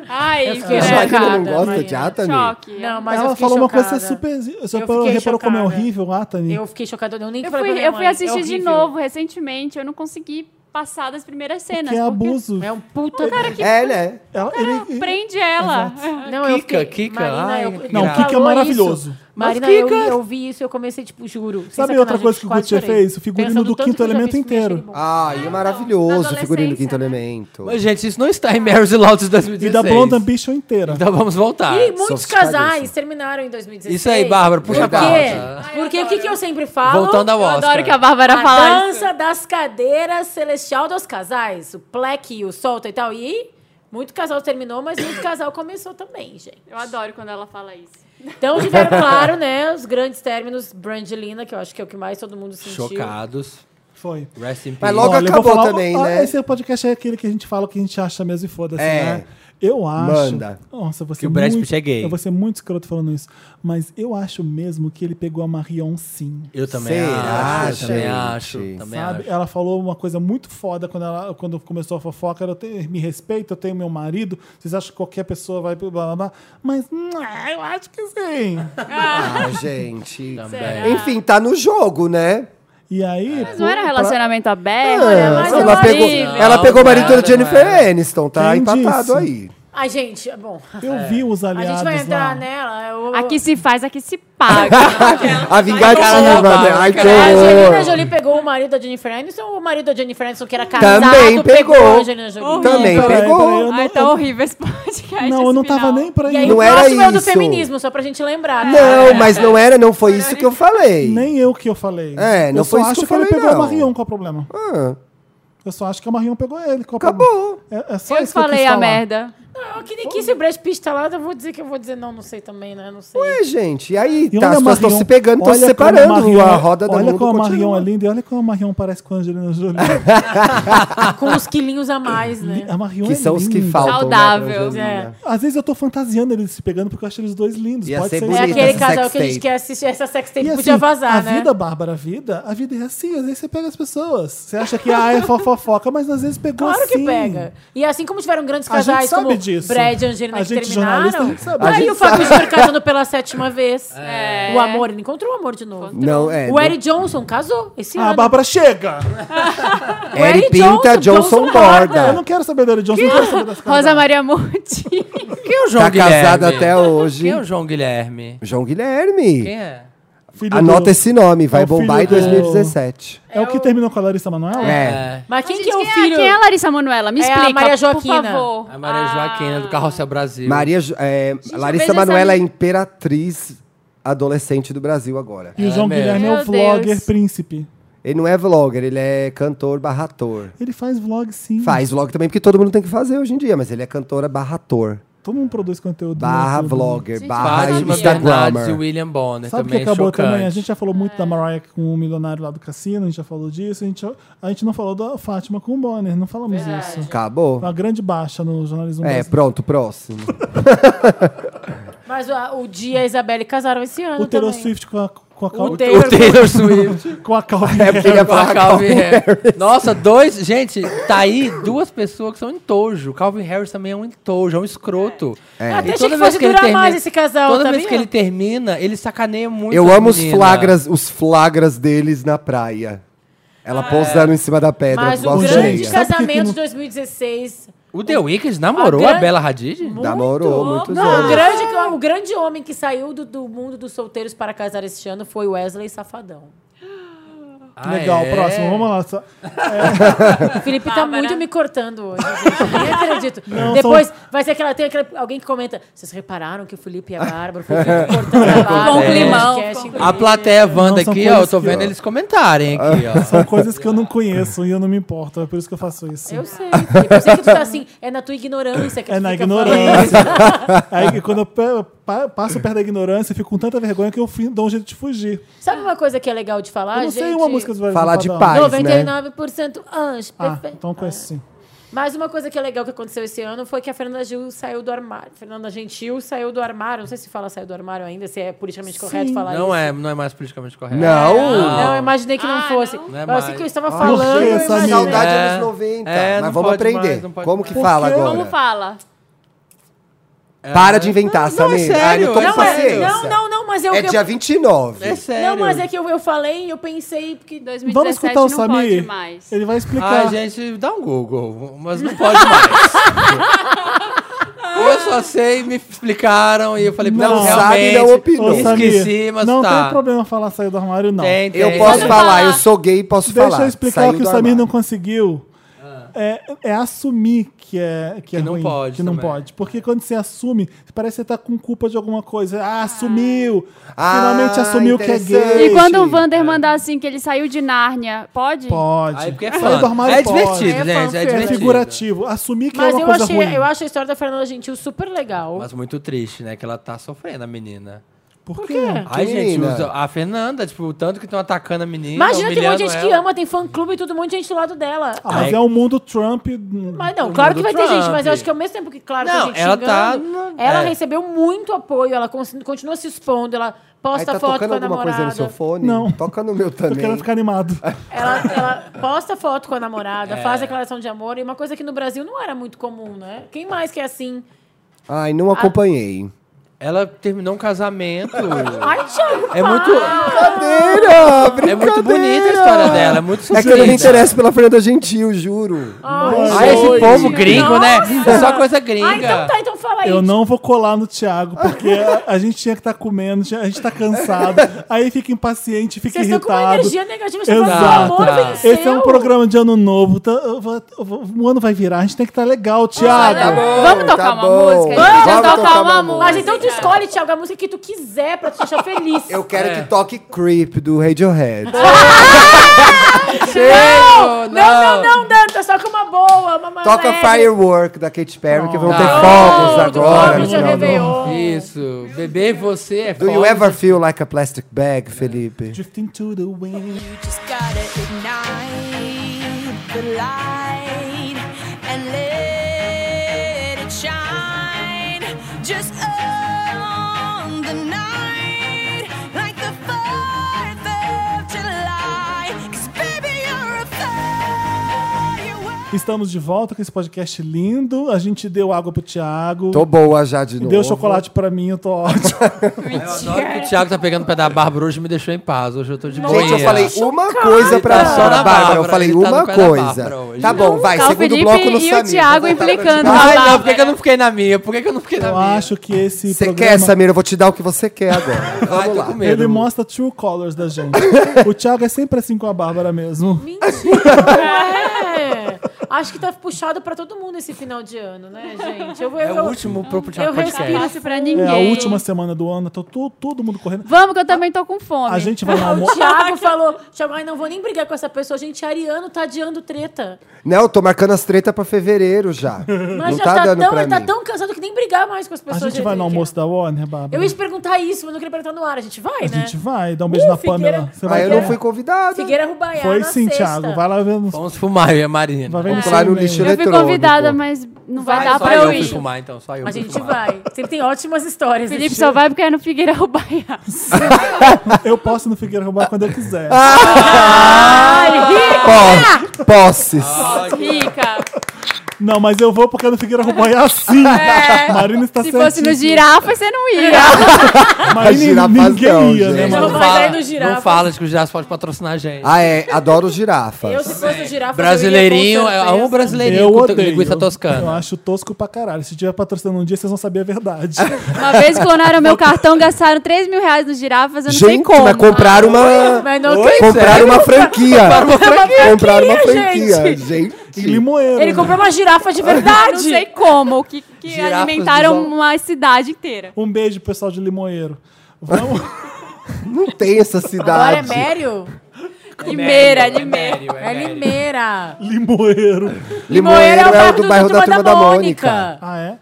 C: Ai,
E: É
B: Eu fiquei
C: credo.
D: A Marina não
B: Chocada,
D: gosta
B: Marina.
D: de Atami?
C: Choque.
B: Não, mas eu
A: Ela
B: fiquei
A: falou uma
B: chocada.
A: coisa super. Você
B: Eu fiquei
A: reparou como é
B: chocada.
A: horrível o Atami?
B: Eu fiquei chocada, eu nem
C: Eu
B: falei pra
C: fui,
B: minha
C: eu fui
B: mãe, é
C: assistir de
B: horrível.
C: novo recentemente, eu não consegui passar das primeiras cenas.
A: Que é
C: porque
A: abuso.
B: É um puta cara que...
D: É, né?
A: Ela- ele-
C: Prende ela.
B: Não, eu
E: Kika,
B: fiquei...
E: Kika,
B: Marina,
E: ai,
B: eu...
E: que
B: quando
E: Não,
B: falou
A: Kika é maravilhoso.
B: Isso,
A: Mas
B: Marina, eu,
A: Kika-
B: eu vi isso, eu comecei, tipo, juro. sem
A: Sabe
B: sacanagem,
A: outra coisa
B: gente,
A: que o
B: quase
A: Gucci
B: chorei.
A: fez? O figurino
B: Pensando
A: do
B: tanto
A: Quinto
B: que eu já vi
A: Elemento
B: isso, me achei
A: inteiro.
B: ele bom.
D: Ai, é maravilhoso o figurino do Quinto Elemento.
E: Mas, gente, isso não está em Mary's Lotus
A: E
E: 2016.
A: da Blonde Ambition inteira.
E: Então vamos voltar.
B: E muitos
D: sofisticadíssimo.
B: casais terminaram em 2016.
E: Isso aí, Bárbara, puxa a
B: Por
E: pauta.
B: quê? Porque o que, que eu sempre falo?
E: Voltando ao
C: Eu
E: Oscar.
C: adoro que a Bárbara
B: A
C: fala isso.
B: dança das cadeiras celestial dos casais. O pleque, o solta e tal. E muito casal terminou, mas muito casal começou também, gente.
C: Eu adoro quando ela fala isso.
B: Então tiveram, claro, né, os grandes términos. Brangelina, que eu acho que é o que mais todo mundo sentiu.
E: Chocados.
A: Foi.
E: Rest in peace.
D: Mas logo
A: Olha, eu vou
D: acabou
A: falar-
D: também,
A: ah,
D: né?
A: Esse podcast é aquele que a gente fala o que a gente acha mesmo e foda-se,
D: É.
A: né? Eu acho.
D: Manda.
A: Nossa, você
E: Que o Brad
A: muito,
E: Pitt é gay.
A: Eu vou ser muito escroto falando isso. Mas eu acho mesmo que ele pegou a Marion sim.
E: Eu também
D: Será,
E: acho. Eu também
D: gente?
E: acho. Também
A: Sabe?
E: acho.
A: Ela falou uma coisa muito foda quando, ela, quando começou a fofoca. Ela "Te- me respeita, eu tenho meu marido. Vocês acham que qualquer pessoa vai. Blá, blá, blá. Mas hum, ah, eu acho que sim.
D: Ah, gente.
E: Também.
D: Enfim, tá no jogo, né?
A: E aí.
C: Mas não era relacionamento aberto,
D: É,
C: era mais
D: ela, pegou,
C: horrível.
D: ela
E: Não,
D: pegou o marido
E: cara,
D: da Jennifer
E: não é.
D: Aniston, tá
A: Quem
D: empatado
A: disse?
D: aí.
B: Ai, gente, é bom.
A: Eu vi os
B: A
A: aliados.
B: gente vai
A: lá.
B: entrar nela. Eu...
C: Aqui se faz, aqui se paga.
D: A vingativa,
E: cara da
D: né?
E: barra,
D: Ai, que
E: cara.
B: A Angelina
D: horror.
B: Jolie pegou o marido da Jennifer Aniston ou o marido da Jennifer Aniston, que era casado,
D: Também pegou.
B: a Angelina Jolie?
C: Horrível.
D: Também
A: Peraí, peraí,
D: pegou.
A: eu
C: Ai,
A: não-
C: tá horrível esse podcast.
A: Não, eu
C: esse
A: não tava
C: final.
A: nem pra
B: E aí
A: isso.
B: o
D: Não era
B: próximo é o do
D: isso.
B: feminismo, só pra gente lembrar. né?
D: Não, mas não
B: É.
D: era, não foi isso que eu falei.
A: Nem eu que eu falei.
D: É, não
A: eu
D: foi
A: só
D: isso
A: acho
D: que eu
A: ele
D: falei,
A: pegou
D: não.
A: a Marion, qual é o problema?
D: Ah,
A: Eu só acho que a Marion pegou ele, qual é o
D: Acabou.
A: problema? É, é só
C: Eu que
A: isso que eu
C: falei
A: quis
C: a
A: falar.
C: merda.
B: Eu queria que se o Brad Pitt tá lá, eu vou dizer que eu vou dizer não, não sei também, né? Não sei.
D: é, gente. E aí,
A: E
D: tá, as
A: olha a
D: pessoas estão
A: Marion,
D: se pegando, estão se
A: olha como
D: separando.
A: Marion
D: a
A: é-
D: roda da
A: Olha
D: mundo
A: como a Marion
D: continua.
A: é linda e olha como a Marion parece com a Angelina Jolie. é
B: Com uns quilinhos a mais, né?
A: a Marion
D: Que
A: é
D: são os que
A: linda.
D: faltam.
C: Saudável.
D: Né, pra
B: é.
D: Angelina.
A: Às vezes eu tô fantasiando eles se pegando porque eu acho eles dois lindos.
D: Ia
A: Pode
D: ser
A: ser,
B: É
D: bonito.
A: isso.
B: aquele
D: essa
B: casal que a
D: sextape.
B: gente quer assistir. Essa sextape
A: E assim,
B: podia vazar,
A: a
B: né?
A: vida, Bárbara, a vida, a vida é assim. Às vezes você pega as pessoas. Você acha que ah, é fofofoca, mas às vezes pegou
B: Claro que
A: sim.
B: pega. E assim como tiveram grandes
A: A gente
B: casais
A: sabe
B: como
A: disso.
B: Brad e Angelina
A: A
B: que
A: gente jornalista, a
B: terminaram.
A: gente sabe.
D: A
B: Aí
D: gente
B: o Fábio Júnior casando pela sétima vez.
C: É.
B: O amor, ele encontrou o amor de novo.
D: Não, é.
B: O Eric Johnson casou esse
A: Ah, a
B: ano.
A: Bárbara chega!
D: não- Eric Pinta, Johnson
A: Eu
D: um Borda.
A: não quero saber da Eric Johnson, eu não quero saber das coisas.
C: Rosa Maria Monte.
E: Quem é o João
D: Tá
E: Guilherme?
D: casado até hoje.
E: Quem é o João Guilherme?
D: João Guilherme.
E: Quem é?
A: Filho
D: Anota
A: do-
D: esse nome, vai
A: É o
D: bombar em
A: filho do-
D: 2017.
A: É o que terminou com a Larissa Manoela?
E: É.
B: Mas quem que é o
C: Gente,
B: filho?
C: Quem é a Larissa Manuela? Me
B: É a
C: explica,
B: Maria Joaquina.
C: por favor.
E: A Maria
D: Ah.
E: Joaquina, do Carrossel Brasil.
D: Maria, Jo- é,
C: eu
D: Larissa
C: vejo
D: Manoela é
C: essa-
D: imperatriz adolescente do Brasil agora.
A: E o
E: Ela
A: João
E: mesmo.
A: Guilherme é o
C: Meu
A: vlogger
C: Deus.
A: príncipe.
D: Ele não é vlogger, ele é cantor barra ator.
A: Ele faz vlog sim.
D: Faz vlog também, porque todo mundo tem que fazer hoje em dia, mas ele é cantora barra ator,
A: Todo mundo produz conteúdo. no
D: barra
A: YouTube.
D: vlogger,
C: Gente,
D: barra
E: Fátima Bernardes e
D: Instagrammer.
E: William Bonner
A: Sabe o que
E: também. é
A: acabou
E: chocante.
A: também? A gente já falou muito da Mariah com o milionário lá do cassino, a gente já falou disso, a gente, a gente não falou da Fátima com o Bonner, não falamos isso.
D: Acabou.
A: Uma grande baixa no jornalismo
D: É,
A: brasileiro.
D: pronto, próximo.
B: Mas o, o Dia e a Isabelle casaram esse ano
A: O Taylor
B: também.
A: Swift com a, com a, Cal-
B: O Taylor,
E: O Taylor Swift.
A: com a Calvin
D: É porque ele é
E: Com a
D: barra
E: Calvin Harris. Nossa, dois. Gente, tá aí duas pessoas que são entojo. Calvin Harris também é um entojo, é um escroto.
B: Eu até
E: E
B: achei
E: toda
B: que
E: vez
B: fosse
E: ele
B: durar mais esse casal,
E: Toda
B: tá
E: vez que
B: vendo?
E: ele termina, ele sacaneia muito.
D: Eu
E: as
D: amo os
E: meninas.
D: flagras, os flagras deles na praia. Ela pousando em cima da pedra.
B: Mas o
D: igual
B: grande
D: gênia.
A: Sabe por que que
B: casamento
A: não-
B: de 2016.
E: O The Wicked namorou a,
B: grande-
E: Bela Hadid?
D: Namorou muitos
B: Não, o
D: anos.
B: grande, o grande homem que saiu do, do mundo dos solteiros para casar este ano foi Wesley Safadão.
E: Ah,
A: Legal,
E: é?
A: próximo, vamos lá. Sa-
B: O Felipe tá muito me cortando hoje, gente. Nem acredito. Depois vai ser aquela. Tem aquela, alguém que comenta. Vocês repararam que o Felipe é bárbaro? O Felipe cortando a
C: Com
B: barba.
C: o climão,
B: né,
C: é
B: podcast
C: com o
B: inteiro.
E: A plateia Wanda
A: Não, são
E: aqui, ó, eu
A: coisas
E: tô
A: que-
E: vendo eles comentarem aqui, ó.
A: São coisas que eu não conheço e eu não me importo, é por isso que eu faço isso.
B: Eu sei, Felipe. Eu sei que tu tá assim. É na tua ignorância que
A: É
B: tu
A: na
B: fica falando.
A: ignorância. Aí quando eu pe- pa- passo perto da ignorância, eu fico com tanta vergonha que eu fi- dou um jeito de fugir.
B: Sabe uma coisa que é legal de falar,
A: Eu não
B: gente?
A: sei uma música do Brasil.
D: Falar de
A: Safadão.
D: paz, né?
B: 99% anjo.
A: Ah,
B: perfeito.
A: então com esse sim.
B: Mas uma coisa que é legal que aconteceu esse ano foi que a Fernanda Gil saiu do armário. Fernanda Gentil saiu do armário. Não sei se fala saiu do armário ainda, se é politicamente correto
A: Sim.
B: falar
E: Não
B: isso.
E: é, não é mais politicamente correto.
D: Não.
B: Não, é eu imaginei que não
C: Ah,
B: fosse.
C: não?
E: Não é
B: eu sei
E: mais.
B: que eu estava
A: por
B: falando.
A: que
B: eu
A: essa
B: imaginei.
A: amiga?
D: Saudade
E: É.
D: anos 90.
E: É, não
D: mas vamos
E: pode
D: aprender.
E: mais, não pode
D: Como
E: mais.
D: que
A: Por
D: fala
A: quê?
D: agora?
C: Como fala?
D: Para de inventar,
E: Não, não, é
D: Samir.
E: sério,
D: Ai, não tô
E: é
D: com
B: Não, é,
D: paciência.
B: não, não, não, mas eu.
D: É
B: eu-
D: dia 29.
E: É
B: não,
E: sério.
B: mas é que eu, eu falei e eu pensei. Porque...
C: 2017
A: Vamos escutar o
C: não pode
A: Samir?
C: mais.
A: Ele vai explicar.
E: Ai, gente, dá um Google, mas não pode mais. eu só sei, me explicaram e eu falei, não,
A: Não
D: sabe,
E: realmente,
D: não
A: Ô,
D: opinou.
A: Samir,
E: esqueci, mas
A: não
E: tá.
A: tem problema falar sair do armário, não.
E: Tem, tem.
D: Eu posso
C: Pode
D: falar,
C: falar.
D: eu sou gay, posso
A: Deixa
D: falar.
A: eu explicar
D: Saiu
A: o que o
D: do
A: Samir não
D: armário.
A: conseguiu. É, é assumir que é que, é
E: Ah. Que não
A: ruim,
E: pode
A: que não
E: também.
A: pode porque quando você assume parece que você tá com culpa de alguma coisa ah assumiu
D: Ah,
A: finalmente assumiu que é
E: Ah,
D: interessante.
A: gay
C: E quando o
D: Gente.
C: Vander mandar assim que ele saiu de Nárnia, pode?
A: pode
E: Aí porque é
A: Sair do
E: fã.
A: armário
E: É
A: pode.
E: divertido,
B: É
E: gente, é
B: fanfic.
A: é
E: divertido.
A: figurativo assumir que
B: Mas
A: é uma
B: eu
A: coisa ruim
B: achei, eu acho a história da Fernanda Gentil super legal.
E: Mas muito triste, né, que ela tá sofrendo, a menina.
A: Por,
B: Por
A: quê?
B: quê?
E: Ai,
D: Que
E: gente,
D: menina?
E: os- a Fernanda, tipo, o tanto que estão atacando a menina.
B: Imagina, tem um monte de
E: humilhando
B: gente que
E: ela.
B: ama, tem fã-clube e todo um monte de gente do lado dela.
A: Ah, mas
E: Ai.
A: é o mundo Trump.
B: Mas não, claro
E: do
B: que vai ter
E: Trump.
B: gente, mas eu acho que ao mesmo tempo que, claro,
E: Não,
B: tem gente
E: ela tá
B: xingando,
E: na-
B: ela
E: é.
B: recebeu muito apoio, ela cons- continua se expondo, ela
D: Aí
B: posta
D: tá
B: foto com
D: tocando
B: a
D: alguma
B: namorada.
D: coisa no seu fone?
A: Não.
D: Toca no meu
A: Eu quero
D: também.
A: ficar animado.
B: Ela, ela posta foto com a namorada,
E: É.
B: faz declaração de amor, e uma coisa que no Brasil não era muito comum, né? Quem mais que é assim?
D: Ai, não acompanhei.
E: Ela terminou um casamento.
B: Ai, Thiago,
E: é muito.
D: Brincadeira! Brincadeira!
E: É muito bonita a história dela, é muito
D: É
E: sucinta.
D: que eu me interesso pela Fernanda Gentil, juro.
E: Ah, esse povo gringo, né?
B: Nossa!
E: É só coisa
B: Ah,
E: gringa.
B: então tá, então fala aí.
A: Eu não vou colar no Thiago, porque a, a gente tinha que estar comendo, tinha- a gente tá cansado. Aí fica impaciente, fica
B: Vocês estão com uma
A: irritado.
B: energia negativa, vocês estão falando,
A: Exato.
B: pelo amor,
E: Tá.
B: venceu.
A: Esse é um programa de ano novo. tá- eu vou- eu vou- o ano vai virar, a gente tem que estar legal, Thiago.
C: tá bom. Vamos tocar uma música?
B: Vamos
C: tocar uma música.
B: Mas então tu escolhe, Thiago, a música que tu quiser pra te deixar feliz.
D: Eu quero
E: É.
D: que toque Creep do Radiohead.
E: Não,
B: Não, não, não, Danta, Tá só com uma boa, uma mais
D: Toca
F: é-
B: leve.
D: Firework da Katy Perry, que vão ter
E: Não.
D: fogos
B: Não,
D: agora.
B: do
D: no
B: Fórum de
D: final do-
B: Réveillon.
E: Isso. Bebê, você é
D: Do you
E: foda.
D: ever feel like a plastic bag,
B: É.
D: Felipe?
A: Drifting to the wind.
F: You just gotta ignite the light and let it shine just on the night like the 4th of July. 'Cause baby, you're a firework.
A: Estamos de volta com esse podcast lindo. A gente deu água pro Thiago.
D: Tô boa já de novo.
A: Deu chocolate pra mim, eu tô ótimo.
E: Eu adoro que o Thiago tá pegando o pé da Bárbara hoje me deixou em paz. Hoje eu tô de boa.
D: Gente, eu falei uma coisa pra
E: Tá só
D: senhora
E: na
D: Bárbara. Eu
E: Bárbara,
D: falei
E: ele tá
D: uma
E: no pé da
D: coisa.
E: Bárbara hoje.
D: Tá bom, vai.
C: tá o
D: Segundo
C: Felipe
D: bloco no
C: e o
D: Samir.
C: Thiago
D: Vou voltar pra
C: implicando.
D: Thiago.
E: Ai, não, por que, que eu não fiquei na minha? Por que, que eu não fiquei na
A: Eu
E: minha?
A: acho que esse
D: Você
A: programa,
D: quer, é, Samir? Eu vou te dar o que você quer agora.
E: Ai,
D: Vamos
E: tô
D: lá.
E: com medo.
A: ele mostra true colors da gente. o Thiago é sempre assim com a Bárbara mesmo.
B: É. Acho que tá puxado pra todo mundo esse final de ano, né, gente? Eu, vou-
E: É
B: eu-
E: o último pro pro
B: Eu
E: Thiago Podcast.
B: respiro.
C: Fácil pra ninguém.
A: É a última semana do ano, tô tu- todo mundo correndo.
C: Vamos que eu também tô com fome.
A: A gente vai no
B: O
A: almoço.
B: Thiago falou, Thiago, ai, não vou nem brigar com essa pessoa, gente, Ariano tá adiando treta.
D: Não, eu tô marcando as tretas pra fevereiro já.
B: Mas
D: Não
B: já
D: tá
B: tá,
D: dando
B: tão,
D: pra
B: ele tá
D: mim.
B: tão cansado que nem brigar mais com as
A: A
B: pessoas.
A: gente vai no
B: direito.
A: almoço da Warner, Bárbara?
B: Eu ia te perguntar isso, mas não queria perguntar no ar. A gente vai,
A: A
B: né?
A: gente vai, dá um beijo
B: Uh,
A: na Pamela.
B: Figueira-
A: Você
D: Aí
A: vai
D: eu
A: ver?
D: não fui convidado.
B: Figueira Rubaiá
A: Foi
B: na
A: sim,
B: sexta.
A: Thiago. Vai lá ver. no-
E: Vamos fumar, eu e a Marina.
A: Vai ver no
D: Vamos lá no
A: seu e-mail.
D: lixo
C: Eu fui
D: eletrônico.
C: convidada, mas não vai,
E: Vai,
C: dar
E: só
C: pra eu
E: fui
C: ir.
E: fumar, então. Só eu
B: A
E: fui
B: gente
E: fumar.
B: vai. Sempre tem ótimas histórias.
C: Felipe
B: desse
C: só
B: tipo.
C: vai porque é no Figueira Rubaiá.
A: Eu posso ir no Figueira roubar quando eu quiser.
D: Pó, posses.
C: Rica.
A: Não, mas eu vou porque no Figueira roubar é assim. Marina está
C: Se fosse no
A: certíssima.
C: girafa, você não ia.
A: Marina,
D: Girafas
A: ninguém
D: não,
A: ia, né,
D: gente.
A: mano?
B: Não,
E: Não
B: mas aí no
E: fala,
B: girafa-
E: não fala de que o Girafa pode patrocinar a gente.
D: Ah, é. Adoro girafas.
B: Eu, se fosse o girafa,
E: brasileieirinho,
B: eu iria
E: eu amo
B: com certeza.
E: é um brasileirinho
A: Eu
E: com to-
A: odeio.
E: linguiça toscana.
A: Eu acho tosco pra caralho. Se tiver patrocinando um dia, vocês vão saber a verdade.
C: Uma vez clonaram meu cartão, gastaram 3 mil reais nos girafas, eu não sei
D: Gente,
C: como.
D: mas compraram uma...
B: Mas não
E: Oi?
B: tem-
D: Compraram uma franquia. Compraram uma
B: franquia,
D: franquia,
A: E
D: gente.
A: limoeiro. né?
B: Ele comprou uma girafa de
C: Eu
B: verdade.
C: não sei como, que, que
E: Girafas
C: alimentaram
E: do Zol-
C: uma cidade inteira.
A: Um beijo, pessoal de limoeiro. Vamos...
D: Não tem essa
B: Agora é
D: cidade.
B: Mério?
C: Limeira, Limeira.
B: É Limeira.
A: limoeiro.
D: Limoeiro é o do bairro da Turma da Mônica.
B: Mônica.
A: Ah, é?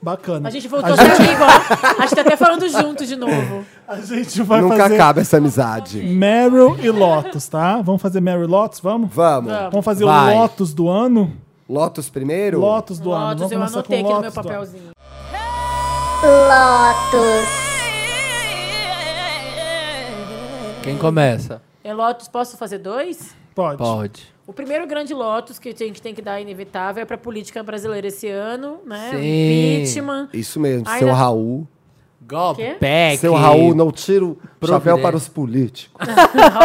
A: Bacana.
B: A gente voltou a ser amigo, ó. A gente tá até falando junto de novo.
A: A gente vai
D: Nunca
A: fazer
D: acaba essa amizade.
A: Meryl e Lotus, tá? Vamos fazer Meryl e Lotus? Vamos?
D: Vamos.
A: Vamos fazer
E: Vai.
A: o Lotus do ano?
D: Lotus primeiro?
A: Lotus do ano.
B: Lotus,
A: Vamos
B: eu
A: começar
B: anotei
A: com
B: aqui no meu
A: Lotus do ano.
B: papelzinho.
E: Quem começa?
B: É Lotus, posso fazer dois?
A: Pode.
E: Pode.
B: O primeiro grande Lotus que a gente tem que dar inevitável é pra política brasileira esse ano, né? O
E: Sim.
B: Impeachment.
D: Isso mesmo,
B: Ai,
D: seu
B: não.
D: Raul.
E: Golpec.
D: Seu Raul, não tiro o chapéu
E: Providência.
D: para os políticos.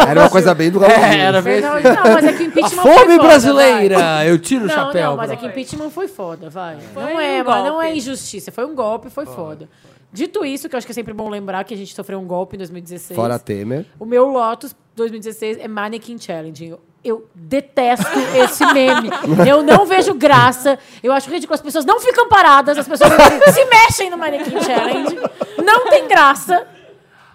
D: Era uma coisa bem do Raul.
E: É, era bem
B: Não,
E: assim.
B: não, mas é que o
E: A
B: impeachment foi
E: fome
B: foda,
E: brasileira! Eu tiro
B: Vai.
E: o
B: Não,
E: chapéu.
B: não, mas é
E: pra-
B: que impeachment foi foda, vai.
C: um
B: não é, mano, não
C: golpe.
B: é injustiça, foi um golpe, foi foda. Dito isso, que eu acho que é sempre bom lembrar que a gente sofreu um golpe em 2016.
D: Fora Temer.
B: O meu Lotus 2016 é Mannequin Challenge. Eu, eu detesto esse meme. Eu não vejo graça. Eu acho ridículo. As pessoas não ficam paradas, as pessoas se mexem no Mannequin Challenge. Não tem graça.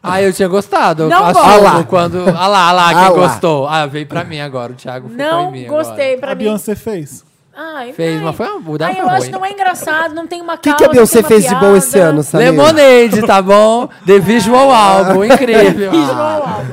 E: Ah, eu tinha gostado.
B: Não
E: assumo
B: gosto.
D: Ah lá.
E: quando. Ah lá, ah lá, quem
D: Ah lá.
E: gostou. Ah, veio pra mim agora. O Thiago ficou em
B: Não
E: mim agora.
B: gostei. Pra
A: A
B: mim,
A: Beyoncé fez.
B: Ai,
E: Fez,
B: ai.
E: mas foi uma budada
B: Ai, eu
E: ruim.
B: acho que não é engraçado, não tem uma
D: O que,
B: causa,
D: que a
B: não tem
D: Beyoncé
B: uma
D: fez de bom esse
B: piada.
D: ano, Samir?
E: Lemonade, tá bom? The Visual
B: Ah.
E: Album, Tá incrível.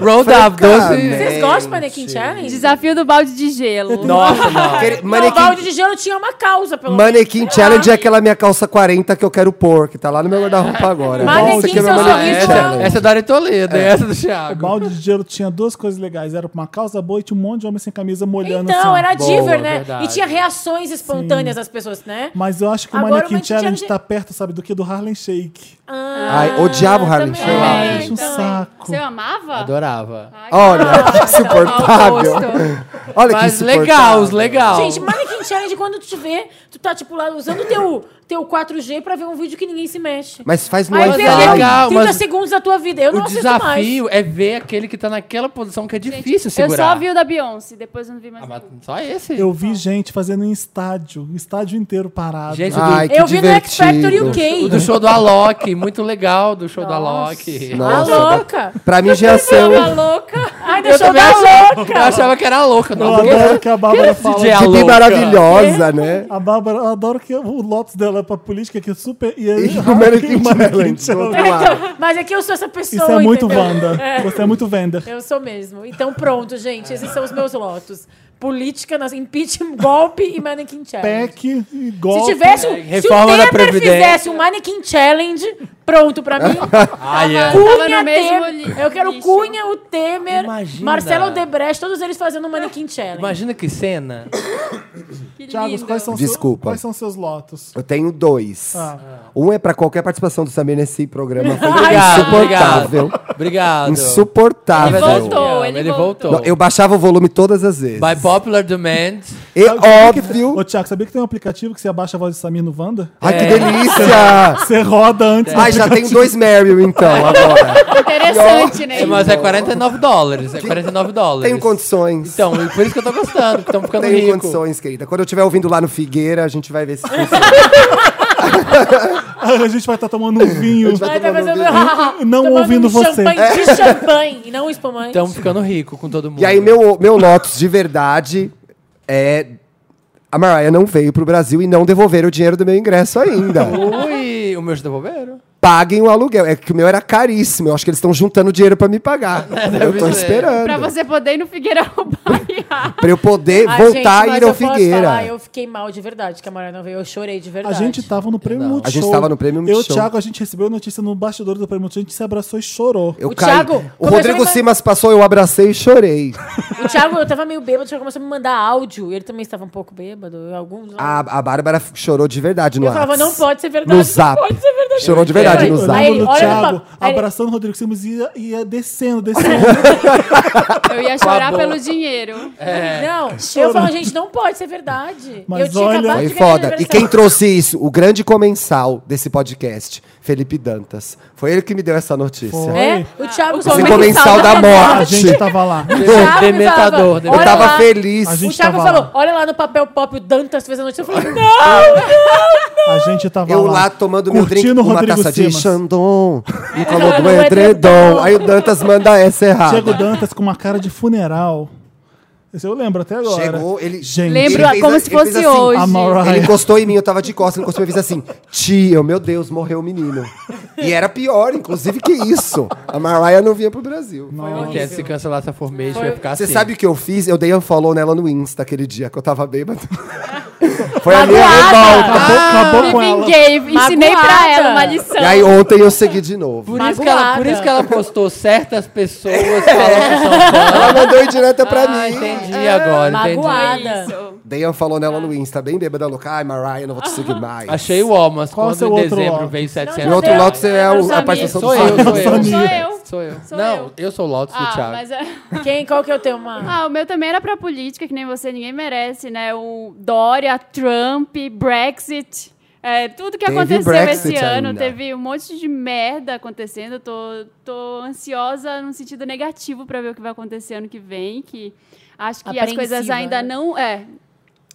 E: Road Up, 12.
B: Vocês gostam do Mannequin Challenge?
C: Desafio do balde de gelo.
E: Nossa, não.
D: Aquele
B: Não, o balde
D: Manequim,
B: de gelo tinha uma causa, pelo menos.
D: manequim Challenge é aquela minha calça 40 que eu quero pôr, que tá lá no meu guarda-roupa agora.
B: Manequim,
D: Nossa, que é meu
B: seu
E: Ah,
B: sorriso
E: essa,
A: um-
B: Challenge.
E: essa é da Ari Toledo, é. essa do Thiago.
A: O balde de gelo tinha duas coisas legais. Era pra uma calça boa e tinha um monte de homem sem camisa molhando
B: Então,
A: assim.
B: era
E: Boa,
B: diver, né?
E: verdade.
B: E tinha reações espontâneas das pessoas, né?
A: Mas eu acho que o
B: Agora o
A: Mannequin
B: Mannequin
A: Challenge
B: Challenge-
A: tá perto, sabe, do que? Do Harlem Shake.
B: Ah,
D: Ai, odiava o Harlem
B: também.
D: Shake.
B: É,
A: Ah, acho um
C: também.
A: saco.
C: Você amava?
E: Adorava.
D: Olha, que insuportável. Olha que
E: Mas
D: insuportável.
E: legal, os legal.
B: Gente, Mannequin Challenge, quando tu te vê, tu tá, tipo, lá usando o teu, teu 4G pra ver um vídeo que ninguém se mexe.
D: Mas faz no
B: Aí
E: mas
B: vê
E: é
B: aquele
E: legal,
B: 30
E: mas-
B: segundos da tua vida. Eu
E: o
B: não assisto mais.
E: desafio é ver aquele que tá naquela posição que é difícil
C: Eu
E: segurar.
C: só vi o da Beyoncé, depois eu não vi mais.
E: Ah,
C: nenhum.
E: mas só esse.
A: Eu vi gente fazendo em estádio, estádio inteiro parado.
E: Gente, o do-
D: Ai, que
B: Eu vi no X Factor né?
D: divertido.
E: o
B: UK.
E: do show do Alok, muito legal do show do Alok.
B: A
D: Nossa,
B: louca.
D: Pra mim já são...
C: Tava louca.
B: Ai,
E: Eu
B: deixou
E: também
B: da
E: achava,
B: louca.
E: eu achava que era louca,
A: Eu
E: não.
A: adoro que a Bárbara fala.
B: é
E: DJ
D: Que
E: Alok.
D: maravilhosa, né?
A: A Bárbara, eu adoro que o Lopes dela é pra política, que é super. E,
D: E o Mannequin Challenge.
A: Challenge.
D: vamos lá.
B: Mas é que eu sou essa pessoa.
A: Isso é muito
B: entendeu?
A: Wanda. Você é muito Wanda.
B: Eu sou mesmo. Então pronto, gente. Esses são os meus lotos. Política, nas- impeachment, golpe e mannequin challenge.
A: PEC e
B: Se
A: golpe.
B: tivesse, um- se o
E: Reforma da
B: Temer
E: Previdência.
B: fizesse um mannequin challenge, pronto pra mim.
E: Ai, é.
C: Tava
B: Cunha,
C: no mesmo
B: Temer.
C: li-
B: Eu quero
C: lixo.
B: Cunha, o Temer,
E: Imagina.
B: Marcelo Odebrecht, todos eles fazendo um mannequin challenge.
E: Imagina que cena.
C: Que
A: Thiago,
C: lindo.
A: quais são,
D: Desculpa.
A: Seus, quais são seus lotos?
D: Eu tenho dois.
A: Ah.
D: Um é pra qualquer participação do Samir nesse programa. Foi
E: Obrigado,
D: insuportável.
E: obrigado. Obrigado.
D: Insuportável.
C: Ele voltou,
E: Ele
C: ele,
E: voltou.
C: voltou.
D: Não, eu baixava o volume todas as vezes.
E: By popular demand.
D: E
A: Ô,
D: óbvio.
A: Tiago, sabia que tem um aplicativo que você abaixa a voz de Samir no Wanda?
D: Ai, que
B: É.
E: É.
D: delícia!
A: Você roda antes. do
D: Ai, já
A: aplicativo.
D: tenho dois Meryl, então, agora.
C: Interessante, né?
E: Mas é 49 dólares. É 49 dólares.
D: Tenho condições.
E: Então, e por isso que eu tô gostando, que estão ficando
D: tenho
E: rico.
D: condições, querida. Quando eu estiver ouvindo lá no Figueira, a gente vai ver se funciona.
A: Ah, A gente vai estar tomando um vinho.
B: Ai, tá fazendo-
A: Não
B: Tomando
A: ouvindo
B: um
A: você.
B: Champanhe de champanhe, e não um espumante.
E: Estamos ficando rico com todo mundo.
D: E aí, meu, meu Lotus de verdade é. A Mariah não veio pro Brasil e não devolveram o dinheiro do meu ingresso ainda.
E: Ui, o meu devolveram?
D: Paguem o aluguel. É que o meu era caríssimo. Eu acho que eles estão juntando dinheiro pra me pagar. eu tô
E: É, ser.
D: esperando.
C: Pra você poder ir no Figueira roubar.
D: Pra eu poder
B: Ai,
D: voltar
B: gente,
D: a
B: mas
D: ir ao
B: eu posso
D: Figueira.
B: falar, eu fiquei mal de verdade que a Mariana veio. Eu chorei de
A: A
B: verdade.
A: gente tava no Prêmio Multishow.
D: A gente tava no Prêmio
A: Eu e o
D: Multishow.
A: Thiago, a gente recebeu notícia no bastidor do Prêmio Multishow. A gente se abraçou e chorou.
D: Eu
B: O
D: caí.
B: Thiago
D: o
B: começou a
D: Rodrigo
B: me-
D: Simas passou, eu abracei e chorei.
B: O Thiago, eu tava meio bêbado, o Thiago começou a me mandar áudio. Ele também estava um pouco bêbado. Alguns.
D: A, a Bárbara f- chorou de verdade no
B: eu falava,
D: Whats.
B: não pode ser verdade.
D: Ah, No
B: não
D: zap.
B: pode ser verdade.
D: Chorou de verdade
B: Aí,
D: no
A: Eu
D: zap.
B: aí,
A: lembro do
B: olha
A: Thiago
B: só, aí-
A: abraçando o Rodrigo Simas e ia, ia descendo, descendo.
C: Eu ia chorar
E: bom.
C: pelo dinheiro.
E: É.
B: Não, eu falo, gente, não pode ser verdade.
A: Mas
B: eu tinha
A: olha-
B: acabado
D: Foi
B: de ganhar
D: foda. E quem trouxe isso? O grande comensal desse podcast, Felipe Dantas. Foi ele que me deu essa notícia.
A: Foi.
C: Ah,
B: É, o Thiago
D: Esse
C: Comensal
D: comensal
C: da
D: da
A: a
D: morte.
A: gente tava lá.
B: O Thiago
E: Dementador,
B: falava,
E: dementador.
B: olha
D: Eu tava
B: lá.
D: feliz.
A: A
B: O
A: gente
B: Thiago
A: tava
B: falou,
A: lá.
B: olha lá no papel pop, o Dantas fez a notícia. Eu
D: É
B: falei, não!
A: A gente tava
D: Eu
A: lá.
D: lá tomando meu drink
A: curtindo
D: com
A: o
D: uma
A: Rodrigo
D: taça de
A: Simas.
D: Xandon. Me
B: Ela
D: colou do
B: não é
D: edredom. Aí o Dantas manda essa
A: Diego
D: errada.
A: Dantas com uma cara de funeral. Esse eu lembro até agora.
D: Chegou, ele-
A: Gente,
C: Lembro
D: Ele fez
C: como
D: a-
C: se
D: ele fez
C: fosse
D: assim,
C: hoje.
A: a Mariah.
D: Ele encostou em mim, eu tava de costas, ele encostou e fez assim: Tio, meu Deus, morreu o menino. E era pior, inclusive, que isso. A Mariah não vinha pro Brasil.
E: Quer se cancelar essa formation, vai ficar
D: Você
E: assim.
D: sabe o que eu fiz? Eu dei unfollow nela no Insta aquele dia que eu tava bêbado. Foi a minha
C: Magoada.
D: revolta.
A: acabou, acabou
C: Ah, Me
A: com ela.
C: vinguei. Ensinei pra
B: Magoada.
C: ela uma
D: E
C: lição.
D: aí ontem eu segui de novo.
E: Por isso, que ela,
B: Magoada.
E: por isso que ela postou certas pessoas falando que são fãs.
D: Ela mandou em direta pra
E: Ah,
D: mim.
E: entendi agora, entendi.
B: Magoada.
C: Isso.
D: Dei unfollow nela no Insta, bem bêbada, louca. Ai, Mariah, não vou te seguir mais.
E: Achei o ó, mas
A: Qual o
E: quando
A: seu
E: em
A: outro
E: dezembro
A: ó?
E: veio 700
D: E o outro
C: Deus,
D: Lotus é a,
C: meus
D: a
C: amigos.
D: participação do
E: Sou eu,
D: Fábio.
E: sou eu.
C: Sou eu.
E: Sou eu.
C: Sou
E: não, eu.
C: eu.
E: sou o Lotus do
C: Ah,
E: Thiago.
C: mas é...
B: Quem, qual que é o teu, mano?
C: Ah, o meu também era pra política, que nem você, ninguém merece, né? O Dória, Trump, Brexit, é, tudo que
D: Teve
C: aconteceu
D: Brexit
C: esse ano.
D: ainda.
C: Teve um monte de merda acontecendo. Eu Tô, tô ansiosa no sentido negativo pra ver o que vai acontecer ano que vem, que acho que as
B: Apreensiva,
C: coisas ainda
B: né?
C: não... É,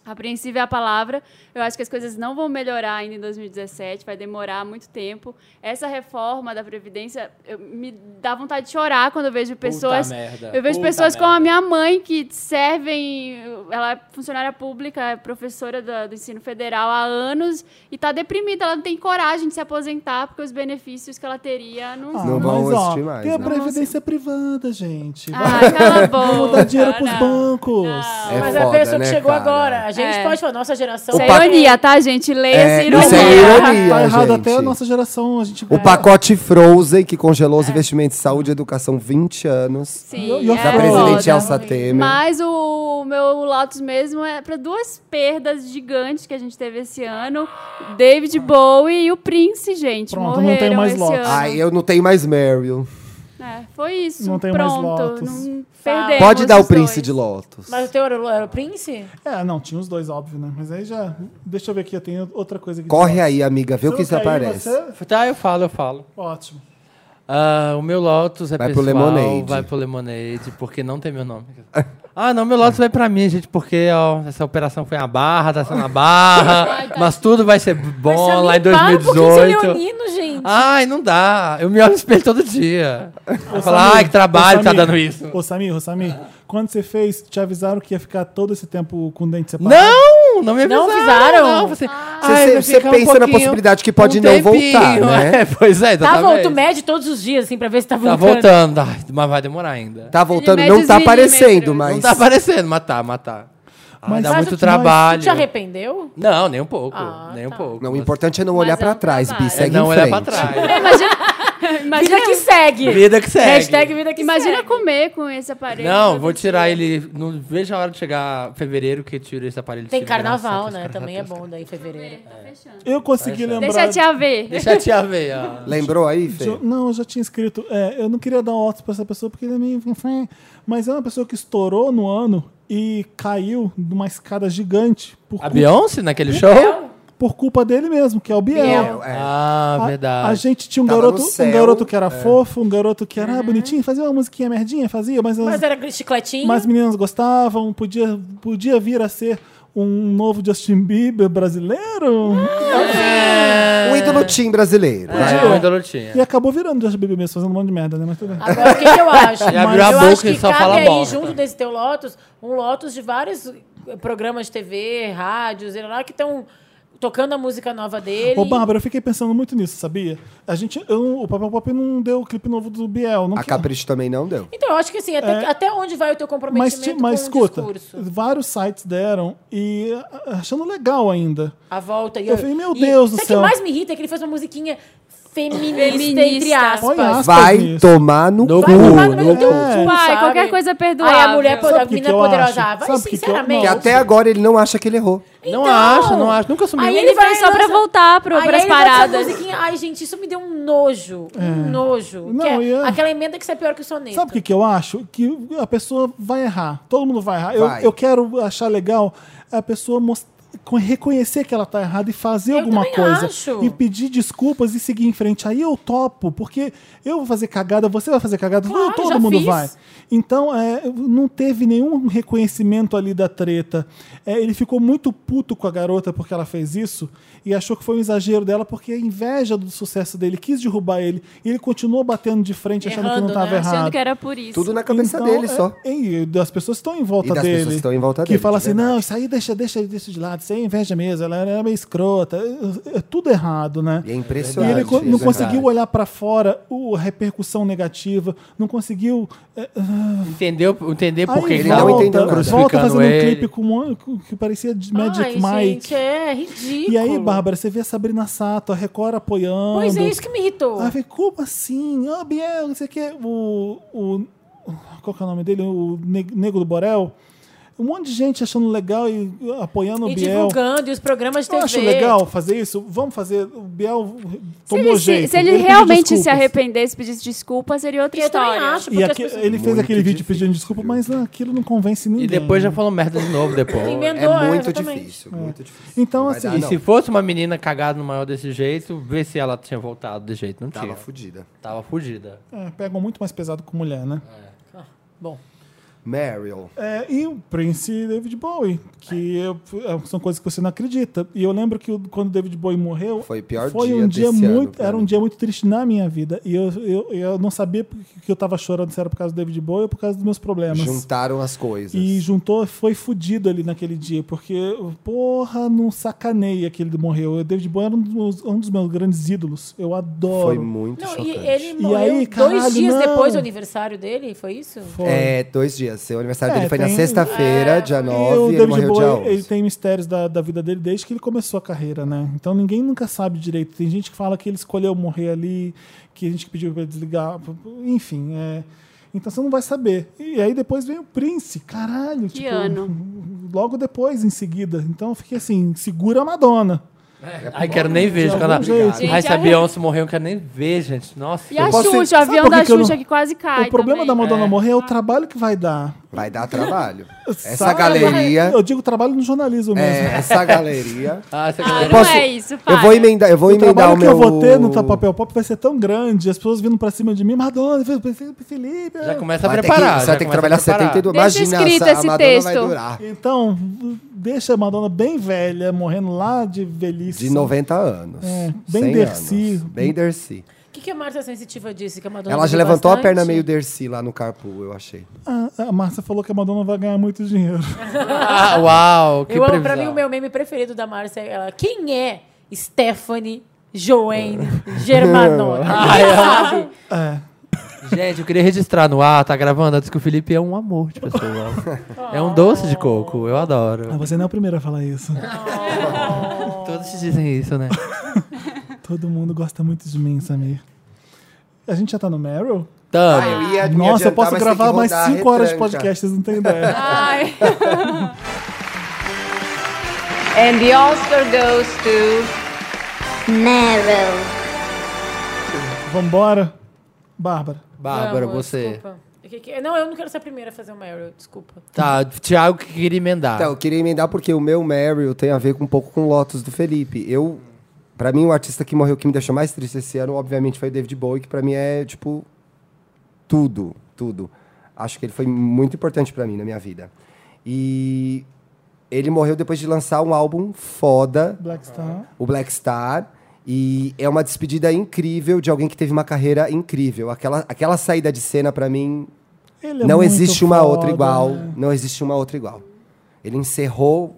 C: Apreensiva é a palavra. Eu acho que as coisas não vão melhorar ainda em 2017, vai demorar muito tempo. Essa reforma da Previdência eu- me dá vontade de chorar quando eu vejo pessoas.
E: merda,
C: Eu vejo
E: puta
C: pessoas como a
E: merda.
C: minha mãe que servem. Ela é funcionária pública, é professora da- do, ensino federal há anos e está deprimida. Ela não tem coragem de se aposentar porque os benefícios que ela teria não.
A: Ah,
C: Ah,
D: Não
A: mas,
D: vão
A: ó,
D: assistir mais,
A: Tem a
D: né?
A: previdência privada, gente. Vai
C: cala a boca.
A: dar dinheiro pros
C: não.
A: bancos.
D: É
B: Mas a
D: foda,
B: pessoa que
D: né,
B: chegou
D: cara?
B: agora, a gente
C: É.
B: pode falar, nossa geração.
C: Isso é
D: pac-
C: ironia, tá, gente? Leia essa
D: É,
C: ironia.
D: isso é ironia,
A: Tá errado
D: gente.
A: até a nossa geração. A gente
D: O pacote Frozen, que congelou os investimentos em saúde e educação 20 anos.
A: E
C: Sim,
A: eu-
C: é
A: e eu-
D: Da
A: É
D: presidente
C: foda.
D: Elsa
A: né?
D: Temer.
C: Mas o meu Lotus mesmo é para duas perdas gigantes que a gente teve esse ano: David Bowie e o Prince, gente.
A: Pronto, não
C: morreram
A: tenho mais
C: esse
A: Lotus.
C: ano.
D: Ai, eu não tenho mais Meryl.
C: É, foi isso.
A: Não tenho mais
C: Pronto.
A: Lotus.
B: Tá.
C: Não perdemos
D: Pode dar o
C: os
D: Prince
C: dois.
D: de Lotus.
B: Mas o teu era, o- era o Prince?
A: É, não, tinha os dois, óbvio, né? Mas aí já. Deixa eu ver aqui, eu tenho outra coisa aqui.
D: Corre aí, amiga, vê
A: Você
D: o que
A: não
D: isso
A: quer ir,
D: aparece.
A: você?
E: Tá, eu falo, eu falo.
A: Ótimo.
E: Ah, o meu Lotus é
D: Vai pro
E: pessoal,
D: Lemonade.
E: vai pro Lemonade, porque não tem meu nome. Ah, não, meu Lotus vai pra mim, gente, porque ó, essa operação foi uma barra, tá sendo uma barra, mas tudo vai ser
B: Mas,
E: bom
B: Samir,
E: lá em
B: para um pouquinho de ser
E: 2018.
B: leonino, gente.
E: Ai, não dá. Eu me olho no espelho todo dia. Eu falo,
A: Samir,
E: ai, que trabalho
A: ô,
E: tá
A: Samir,
E: dando isso.
A: Ô, Samir, ô, Samir, quando você fez, te avisaram que ia ficar todo esse tempo com o dente separado?
E: Não, não me avisaram.
B: Não avisaram?
E: Não, você,
B: Ah,
C: Ah,
D: Você-
E: vai
D: você
E: ficar
D: pensa na
E: pouquinho,
D: possibilidade que pode
E: um
D: não voltar,
E: tempinho.
D: né?
E: É, pois é,
B: Tá,
E: exatamente.
B: volta, tu mede todos os dias, assim, pra ver se tá
E: Tá
B: voltando.
E: voltando, ai, mas vai demorar ainda.
D: Tá voltando,
C: Ele
D: não
C: mede
D: tá
C: os
D: aparecendo,
C: milímetros.
D: mas.
E: Não tá aparecendo, matar, matar.
A: Mas
E: Ai, Ah, dá
A: faz
E: muito
A: o que nós-
B: Tu
E: trabalho.
B: te arrependeu?
E: Não, nem um pouco.
B: Ah,
E: nem um
B: tá.
E: pouco.
D: Não, o importante é não olhar
C: Mas é
D: pra
C: um
D: trás, Bi.
C: trabalho.
E: é
D: Segue
E: não
D: em frente.
E: olhar pra trás.
C: Imagina,
B: Vida que segue.
E: Vida que segue.
B: Hashtag vida que
C: imagina
B: segue.
C: comer com esse aparelho.
E: Não,
C: todo
E: vou
C: dia.
E: tirar ele. Não vejo a hora de chegar fevereiro que eu tiro esse aparelho.
B: Tem
E: tiro,
B: carnaval,
E: graças a
B: né?
E: Deus,
B: Também é
E: graças a
B: bom daí, em fevereiro.
A: Eu consegui lembrar.
C: Deixa a tia ver.
E: Deus. Deixa É, a tia ver, ó.
D: Lembrou aí, Fê?
A: Eu- Não, eu já tinha escrito. é, eu não queria dar ótimo pra essa pessoa porque ele é meio. fã, Mas é uma pessoa que estourou no ano e caiu de uma escada gigante por,
E: A
A: cu-
E: Beyoncé naquele show?
A: por culpa dele mesmo, que é o Biel.
D: É, é.
E: Ah,
A: A-
E: verdade.
A: A, gente tinha um
D: Tava
A: garoto,
D: no
A: um
D: céu, É.
A: garoto que era fofo, um garoto que era bonitinho, fazia uma musiquinha merdinha, fazia, mas,
B: Uhum. Mas
A: as,
B: era chicletinho.
A: mas as meninas gostavam, podia, podia vir a ser um novo Justin Bieber brasileiro.
B: Ah.
D: O
E: É.
D: ídolo Tim Um brasileiro.
E: Ah,
D: né?
E: é, o ídolo tinha.
A: E acabou virando Justin Bieber mesmo, fazendo um monte de merda, né? Mas tudo bem.
B: Agora, o que, que eu acho?
E: Ele abriu a
B: eu
E: boca
B: acho
E: e
B: que
E: só
B: cabe
E: fala
B: aí,
E: bosta.
B: junto desse teu Lotus, um Lotus de vários eh, programas de TV, rádios, sei lá, que estão tocando a música nova dele.
A: Ô, Bárbara, eu fiquei pensando muito nisso, sabia? A gente, eu- o Papel Pop não deu o clipe novo do Biel. Não
D: A
A: que-
D: Capricho também não deu.
B: Então, eu acho que assim, até,
A: É.
B: até onde vai o teu
A: mas,
B: comprometimento
A: ti- mas
B: com
A: escuta,
B: o discurso?
A: vários sites deram e ah, achando legal ainda.
B: A volta. E
A: Eu falei, meu
B: e-
A: Deus do
B: sabe
A: céu.
B: O que mais me irrita é que ele fez uma musiquinha feminista,
C: Feminista.
B: entre aspas.
A: Põe aspas
D: Vai
A: nisso.
D: tomar no,
E: No
D: cu.
E: cu,
B: Vai tomar
E: no
B: no
E: cu.
A: É.
C: Pai,
B: sabe?
C: qualquer coisa é perdoável.
B: Aí a mulher,
A: Sabe
B: a
A: o que
B: menina
A: que eu
B: poderosa,
A: acho?
B: ah, vai
A: Sabe o que que eu-
B: sinceramente. Então!
D: Que até agora ele não acha que ele errou.
E: Não acho, não acho. Nunca sumiu.
B: Aí
C: Ele vai só
B: lança-
C: pra voltar pro,
B: Aí
C: pras
B: ele bota essa
C: paradas.
B: musiquinha. Ai, gente, isso me deu um nojo. Um nojo.
A: Não,
B: Que é
A: e é-
B: Aquela emenda que isso é pior que o soneto.
A: Sabe o que, que eu acho? Que a pessoa vai errar. Todo mundo vai errar. Eu,
D: Vai.
A: eu quero achar legal a pessoa mos- co- reconhecer que ela tá errada e fazer
B: Eu
A: alguma
B: também
A: coisa.
B: acho.
A: E pedir desculpas e seguir em frente. Aí eu topo, porque eu vou fazer cagada, você vai fazer cagada,
B: Claro,
A: todo
B: já
A: mundo
B: fiz.
A: vai. Então, é, não teve nenhum reconhecimento ali da treta. É, ele ficou muito puto com a garota porque ela fez isso e achou que foi um exagero dela porque a inveja do sucesso dele quis derrubar ele. E ele continuou batendo de frente, achando que não
B: Errando,
A: estava
B: né?
A: errado.
C: Achando que era por isso.
D: Tudo na cabeça
A: Então,
D: dele
A: é-
D: só.
A: é, e das pessoas que estão em volta
D: E das
A: dele.
D: pessoas que estão em volta
A: que
D: dele,
A: fala
D: de
A: assim,
D: verdade.
A: não, isso aí deixa, deixa, deixa de lado, isso aí é inveja mesmo, ela era meio escrota, é, é tudo errado, né?
D: E é
A: E
D: impressionante.
A: ele co- não
D: isso,
E: verdade.
A: conseguiu olhar pra fora o, a repercussão negativa, não conseguiu. é, ah,
E: Entendeu? Entender por que
A: aí
E: que
D: ele
E: tava
D: não entendeu nada.
A: volta fazendo
E: crucificando
A: um
E: ele.
A: clipe com, um- com- que parecia de Magic
B: Ai,
A: Mike.
B: gente, é ridículo.
A: e aí, Bárbara, você vê a Sabrina Sato, a Record apoiando.
B: Pois é, isso que me irritou.
A: Aí eu falei, como assim? Ah, Biel, não sei o que. O, o. Qual que é o nome dele? O Ne- Nego do Borel. Um monte de gente achando legal e uh, apoiando
B: e
A: o Biel.
B: divulgando, e os programas de
A: Eu
B: TV.
A: acho legal fazer isso. Vamos fazer. O Biel
C: Se
A: tomou
C: ele, se-
A: jeito.
C: se ele
A: pediu
C: realmente se
A: desculpas.
C: arrependesse, pedisse desculpa, seria outra
B: Eu também
C: história.
B: acho, porque
A: E
B: as
A: aque-
B: pessoas-
A: ele fez
D: Muito
A: aquele vídeo
D: difícil.
A: pedindo desculpa, mas ah, aquilo não convence ninguém.
E: E depois já falou merda de novo depois.
B: Emendou,
D: É muito
B: exatamente.
D: difícil, muito difícil.
A: Então,
D: Não vai
A: assim,
D: dar,
E: E
D: não.
E: se fosse uma menina cagada no maior desse jeito, vê se ela tinha voltado desse jeito. Não tinha.
D: Tava fudida.
E: Tava fugida.
A: É, pegam muito mais pesado com mulher, né?
B: Bom,
D: Meryl.
A: É, e o Prince David Bowie, que é- é- são coisas que você não acredita. E eu lembro que o- quando o David Bowie morreu,
D: Foi o pior
A: foi
D: dia
A: um dia
D: desse ano
A: muito,
D: pra
A: era um
D: mim.
A: dia muito triste na minha vida. E eu, eu, eu não sabia por que que eu tava chorando se era por causa do David Bowie ou por causa dos meus problemas.
D: Juntaram as coisas.
A: E juntou, foi fudido ali naquele dia, porque, porra, não sacaneia que ele morreu. O David Bowie era um dos, um dos meus grandes ídolos. Eu adoro.
D: Foi muito
B: Não, e
D: chocante.
B: ele
A: E
B: morreu
A: aí, caralho,
B: dois dias
A: não.
B: depois do aniversário dele, foi isso?
A: Foi.
D: É, dois dias. Seu aniversário
A: É,
D: dele foi na
A: tem-
D: sexta-feira,
B: É.
D: dia
A: É, E
D: 9,
A: o
D: e ele
A: David
D: morreu dia 11.
A: Bowie, ele tem mistérios da, da vida dele desde que ele começou a carreira, né? Então ninguém nunca sabe direito. Tem gente que fala que ele escolheu morrer ali, que a gente que pediu pra ele desligar, enfim, é. Então você não vai saber. E aí depois vem o Prince, caralho.
C: Que
A: tipo,
C: ano?
A: Logo depois, em seguida. Então eu fiquei assim, segura a Madonna.
E: Ai, quero nem ver, gente. Quando
A: algum jeito.
E: a- Ai, se a
C: Gente,
E: Beyoncé morreu, eu quero nem ver, gente. Nossa.
C: E a
D: posso-
C: Xuxa, o
A: sabe
C: avião
A: por
C: da
A: que que eu não-
C: Xuxa que quase cai.
A: o problema da
C: também.
A: Madonna
E: É.
A: morrer é o trabalho que vai dar.
D: Vai dar trabalho. Essa
A: Sabe?
D: galeria...
A: Eu digo trabalho no jornalismo
D: É,
A: mesmo.
D: essa galeria...
E: Ah, essa
C: Ah,
E: galera-
C: não é isso, para.
D: eu vou emendar, eu vou
A: O
D: emendar
A: trabalho
D: o
A: que eu
D: meu...
A: vou ter no Papel Pop vai ser tão grande, as pessoas vindo pra cima de mim, Madonna, Felipe.
E: Já começa a
D: Vai ter que-
E: preparar.
D: Você
E: já
D: vai ter que
E: começa a preparar.
D: trabalhar 72...
C: Deixa
D: Imagina,
C: escrito
D: essa, a
C: esse
D: Madonna vai
C: texto.
D: durar.
A: Então, deixa a Madonna bem velha, morrendo lá de velhice.
D: De 90 anos.
A: É, bem
D: 100
A: Dercy.
D: anos. Bem Dercy.
B: O que, que a Marta Sensitiva disse? Que a Madonna
D: Ela já
B: bebeu
D: levantou a
B: bastante?
D: perna meio Dercy lá no carpool, eu achei.
A: A, a Márcia falou que a Madonna vai ganhar muito dinheiro.
E: Ah, uau, que
B: Eu amo, pra
E: previsão.
B: mim, o meu meme preferido da Márcia é ela. Quem é Stephanie Joanne Germanotti? Quem sabe?
E: Ah, é.
D: É.
E: Gente, eu queria registrar no ar, tá gravando, antes que o Felipe é um amor de pessoa. é um doce de coco, eu
A: Ah,
E: adoro.
A: você não é o primeiro a falar isso.
E: Todos te dizem isso, né?
A: Todo mundo gosta muito de mim, Samir. A gente já tá no Meryl?
E: Tamo.
B: Ah.
D: ia me
A: Nossa, eu
D: adiantar,
A: posso
D: mas tem que
A: gravar mais
D: rodar a
A: 5 horas de
D: retranca. Ah.
A: podcast, vocês não têm ideia.
C: Ai,
G: And the Oscar goes to
H: Meryl.
A: Vambora? Bárbara.
D: tá.
E: Bárbara,
B: Vamos,
E: você.
B: desculpa. O que que- Não, eu não quero ser a primeira a fazer o Meryl, desculpa.
E: Tá, Thiago que queria emendar.
D: Então, eu queria emendar porque o meu Meryl tem a ver com, um pouco com o Lotus do Felipe. Eu, pra mim, o artista que morreu que me deixou mais triste esse ano, obviamente, foi o David Bowie, que pra mim é, tipo, tudo, tudo. Acho que ele foi muito importante pra mim na minha vida. E ele morreu depois de lançar um álbum foda,
A: Black Star.
D: o Black Star. E é uma despedida incrível de alguém que teve uma carreira incrível. Aquela, aquela saída de cena, pra mim,
A: Ele é
D: não
A: muito
D: existe uma
A: foda,
D: outra igual.
A: né?
D: Não existe uma outra igual. Ele encerrou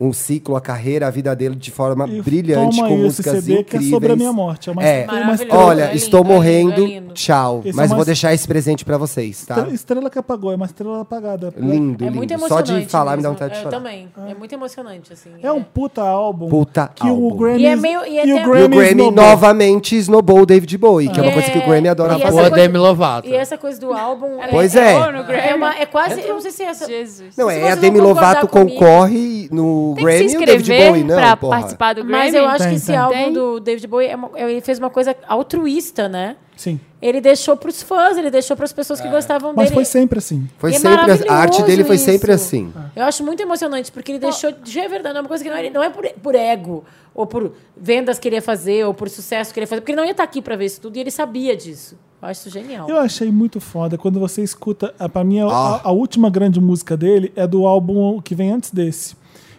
D: um ciclo, a carreira, a vida dele de forma
A: E
D: brilhante,
A: toma
D: com
A: esse
D: músicas
A: CD
D: incríveis.
A: que é sobre a minha morte, é uma-
D: É.
A: tem uma história-
D: Olha,
B: É lindo,
D: estou
B: é lindo,
D: morrendo.
B: é lindo.
D: Tchau.
A: Esse é
D: mas
A: uma
D: vou
A: es-
D: deixar esse presente pra vocês, tá?
A: Estrela- Estrela que apagou, é uma estrela apagada.
D: Lindo,
B: É
D: lindo.
B: muito
D: Só
B: emocionante.
D: de falar me dá
B: mesmo.
D: vontade de
B: Eu
D: chorar.
B: também. É. muito emocionante, assim.
A: É um puta álbum.
D: Puta
A: que
D: álbum.
A: o Grammy.
B: E é meio- e é até-
A: o
D: E o
A: Grammy,
D: Grammy
A: esnobou.
D: novamente esnobou o David Bowie, que é uma coisa que o Grammy adora
B: e essa
E: Ou
D: fazer.
E: a
B: coisa-
E: Demi Lovato.
B: E essa coisa do álbum.
D: Pois é.
C: entrou no Grammy.
B: É, uma- é quase. Eu não sei se é essa.
C: Jesus.
D: Não,
B: se
D: é
B: vocês
D: a
B: vão
D: Demi
B: concordar
D: Lovato
B: comigo-
D: concorre no
C: Tem que se
D: Grammy e o David
C: inscrever
D: Bowie, não,
C: pra
D: porra.
C: participar do Grammy.
B: Mas eu acho
A: Tem,
B: que esse
A: tem.
B: álbum
C: Tem.
B: do David Bowie, é uma- ele fez uma coisa altruísta, né?
A: Sim.
B: Ele deixou pros fãs, ele deixou pras pessoas
C: Ah.
B: que gostavam
A: Mas
B: dele.
A: foi sempre assim.
D: Foi
B: E é
D: sempre, a- a arte
B: maravilhoso
D: dele foi sempre
B: isso.
D: assim.
B: Eu acho muito emocionante, porque
C: Então-
B: ele deixou de verdade, é uma coisa que não, ele não é por, por ego, ou por vendas que ele ia fazer, ou por sucesso que ele ia fazer, porque ele não ia estar aqui pra ver isso tudo, e ele sabia disso. Eu acho isso genial.
A: Eu achei muito foda quando você escuta. a- Pra mim, a,
D: Ah.
A: a última grande música dele é do álbum que vem antes desse,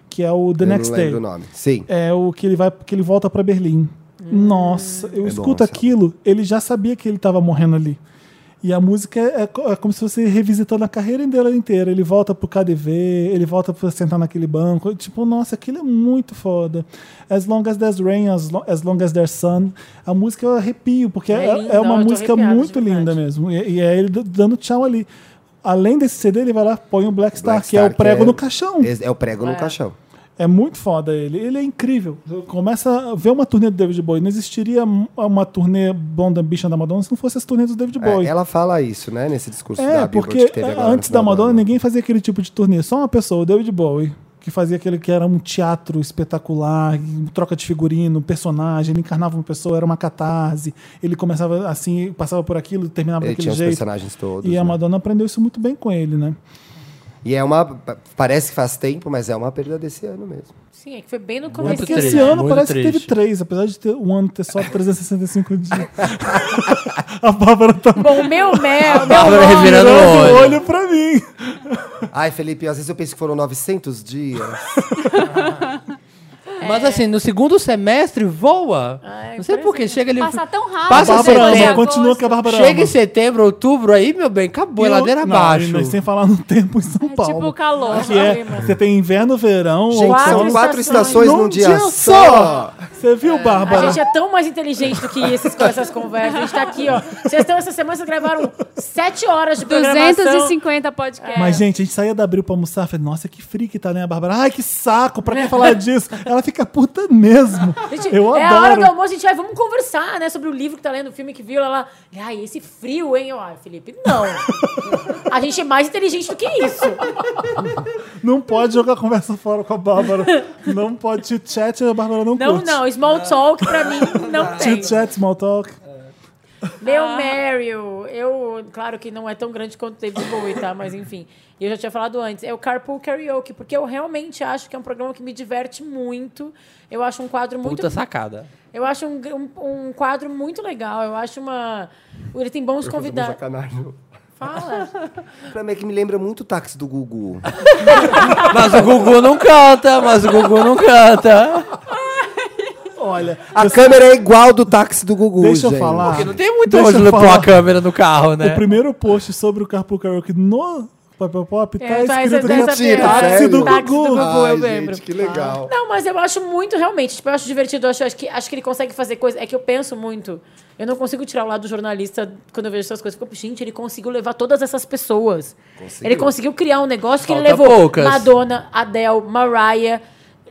A: que é o The
D: Eu
A: Next
D: não
A: Day.
D: lembro o nome. Sim.
A: É o que ele vai, que ele volta pra Berlim. Nossa,
D: É
A: eu
D: bom
A: escuto
D: esse
A: aquilo, ele já sabia que ele tava morrendo ali. E a música é, co- é como se você revisitando a carreira dela inteira. Ele volta pro KDV, ele volta pra sentar naquele banco. Tipo, nossa, aquilo é muito foda. As Long as There's Rain, As, lo- as Long as There's Sun. A música eu arrepio, porque é,
B: É lindo,
A: é uma
B: eu tô
A: música
B: arrepiada, de
A: muito linda
B: verdade.
A: mesmo. E, e é ele d- dando tchau ali. Além desse CD, ele vai lá põe o Black Star,
D: Black
A: que é o
D: Star,
A: prego no caixão.
D: Ex- É o prego no caixão.
A: É muito foda ele. Ele é incrível. Começa a ver uma turnê do David Bowie. Não existiria m- uma turnê Blonde Ambition da Madonna se não fosse as turnês do David
D: É,
A: Bowie.
D: ela fala isso, né, nesse discurso
A: É,
D: da Billboard
A: porque
D: que teve
A: é,
D: agora né? no
A: antes da
D: final do
A: Madonna
D: ano.
A: ninguém fazia aquele tipo de turnê. Só uma pessoa, o David Bowie, que fazia aquele que era um teatro espetacular, e troca de figurino, personagem, ele encarnava uma pessoa, era uma catarse. Ele começava assim, passava por aquilo, terminava
D: Ele
A: daquele
D: É, tinha os
A: jeito.
D: personagens todos.
A: E é
D: né?
A: a Madonna aprendeu isso muito bem com ele, né?
D: E é uma. pa- Parece que faz tempo, mas é uma perda desse ano mesmo.
B: Sim, é que foi bem no
A: É
B: começo.
A: porque
E: triste,
A: esse ano
E: muito
A: parece que
E: triste.
A: teve três, apesar de ter um ano ter só 365 dias. a Bárbara tá
B: Bom, o meu mel, meu
E: Bárbara
B: nome-
E: revirando
A: olhando
E: o
A: o
E: olho.
A: olho pra mim.
D: Ai, Felipe, às vezes eu penso que foram 900 dias. É.
E: Mas assim, no segundo semestre voa.
B: É,
E: não sei
C: assim.
E: porquê. Chega ali.
C: Passar tão rápido.
E: Passa
C: né?
A: Bárbara
E: setembro.
A: Ama, continua
D: é
A: com a Bárbara
E: Chega em
A: Ama.
E: setembro, outubro aí, meu bem, acabou, é ladeira
A: Não,
E: abaixo.
A: mas sem falar no tempo em São
C: É
A: Paulo.
C: Tipo o calor.
A: que é, você tem inverno, verão,
D: Gente, são
B: Quatro
D: quatro
B: estações
D: estações num dia só.
A: Você viu,
B: A
A: Bárbara?
B: gente é tão mais inteligente do que esses, com essas conversas. A gente tá aqui, ó. Vocês estão essa semana, vocês gravaram sete horas de programação.
C: 250
B: É.
C: podcasts.
A: Mas, gente, a gente saía da Abril pra almoçar. Falei, nossa, que frio que tá, né, a Bárbara? Ai, que saco, pra que falar disso? Ela fica puta mesmo.
B: Gente,
A: Eu
B: é a hora
A: adoro.
B: do almoço, a gente vai, vamos conversar, né? Sobre o livro que tá lendo, o filme que viu, ela lá. Ai, esse frio, hein? Eu, ai, Felipe, não. A gente é mais inteligente do que isso.
A: Não pode jogar a conversa fora com a Bárbara. Não pode chit-chat, a Bárbara não,
B: Não,
A: curte.
B: não.
E: Ah.
B: Small talk pra mim não Ah. tem.
A: Chit-chat, small talk.
B: Meu Meryl, eu, claro que não é tão grande quanto David Bowie, tá? Mas enfim, eu já tinha falado antes, é o Carpool Karaoke, porque eu realmente acho que é um programa que me diverte muito. Eu acho um quadro muito.
E: Puta sacada.
B: Eu acho um, um, um quadro muito legal. Eu acho uma. Ele tem bons
E: um
B: convidados. Fala.
D: Pra mim é que me lembra muito o táxi do Gugu.
E: Mas o Gugu não canta, mas o Gugu não canta.
A: Olha,
D: A
A: eu-
D: câmera é igual do táxi do Gugu,
A: deixa eu
D: gente.
A: falar.
E: Porque não tem muito
A: Deixa
E: onde
A: eu
E: pôr
A: falar.
E: a câmera no carro, né?
A: O primeiro post sobre o Carpool Karaoke no Pop Pop tá
B: É, tá,
A: escrito
B: essa- essa-
A: mentira.
B: essa-
A: Táxi do
B: táxi do
A: Gugu.
B: Gugu. Gugu, eu lembro.
D: que legal.
B: Não, mas eu acho muito realmente. Tipo, eu acho divertido. Eu acho, acho que, acho que ele consegue fazer coisas. É que eu penso muito. Eu não consigo tirar o lado do jornalista quando eu vejo essas coisas. Eu Fico, gente, ele conseguiu levar todas essas pessoas. Ele conseguiu criar um negócio que ele
E: Falta
B: levou
E: poucas.
B: Madonna, Adele, Mariah,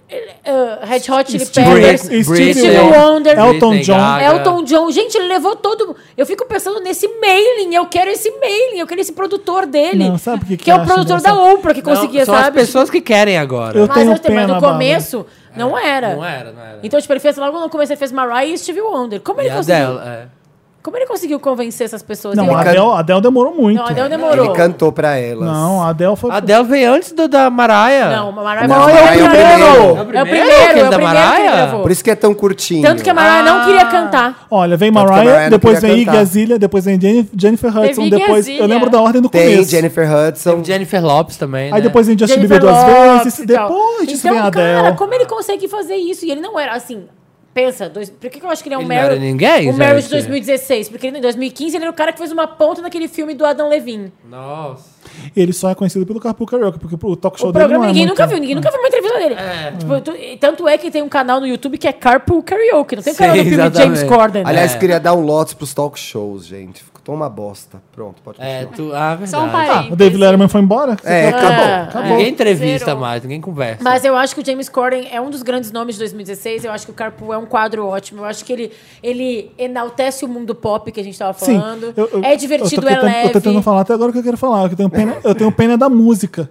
B: eh, Red Hot Chili
A: Steve
B: Peppers,
A: Britney,
B: Steve
A: Stevie
B: Wonder,
A: Elton
E: Lady
A: John.
E: Gaga.
B: Elton John. Gente, ele levou todo. Eu fico pensando nesse mailing. Eu quero esse mailing. Eu quero esse produtor dele.
A: Não, sabe o que que
B: que é
A: eu
B: o
A: acho
B: produtor da
A: engraçado?
B: Oprah que
E: Não,
B: conseguia,
E: São
B: sabe?
E: as pessoas que querem agora.
A: Eu-
B: Mas,
A: tenho
B: eu tenho-
A: pena,
B: mas no
A: Bárbara.
B: começo, não era.
E: É, Não era, não era.
B: Então, tipo, ele fez logo no começo, ele fez Mariah e Stevie Wonder. Como
E: E
B: ele,
E: a
B: conseguiu,
E: dela, é.
B: como ele conseguiu convencer essas pessoas?
A: Não,
B: ele,
A: a Adele, a Adele demorou muito.
B: não, a Adele demorou.
D: Ele cantou pra elas.
A: Não, a Adele foi.
E: A Adele veio antes do, da Mariah.
B: Não, a Mariah
D: Não,
B: foi
D: é o
B: antes da
D: primeiro.
B: Adele.
E: É
B: É
E: o
B: o
E: primeiro,
B: primeiro,
E: aquele
B: é o
E: da
B: primeiro que ele
E: Mariah?
B: gravou.
D: Por isso que é tão curtinho.
B: Tanto que a Mariah não queria cantar.
A: Ah, Olha, vem
D: Tanto que a
A: Mariah,
D: Mariah não
A: depois
D: queria
A: vem Iggy
D: cantar.
A: Azalea, depois vem Jenni- Jennifer Hudson,
C: Iggy
A: depois eu
C: Azalea.
A: lembro da ordem do
D: Tem
A: começo.
D: Jennifer Hudson.
E: Jennifer Lopes também,
A: Aí
E: né?
A: depois vem Justin Bieber
B: Jennifer
A: duas
B: Lopes
A: vezes,
B: e tal.
A: depois disso vem a
B: Então, cara,
A: Adele.
B: como ele consegue fazer isso? E ele não era, assim... Pensa, dois, por que, que eu acho que ele é um
E: Ele não
B: Meryl?
E: era ninguém,
B: o Meryl de
E: gente.
B: 2016. Porque ele, em 2015 ele era o cara que fez uma ponta naquele filme do Adam Levine.
E: Nossa.
A: Ele só é conhecido pelo Carpool Karaoke, porque o talk show
B: O
A: dele não
B: programa
A: é
B: ninguém
A: muito-
B: nunca viu, ninguém nunca viu uma entrevista dele.
E: É.
B: Tipo, tu- e tanto é que tem um canal no YouTube que é Carpool Karaoke, não tem
E: Sim,
B: canal do filme
E: exatamente.
B: James Corden.
D: Aliás,
E: É.
D: queria dar um lotes pros talk shows, gente. Ficou tão uma bosta. Pronto, pode
E: É,
D: continuar.
E: tu... Ah, verdade.
C: Só um
A: Ah,
C: parênteses.
A: o David Letterman foi embora?
D: É, acabou.
B: acabou.
E: Ninguém entrevista
C: Zero.
E: mais, ninguém conversa.
B: Mas eu acho que o James Corden é um dos grandes nomes de 2016. Eu acho que o Carpool é um quadro ótimo. Eu acho que ele, ele enaltece o mundo pop que a gente tava
A: Sim.
B: falando.
A: eu- eu-
B: é divertido,
A: eu tô
B: é
A: tentando, Eu tô tentando
B: leve.
A: falar até agora o que eu quero falar. que Eu tenho pena, eu tenho pena da música.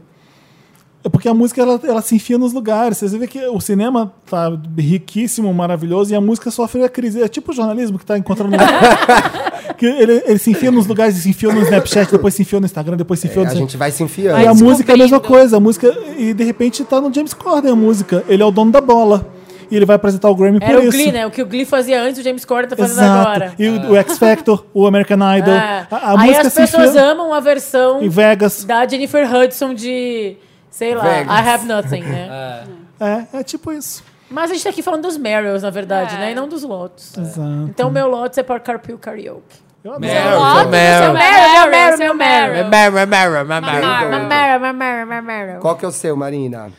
A: É Porque a música ela, ela se enfia nos lugares. Você vê que o cinema tá riquíssimo, maravilhoso, e a música sofre a crise. É tipo o jornalismo que tá encontrando. que ele, ele se enfia nos lugares, se enfia no Snapchat, depois se enfia no Instagram, depois se enfia
D: É,
A: no.
D: a gente vai se
A: E a
D: enfiando.
A: música é a mesma coisa, a música. E de repente tá no James Corden a música. Ele é o dono da bola. E ele vai apresentar o Grammy
B: Era
A: por
B: o
A: isso.
B: Glee, né? O que o Glee fazia antes, o James Corden tá fazendo
A: Exato.
B: agora.
A: E o, o X Factor, o American Idol.
B: É.
A: Ah, então, A, a
B: Aí
A: música
B: as
A: se
B: pessoas
A: enfia
B: amam a versão
A: em Vegas.
B: da Jennifer Hudson de, sei lá,
D: Vegas.
B: I Have Nothing, né?
A: É, é tipo isso.
B: Mas a gente tá aqui falando dos Meryls, na verdade,
C: É.
B: né? E não dos Lotus.
A: Exato.
B: Então, meu Lotus é para Carpool Karaoke.
A: Eu adoro.
E: Meryl,
C: Lotus,
E: Meryl.
C: seu Meryl,
B: Meryl,
C: seu
E: Meryl,
B: Meryl,
C: Meryl.
E: Meryl, Meryl, Meryl.
C: Meryl.
B: Meryl, Meryl, Meryl, Meryl.
D: Qual que é o seu, Marina?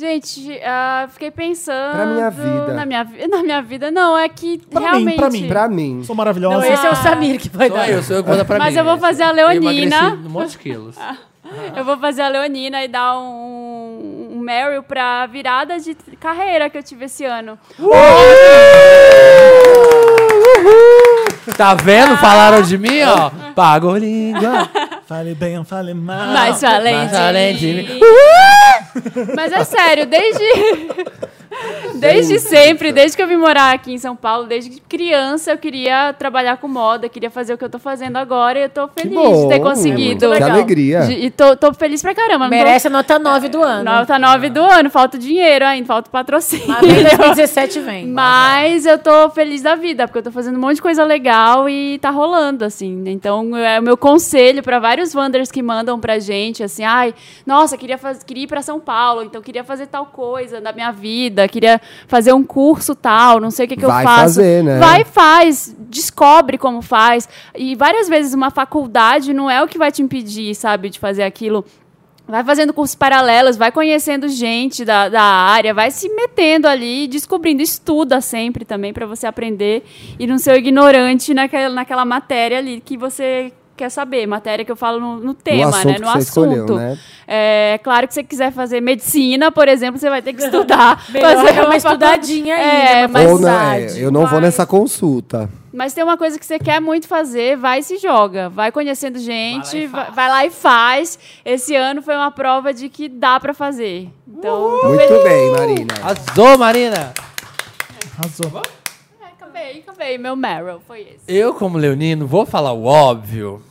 C: Gente, ah, fiquei pensando.
D: Pra minha vida.
C: Na minha, vi- na minha vida, não, é que
A: Pra mim,
C: realmente.
A: pra mim,
D: Pra mim.
A: Sou
B: Não,
A: maravilhosa. Ah.
B: esse é o Samir que vai
E: Sou
B: dar.
E: eu, sou eu que vou dar pra
C: Mas
E: mim.
C: eu vou fazer a
E: Eu emagreci
C: Leonina.
E: Um monte de quilos.
B: Ah.
C: Eu vou fazer a Leonina e dar um, um Meryl pra virada de carreira que eu tive esse ano.
E: Tá vendo? Falaram de mim, ó. Pagou língua.
A: Fale bem, fale mal.
C: Ah. Mas além
E: mas além de
C: de mim. Mas é sério, desde. Desde sempre, desde que eu vim morar aqui em São Paulo, desde criança, eu queria trabalhar com moda, queria fazer o que eu tô fazendo agora e eu tô feliz de ter
D: bom,
C: conseguido.
D: que Legal. alegria.
C: De- e tô, tô feliz pra caramba. não
B: Merece a nota 9 do
C: Tô...
B: ano.
C: Nota 9 do ano, falta dinheiro ainda, falta patrocínio.
B: Mas vem 2017 vem.
C: Mas eu tô feliz da vida, porque eu tô fazendo um monte de coisa legal e tá rolando, assim. Então, é o meu conselho pra vários Wanders que mandam pra gente, assim, ai, nossa, queria, faz... queria ir pra São Paulo, então queria fazer tal coisa na minha vida, queria fazer um curso tal, não sei o que, que
D: Vai
C: eu faço.
D: fazer, né?
C: Vai e faz, descobre como faz. E várias vezes uma faculdade não é o que vai te impedir, sabe, de fazer aquilo. Vai fazendo cursos paralelos, vai conhecendo gente da, da área, vai se metendo ali, descobrindo, estuda sempre também para você aprender e não ser ignorante naquela, naquela matéria ali que você quer saber, matéria que eu falo no, no tema,
D: assunto
C: né?
D: que
C: No
D: você
C: assunto.
D: escolheu, né?
C: É é claro que se você quiser fazer medicina, por exemplo, você vai ter que estudar.
B: Melhor
C: fazer
B: dar uma
C: faculdade.
B: estudadinha aí,
C: É,
B: né, pra
C: mas
D: Ou não, é,
B: Verdade,
D: eu não vou
C: mas-
D: nessa consulta.
C: mas tem uma coisa que você quer muito fazer, vai e se joga. Vai conhecendo gente, vai vai- vai lá e faz. Esse ano foi uma prova de que dá pra fazer. Então, tô
D: Muito
C: feliz.
D: bem, Marina.
E: Arrasou, Marina!
A: Arrasou.
C: É, acabei, acabei. Meu Meryl foi esse.
E: Eu, como leonino, vou falar o óbvio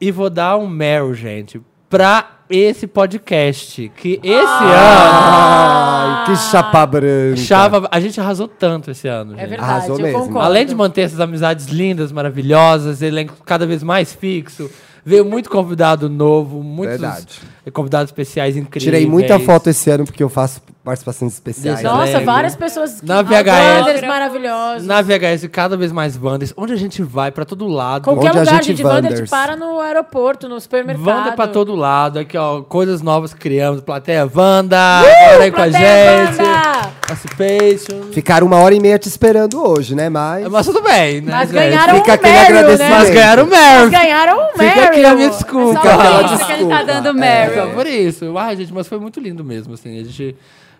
E: e vou dar um Meryl, gente, pra esse podcast, que esse
B: Ah!
D: Ai, que Ah. chapa branca.
E: ano... Chava, a gente arrasou tanto esse ano,
B: É
E: gente.
B: verdade,
D: Arrasou
B: eu
D: mesmo.
B: concordo.
E: Além de manter essas amizades lindas, maravilhosas, elenco cada vez mais fixo, veio muito convidado novo, muitos
D: Verdade.
E: convidados especiais incríveis.
D: Tirei muita foto esse ano porque eu faço participações especiais. né?
E: Exato.
B: Nossa,
E: Lego.
B: várias pessoas.
E: Na VHS.
B: Brothers maravilhosos.
E: Na VHS, cada vez mais bandas. Onde a gente vai, pra todo lado.
B: Qualquer
D: Onde a
B: lugar,
D: gente
B: gente, Wander te
D: Wanders.
B: para no aeroporto, no supermercado.
E: Wanda pra todo lado. Aqui, ó, coisas novas criamos. Plateia Wanda, agora aí com a
B: Uh, plateia
E: gente.
B: Wanda!
E: Participation.
D: Ficaram uma hora e meia te esperando hoje, né? Mas.
E: Mas tudo bem, né?
B: Mas
E: gente?
B: ganharam
D: Fica
B: um
D: aquele
B: Meryl,
D: agradecimento.
E: Mas
B: Né?
E: ganharam o
B: Mas
E: Meryl.
B: ganharam um Meryl. um
E: Fica aqui a minha
C: Só
E: desculpa. É,
C: o
D: Desculpa.
C: Pedro que ele tá dando
E: Só
C: Meryl.
E: por isso. Ai, gente, mas foi muito lindo mesmo, assim. A gente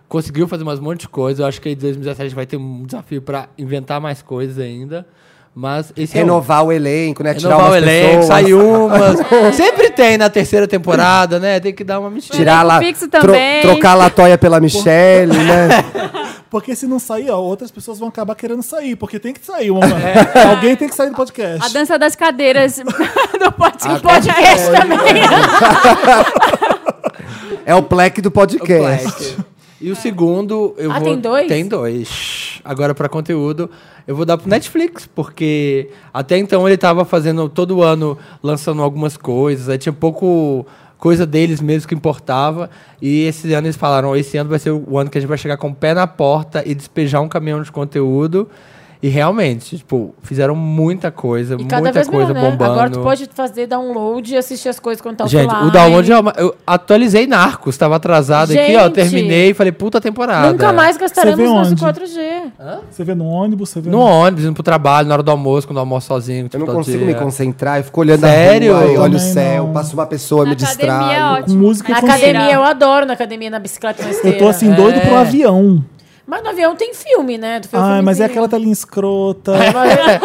E: conseguiu fazer umas monte de coisa. Eu acho que em 2017 vai ter um desafio pra inventar mais coisas ainda. Mas esse é o-
D: Renovar o elenco, né? Tirar
E: Renovar
D: umas
E: o elenco,
D: pessoas,
E: sai umas. Sempre tem na terceira temporada, né? Tem que dar uma mexida.
D: Tirar lá.
C: Fixo também.
D: trocar a Latoya pela Michelle, né?
A: Porque se não sair, ó, outras pessoas vão acabar querendo sair, porque tem que sair uma hora.
B: É.
A: Alguém tem que sair do podcast.
C: A dança das cadeiras do pod-
D: Ah,
C: podcast também.
D: É o Black do podcast.
E: Black. E o segundo, eu
B: Ah,
E: vou.
B: tem dois?
E: Tem dois. Agora, pra conteúdo, eu vou dar pro Netflix, porque até então ele tava fazendo todo ano, lançando algumas coisas, aí tinha pouco coisa deles mesmo que importava. E esse ano eles falaram: esse ano vai ser o ano que a gente vai chegar com o pé na porta e despejar um caminhão de conteúdo. E realmente, tipo, fizeram muita coisa,
B: E
E: muita
B: cada vez
E: coisa
B: melhor, né?
E: bombando.
B: Agora tu pode fazer download e assistir as coisas quando tá
E: Gente,
B: offline.
E: o
A: um
E: download é uma- Eu atualizei Narcos, tava atrasado aqui, ó.
B: Gente.
E: Terminei e falei, puta temporada.
B: Nunca mais
A: Você vê
B: gastaremos nosso
A: onde?
B: 4G.
A: Você vê no ônibus, você vê
E: No ônibus, indo pro trabalho, na hora do almoço, quando eu almoço sozinho.
D: Eu
E: tipo,
D: não
E: todo
D: consigo
E: dia.
D: me concentrar, eu fico olhando
E: Sério?
D: a rua, aí olho o
A: Também
D: céu,
A: não.
D: passa uma pessoa, me
B: é
D: distrai.
C: academia, é ótimo.
A: música e
B: Na
A: Funciona.
B: academia, eu adoro na academia, na bicicleta, na esteira. É.
A: Eu tô assim, doido pro avião.
B: Mas no avião tem filme, né? Tu vê o
A: Ai, mas é aquela
B: filmezinho.
A: telinha escrota.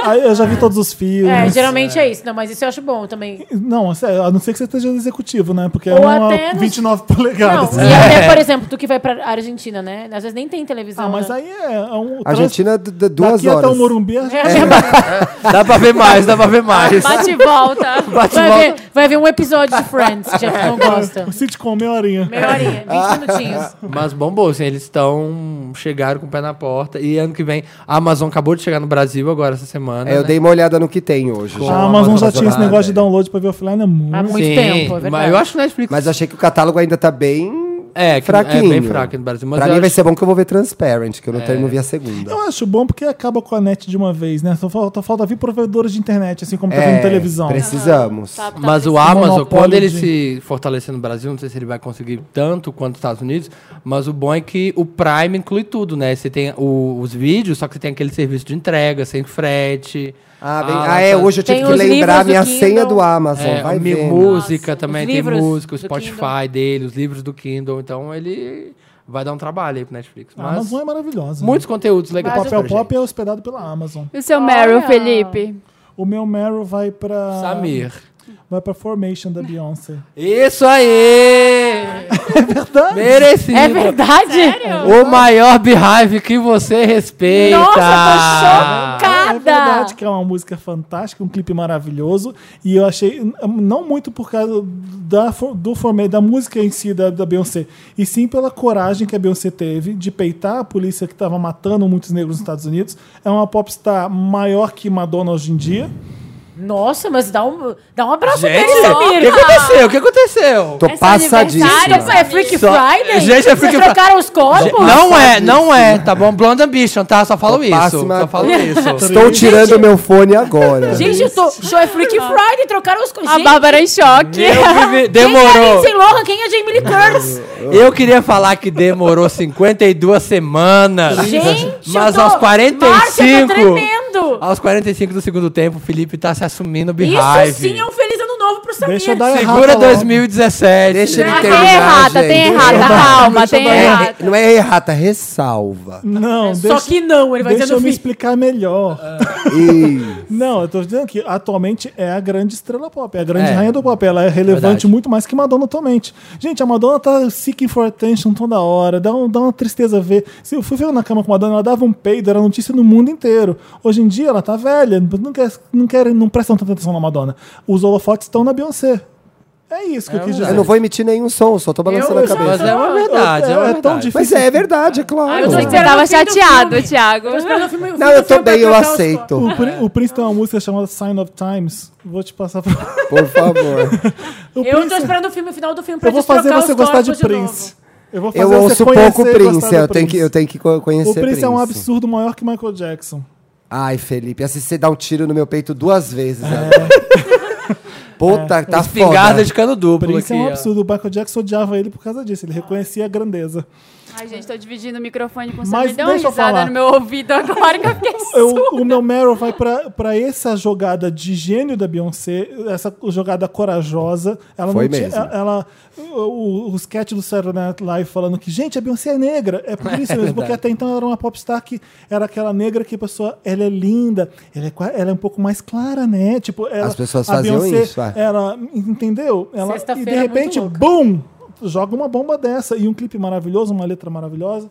A: Ai, eu já vi todos os filmes.
B: É, geralmente é isso. Não, mas isso eu acho bom também.
A: Não, é sério, a não ser que você esteja no executivo, né? Porque é
B: Ou
A: uma
B: até nos-
A: 29
B: Não,
A: polegadas.
B: e
E: É.
B: até, por exemplo, tu que vai pra Argentina, né? Às vezes nem tem televisão.
A: Ah, mas
B: né?
A: aí é, é um.
D: A Argentina, d- d- duas
A: Daqui
D: horas.
A: até o Morumbi, a
B: É a mesma
E: Dá pra ver mais, dá pra ver mais.
C: Bate e volta.
E: Bate
B: Vai
E: volta.
B: ver, vai ver um episódio de Friends, já que não gosta.
A: O sitcom, meia horinha. Ah.
B: Meia horinha, 20 minutinhos.
E: Mas bombou, assim, eles estão. Chegaram com o pé na porta. E ano que vem, a Amazon acabou de chegar no Brasil agora, essa semana.
D: É, eu
E: né?
D: dei uma olhada no que tem hoje. já.
A: Ah,
D: tá
A: A Amazon já tinha esse negócio de download pra ver offline, é
B: Há
A: muito.
B: muito
E: Sim,
B: tempo, é verdade.
E: Mas eu acho que o Netflix.
D: Mas achei que o catálogo ainda tá bem
E: é, que
D: fraquinho.
E: é bem fraco no Brasil. Mas
D: pra
E: eu
D: mim vai
E: acho-
D: ser bom que eu vou ver Transparent, que eu não tenho não vi a segunda.
A: Eu acho bom porque acaba com a net de uma vez, né? Só falta, falta vir provedores de internet, assim como tá
D: É,
A: vendo televisão.
D: Precisamos.
C: Tá, tá
E: Mas o
C: precisando.
E: Amazon,
A: monopólio
E: quando ele
A: de-
E: se fortalecer no Brasil, não sei se ele vai conseguir tanto quanto os Estados Unidos, mas o bom é que o Prime inclui tudo, né? Você tem o- os vídeos, só que você tem aquele serviço de entrega, sem frete.
D: Ah, bem-
E: a-
D: ah, é, hoje eu tive
B: Tem
D: que
B: os livros
D: lembrar
B: do
D: minha
B: Kindle.
D: senha do Amazon.
E: É,
D: vai
E: mi-
D: ver.
E: música também,
B: os
E: tem
B: livros
E: música, o
B: do
E: Spotify
B: Kindle.
E: dele, os livros do Kindle, então ele vai dar um trabalho aí pro Netflix.
A: A
E: Mas
A: Amazon é maravilhosa. né?
E: muitos conteúdos
A: O
E: legais.
A: papel
E: pra
A: pop
E: gente.
A: é hospedado pela Amazon.
C: E o seu Meryl,
B: Olha.
C: Felipe?
A: O meu Meryl vai pra.
E: Samir.
A: Vai pra Formation da Beyoncé.
E: Isso aí!
A: verdade.
E: Merecido.
B: É verdade?
C: Sério?
E: O maior beehive que você respeita.
B: Nossa, tô
A: É
B: chocada.
A: verdade que é uma música fantástica, um clipe maravilhoso. E eu achei, n- não muito por causa da, fo- do formato, da música em si da, da Beyoncé, e sim pela coragem que a Beyoncé teve de peitar a polícia que estava matando muitos negros nos Estados Unidos. É uma popstar maior que Madonna hoje em dia.
B: Nossa, mas dá um, dá um abraço pra
E: Gente,
B: ele,
E: o que
B: Samir.
E: aconteceu? O que aconteceu?
D: Tô
C: Essa
B: Sério,
D: passadíssima.
B: é Freak Friday?
E: Gente, é Freak
B: Vocês
E: Fri-
B: trocaram os corpos?
E: Não é, não é, tá bom? Blonde Ambition, tá? Só falo isso.
D: Próxima-
E: Só falo isso.
D: Estou
A: Gente.
D: tirando meu fone agora.
B: Gente, eu tô... Show é Freak Friday, trocaram os corpos.
C: A Bárbara é em choque.
E: Eu vivi-
B: Quem é a
E: Demorou.
B: Lindsay Lohan? Quem é a Jamie Lee Curtis?
E: Eu queria falar que demorou 52 semanas.
B: Gente,
E: mas
B: eu tô-
E: aos 45.
B: Márcia, eu tô tremendo.
E: Aos 45 do segundo tempo, o Felipe tá se assumindo behive.
B: Isso sim é um feliz ano novo pro Samir.
A: Deixa eu dar errado.
E: Segura
A: logo.
E: 2017.
D: Deixa ele
B: né?
C: Ah, tem
D: terminar,
B: tá
C: errata,
D: gente.
C: tem errata. Calma, tem
D: É,
C: errata.
D: não é errata, ressalva.
A: Não,
B: Só que não, ele vai
A: Deixa
B: dizer
A: eu
B: no
A: me
B: fim.
A: explicar melhor.
D: E
A: Não, eu tô dizendo que atualmente é a grande estrela pop, é a grande
E: É.
A: rainha do pop. Ela é relevante
E: Verdade.
A: muito mais que Madonna atualmente. Gente, a Madonna tá seeking for attention toda hora, dá, um- dá uma tristeza ver. Se eu fui ver na cama com a Madonna, ela dava um peido, era notícia no mundo inteiro. Hoje em dia ela tá velha, não, quer, não, quer, não prestam tanta atenção na Madonna. Os holofotes estão na Beyoncé. É isso que eu quis dizer.
D: eu não vou emitir nenhum som, só tô balançando a
E: Mas
D: cabeça.
E: é uma verdade, é uma
A: É
E: verdade.
A: tão difícil.
D: Mas é, é verdade, é
B: Ah,
D: claro.
B: eu tô
C: Você
B: esperando
C: tava
B: o fim do
C: chateado,
B: filme.
C: Thiago.
B: Tô esperando o filme- o
D: Não,
B: filme
D: eu tô
B: pra
D: bem, eu
B: trocar os
D: aceito.
A: O, Pri- o Prince tem uma música chamada Sign of Times. Vou te passar pra.
D: Por favor.
A: O
B: Eu tô esperando o filme, o final do filme pra
A: Eu vou
B: destrocar
A: fazer você
B: os
A: gostar de
B: corpos
A: Prince.
B: novo.
A: Eu vou fazer
D: Eu
A: você
D: ouço
A: conhecer
D: pouco
A: e
D: Prince,
A: gostar do
D: eu tenho, que, eu tenho que co- conhecer
A: O Prince, é um absurdo maior que Michael Jackson.
D: Ai, Felipe, assim você dá um tiro no meu peito duas vezes.
A: É.
D: agora. Puta, tá
E: Espingarda
D: foda.
E: de cano duplo
A: Prince é
E: aqui.
A: um
E: ó.
A: absurdo. O Michael Jackson odiava ele por causa disso. Ele reconhecia a grandeza.
C: Ai, gente, tô dividindo o microfone com
A: Mas
C: você. Me deu uma
A: deixa eu falar.
C: risada no meu ouvido agora que eu fiquei
A: Eu-
C: surda.
A: É, o meu Meryl vai pra, pra essa jogada de gênio da Beyoncé, essa jogada corajosa. Ela
D: Foi
A: não tinha-
D: mesmo.
A: ela, o, o- o sketch do Saturday Night Live falando que, gente, a Beyoncé é negra. É por isso mesmo, porque até então ela era uma popstar que era aquela negra que a pessoa, ela é linda, ela é, qua- ela é um pouco mais clara, né? Tipo, ela-
D: As pessoas
A: a
D: faziam
A: Beyoncé,
D: isso, é.
A: Ela, entendeu? Ela, e
B: Sexta-feira
A: de
B: é muito
A: repente,
B: louca.
A: BUM! Joga uma bomba dessa e um clipe maravilhoso, uma letra maravilhosa.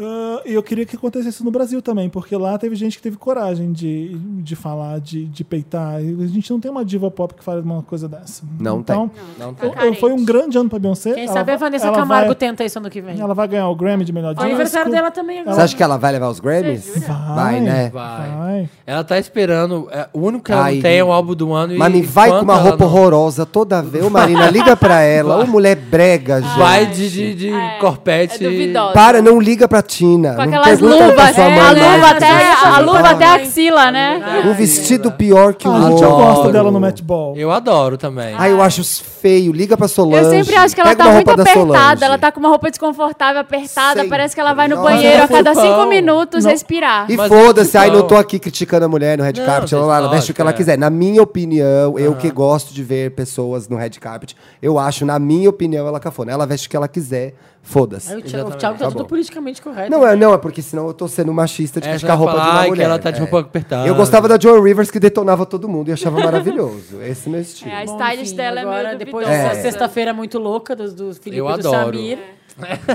A: Ah, E eu queria que acontecesse no Brasil também, porque lá teve gente que teve coragem de, de falar, de, de peitar. E A gente não tem uma diva pop que faz uma coisa dessa.
D: Não
A: então,
D: tem.
A: Não,
C: tem. Tá carente.
A: Foi um grande ano pra Beyoncé.
B: Quem
A: Ela
B: sabe a
A: vai-
B: Vanessa
A: ela
B: Camargo
A: vai-
B: tenta isso ano que vem.
A: Ela vai ganhar o Grammy de melhor
B: O aniversário dela também agora.
D: Você acha que ela vai levar os Grammys? Vai, né?
E: Vai.
A: Vai.
E: Ela tá esperando. é, o único que ela
D: Ai,
E: não tem é o álbum do ano. e
D: Mas me vai com
E: enquanto
D: uma
E: ela
D: roupa
E: não-
D: horrorosa toda vez. Ô, Marina, liga pra ela. Ô, mulher brega, gente.
E: Vai de, de, de
C: É,
E: corpete.
C: é duvidosa.
D: Para, não liga pra Tina.
C: Com
D: não
C: aquelas
D: pergunta pra
C: luvas,
D: sua
C: é,
D: mãe.
C: a luva
B: né?
C: até, a
B: Ah,
C: luva até a
B: verdade.
C: axila, né?
D: Um vestido pior que o
A: Ah,
D: outro.
A: gente, eu gosto dela no matchball.
E: Eu adoro também.
D: Ai, eu acho feio. Liga pra Solange.
C: Eu sempre acho que ela
D: Pega
C: tá
D: uma
C: muito
D: roupa da Solange.
C: apertada, ela tá com uma roupa desconfortável, apertada,
D: Sempre.
C: parece que ela vai no
D: Nossa,
C: banheiro
E: ela
C: a cada
E: foi
C: cinco
E: pão.
C: minutos
A: Não.
C: respirar.
D: E
E: Mas então-
D: foda-se, ai, não
E: não.
D: tô aqui criticando a mulher no red
E: Não,
D: carpet, ela,
E: gente,
D: ela veste o que ela
E: lógico, é.
D: quiser. Na minha opinião, eu que gosto de ver pessoas no red carpet, eu acho, na minha opinião, ela cafona. Ela veste o que ela quiser,
B: Aí o
D: foda-se.
B: Thiago, o Thiago tá,
D: Tá
B: tudo
D: bom.
B: politicamente correto. né?
D: Não é, não, é porque senão eu tô sendo machista de
E: É,
D: criticar a
E: você vai
D: roupa de
E: falar,
D: uma
E: ai, que
D: mulher.
E: ela tá de
D: é.
E: roupa apertada.
D: Eu gostava da Joan Rivers que detonava todo mundo e achava maravilhoso. Esse é meu estilo.
C: É, a
B: Bom,
C: stylist
B: enfim,
C: dela é meio
B: agora,
C: duvidosa.
B: Depois dessa
D: É.
B: sexta-feira muito louca do, do Felipe
E: Eu
B: e do
E: adoro.
B: Samir,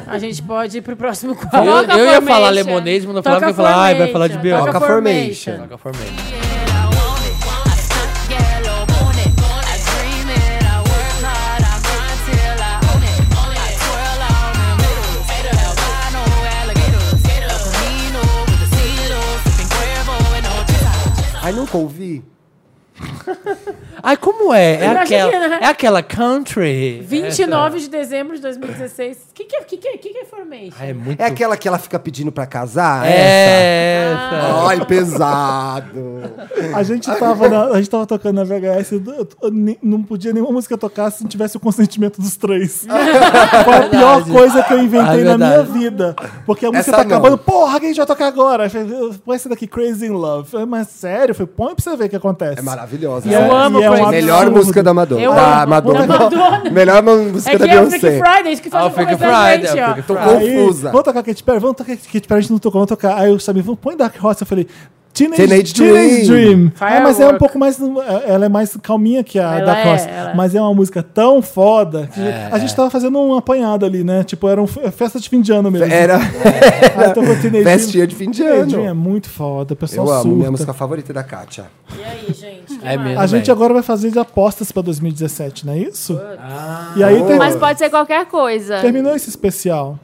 B: a gente pode ir pro próximo
E: Eu,
B: quadro.
E: eu
C: Toca
E: ia
C: Formation.
E: falar lemonade, mas não falava, eu ia falar, ai, vai falar de
B: Formation,
E: Beyoncé.
D: Toca Formation.
E: Toca Formation.
D: Ai, nunca ouvi.
E: Ai, como é? É
B: Eu achei
E: aquela,
B: que né?
E: é
B: era-
E: aquela country. É.
B: 29 de dezembro de 2016. O que, que, é- que, que, é- que que é Formation?
E: Ai, é muito...
D: É aquela que ela fica pedindo pra casar? Essa?
E: É essa.
D: Ai, pesado.
A: A gente, tava na- a gente tava tocando na VHS, eu- eu- eu nem- não podia nenhuma música tocar se não tivesse o consentimento dos três. Foi a pior coisa que eu inventei
E: É
A: na minha
E: verdade.
A: vida. Porque a música
D: Essa
A: tá
D: não.
A: acabando, porra, quem a gente vai tocar agora? Eu falei, "Eu- Põe essa daqui, Crazy in Love. Eu falei, Mas sério, foi, põe pra você ver o que acontece.
D: É maravilhosa.
A: E
D: essa.
A: é-
B: amo
A: e é um
B: Crazy in Love.
D: Melhor
A: absurdo.
D: música da Madonna.
B: Eu
D: da
B: amo.
D: Madonna.
B: Da Madonna.
D: Melhor música
B: É que
D: da
B: é o Freak
D: Beyoncé.
B: Friday, isso que
E: Ah,
B: faz
E: o Freak
B: a
E: Friday.
B: gente,
E: é o
B: ó.
E: Freak Friday.
D: Confusa.
A: Aí, vamos tocar Katy Perry, vamos tocar Katy Perry, a gente não tocou, vamos tocar. Aí o Samir, vamos, põe Dark Horse. Eu falei, Teenage,
D: Teenage Dream.
A: Teenage Dream. É, mas é um
B: Firework.
A: pouco mais. Ela é mais calminha que a
B: Ela
A: da
B: é,
A: Costa.
B: ela-
A: Mas é uma música tão foda que
D: É.
A: a gente tava fazendo um apanhado ali, né? Tipo, era um f- festa de fim de ano mesmo.
D: Era
A: Ah, então foi Teenage
D: festinha
A: Dream.
D: de fim de
A: Teenage Dream é
D: ano.
A: muito foda. O
D: Eu
A: pessoal
D: amo, minha
A: surta.
D: música favorita é da Kátia.
B: E aí, gente?
E: É mesmo.
A: A gente
E: velho.
A: agora vai fazer de apostas pra 2017, não é isso? e
C: Ah.
A: aí ter-
C: Mas pode ser qualquer coisa.
A: terminou esse especial.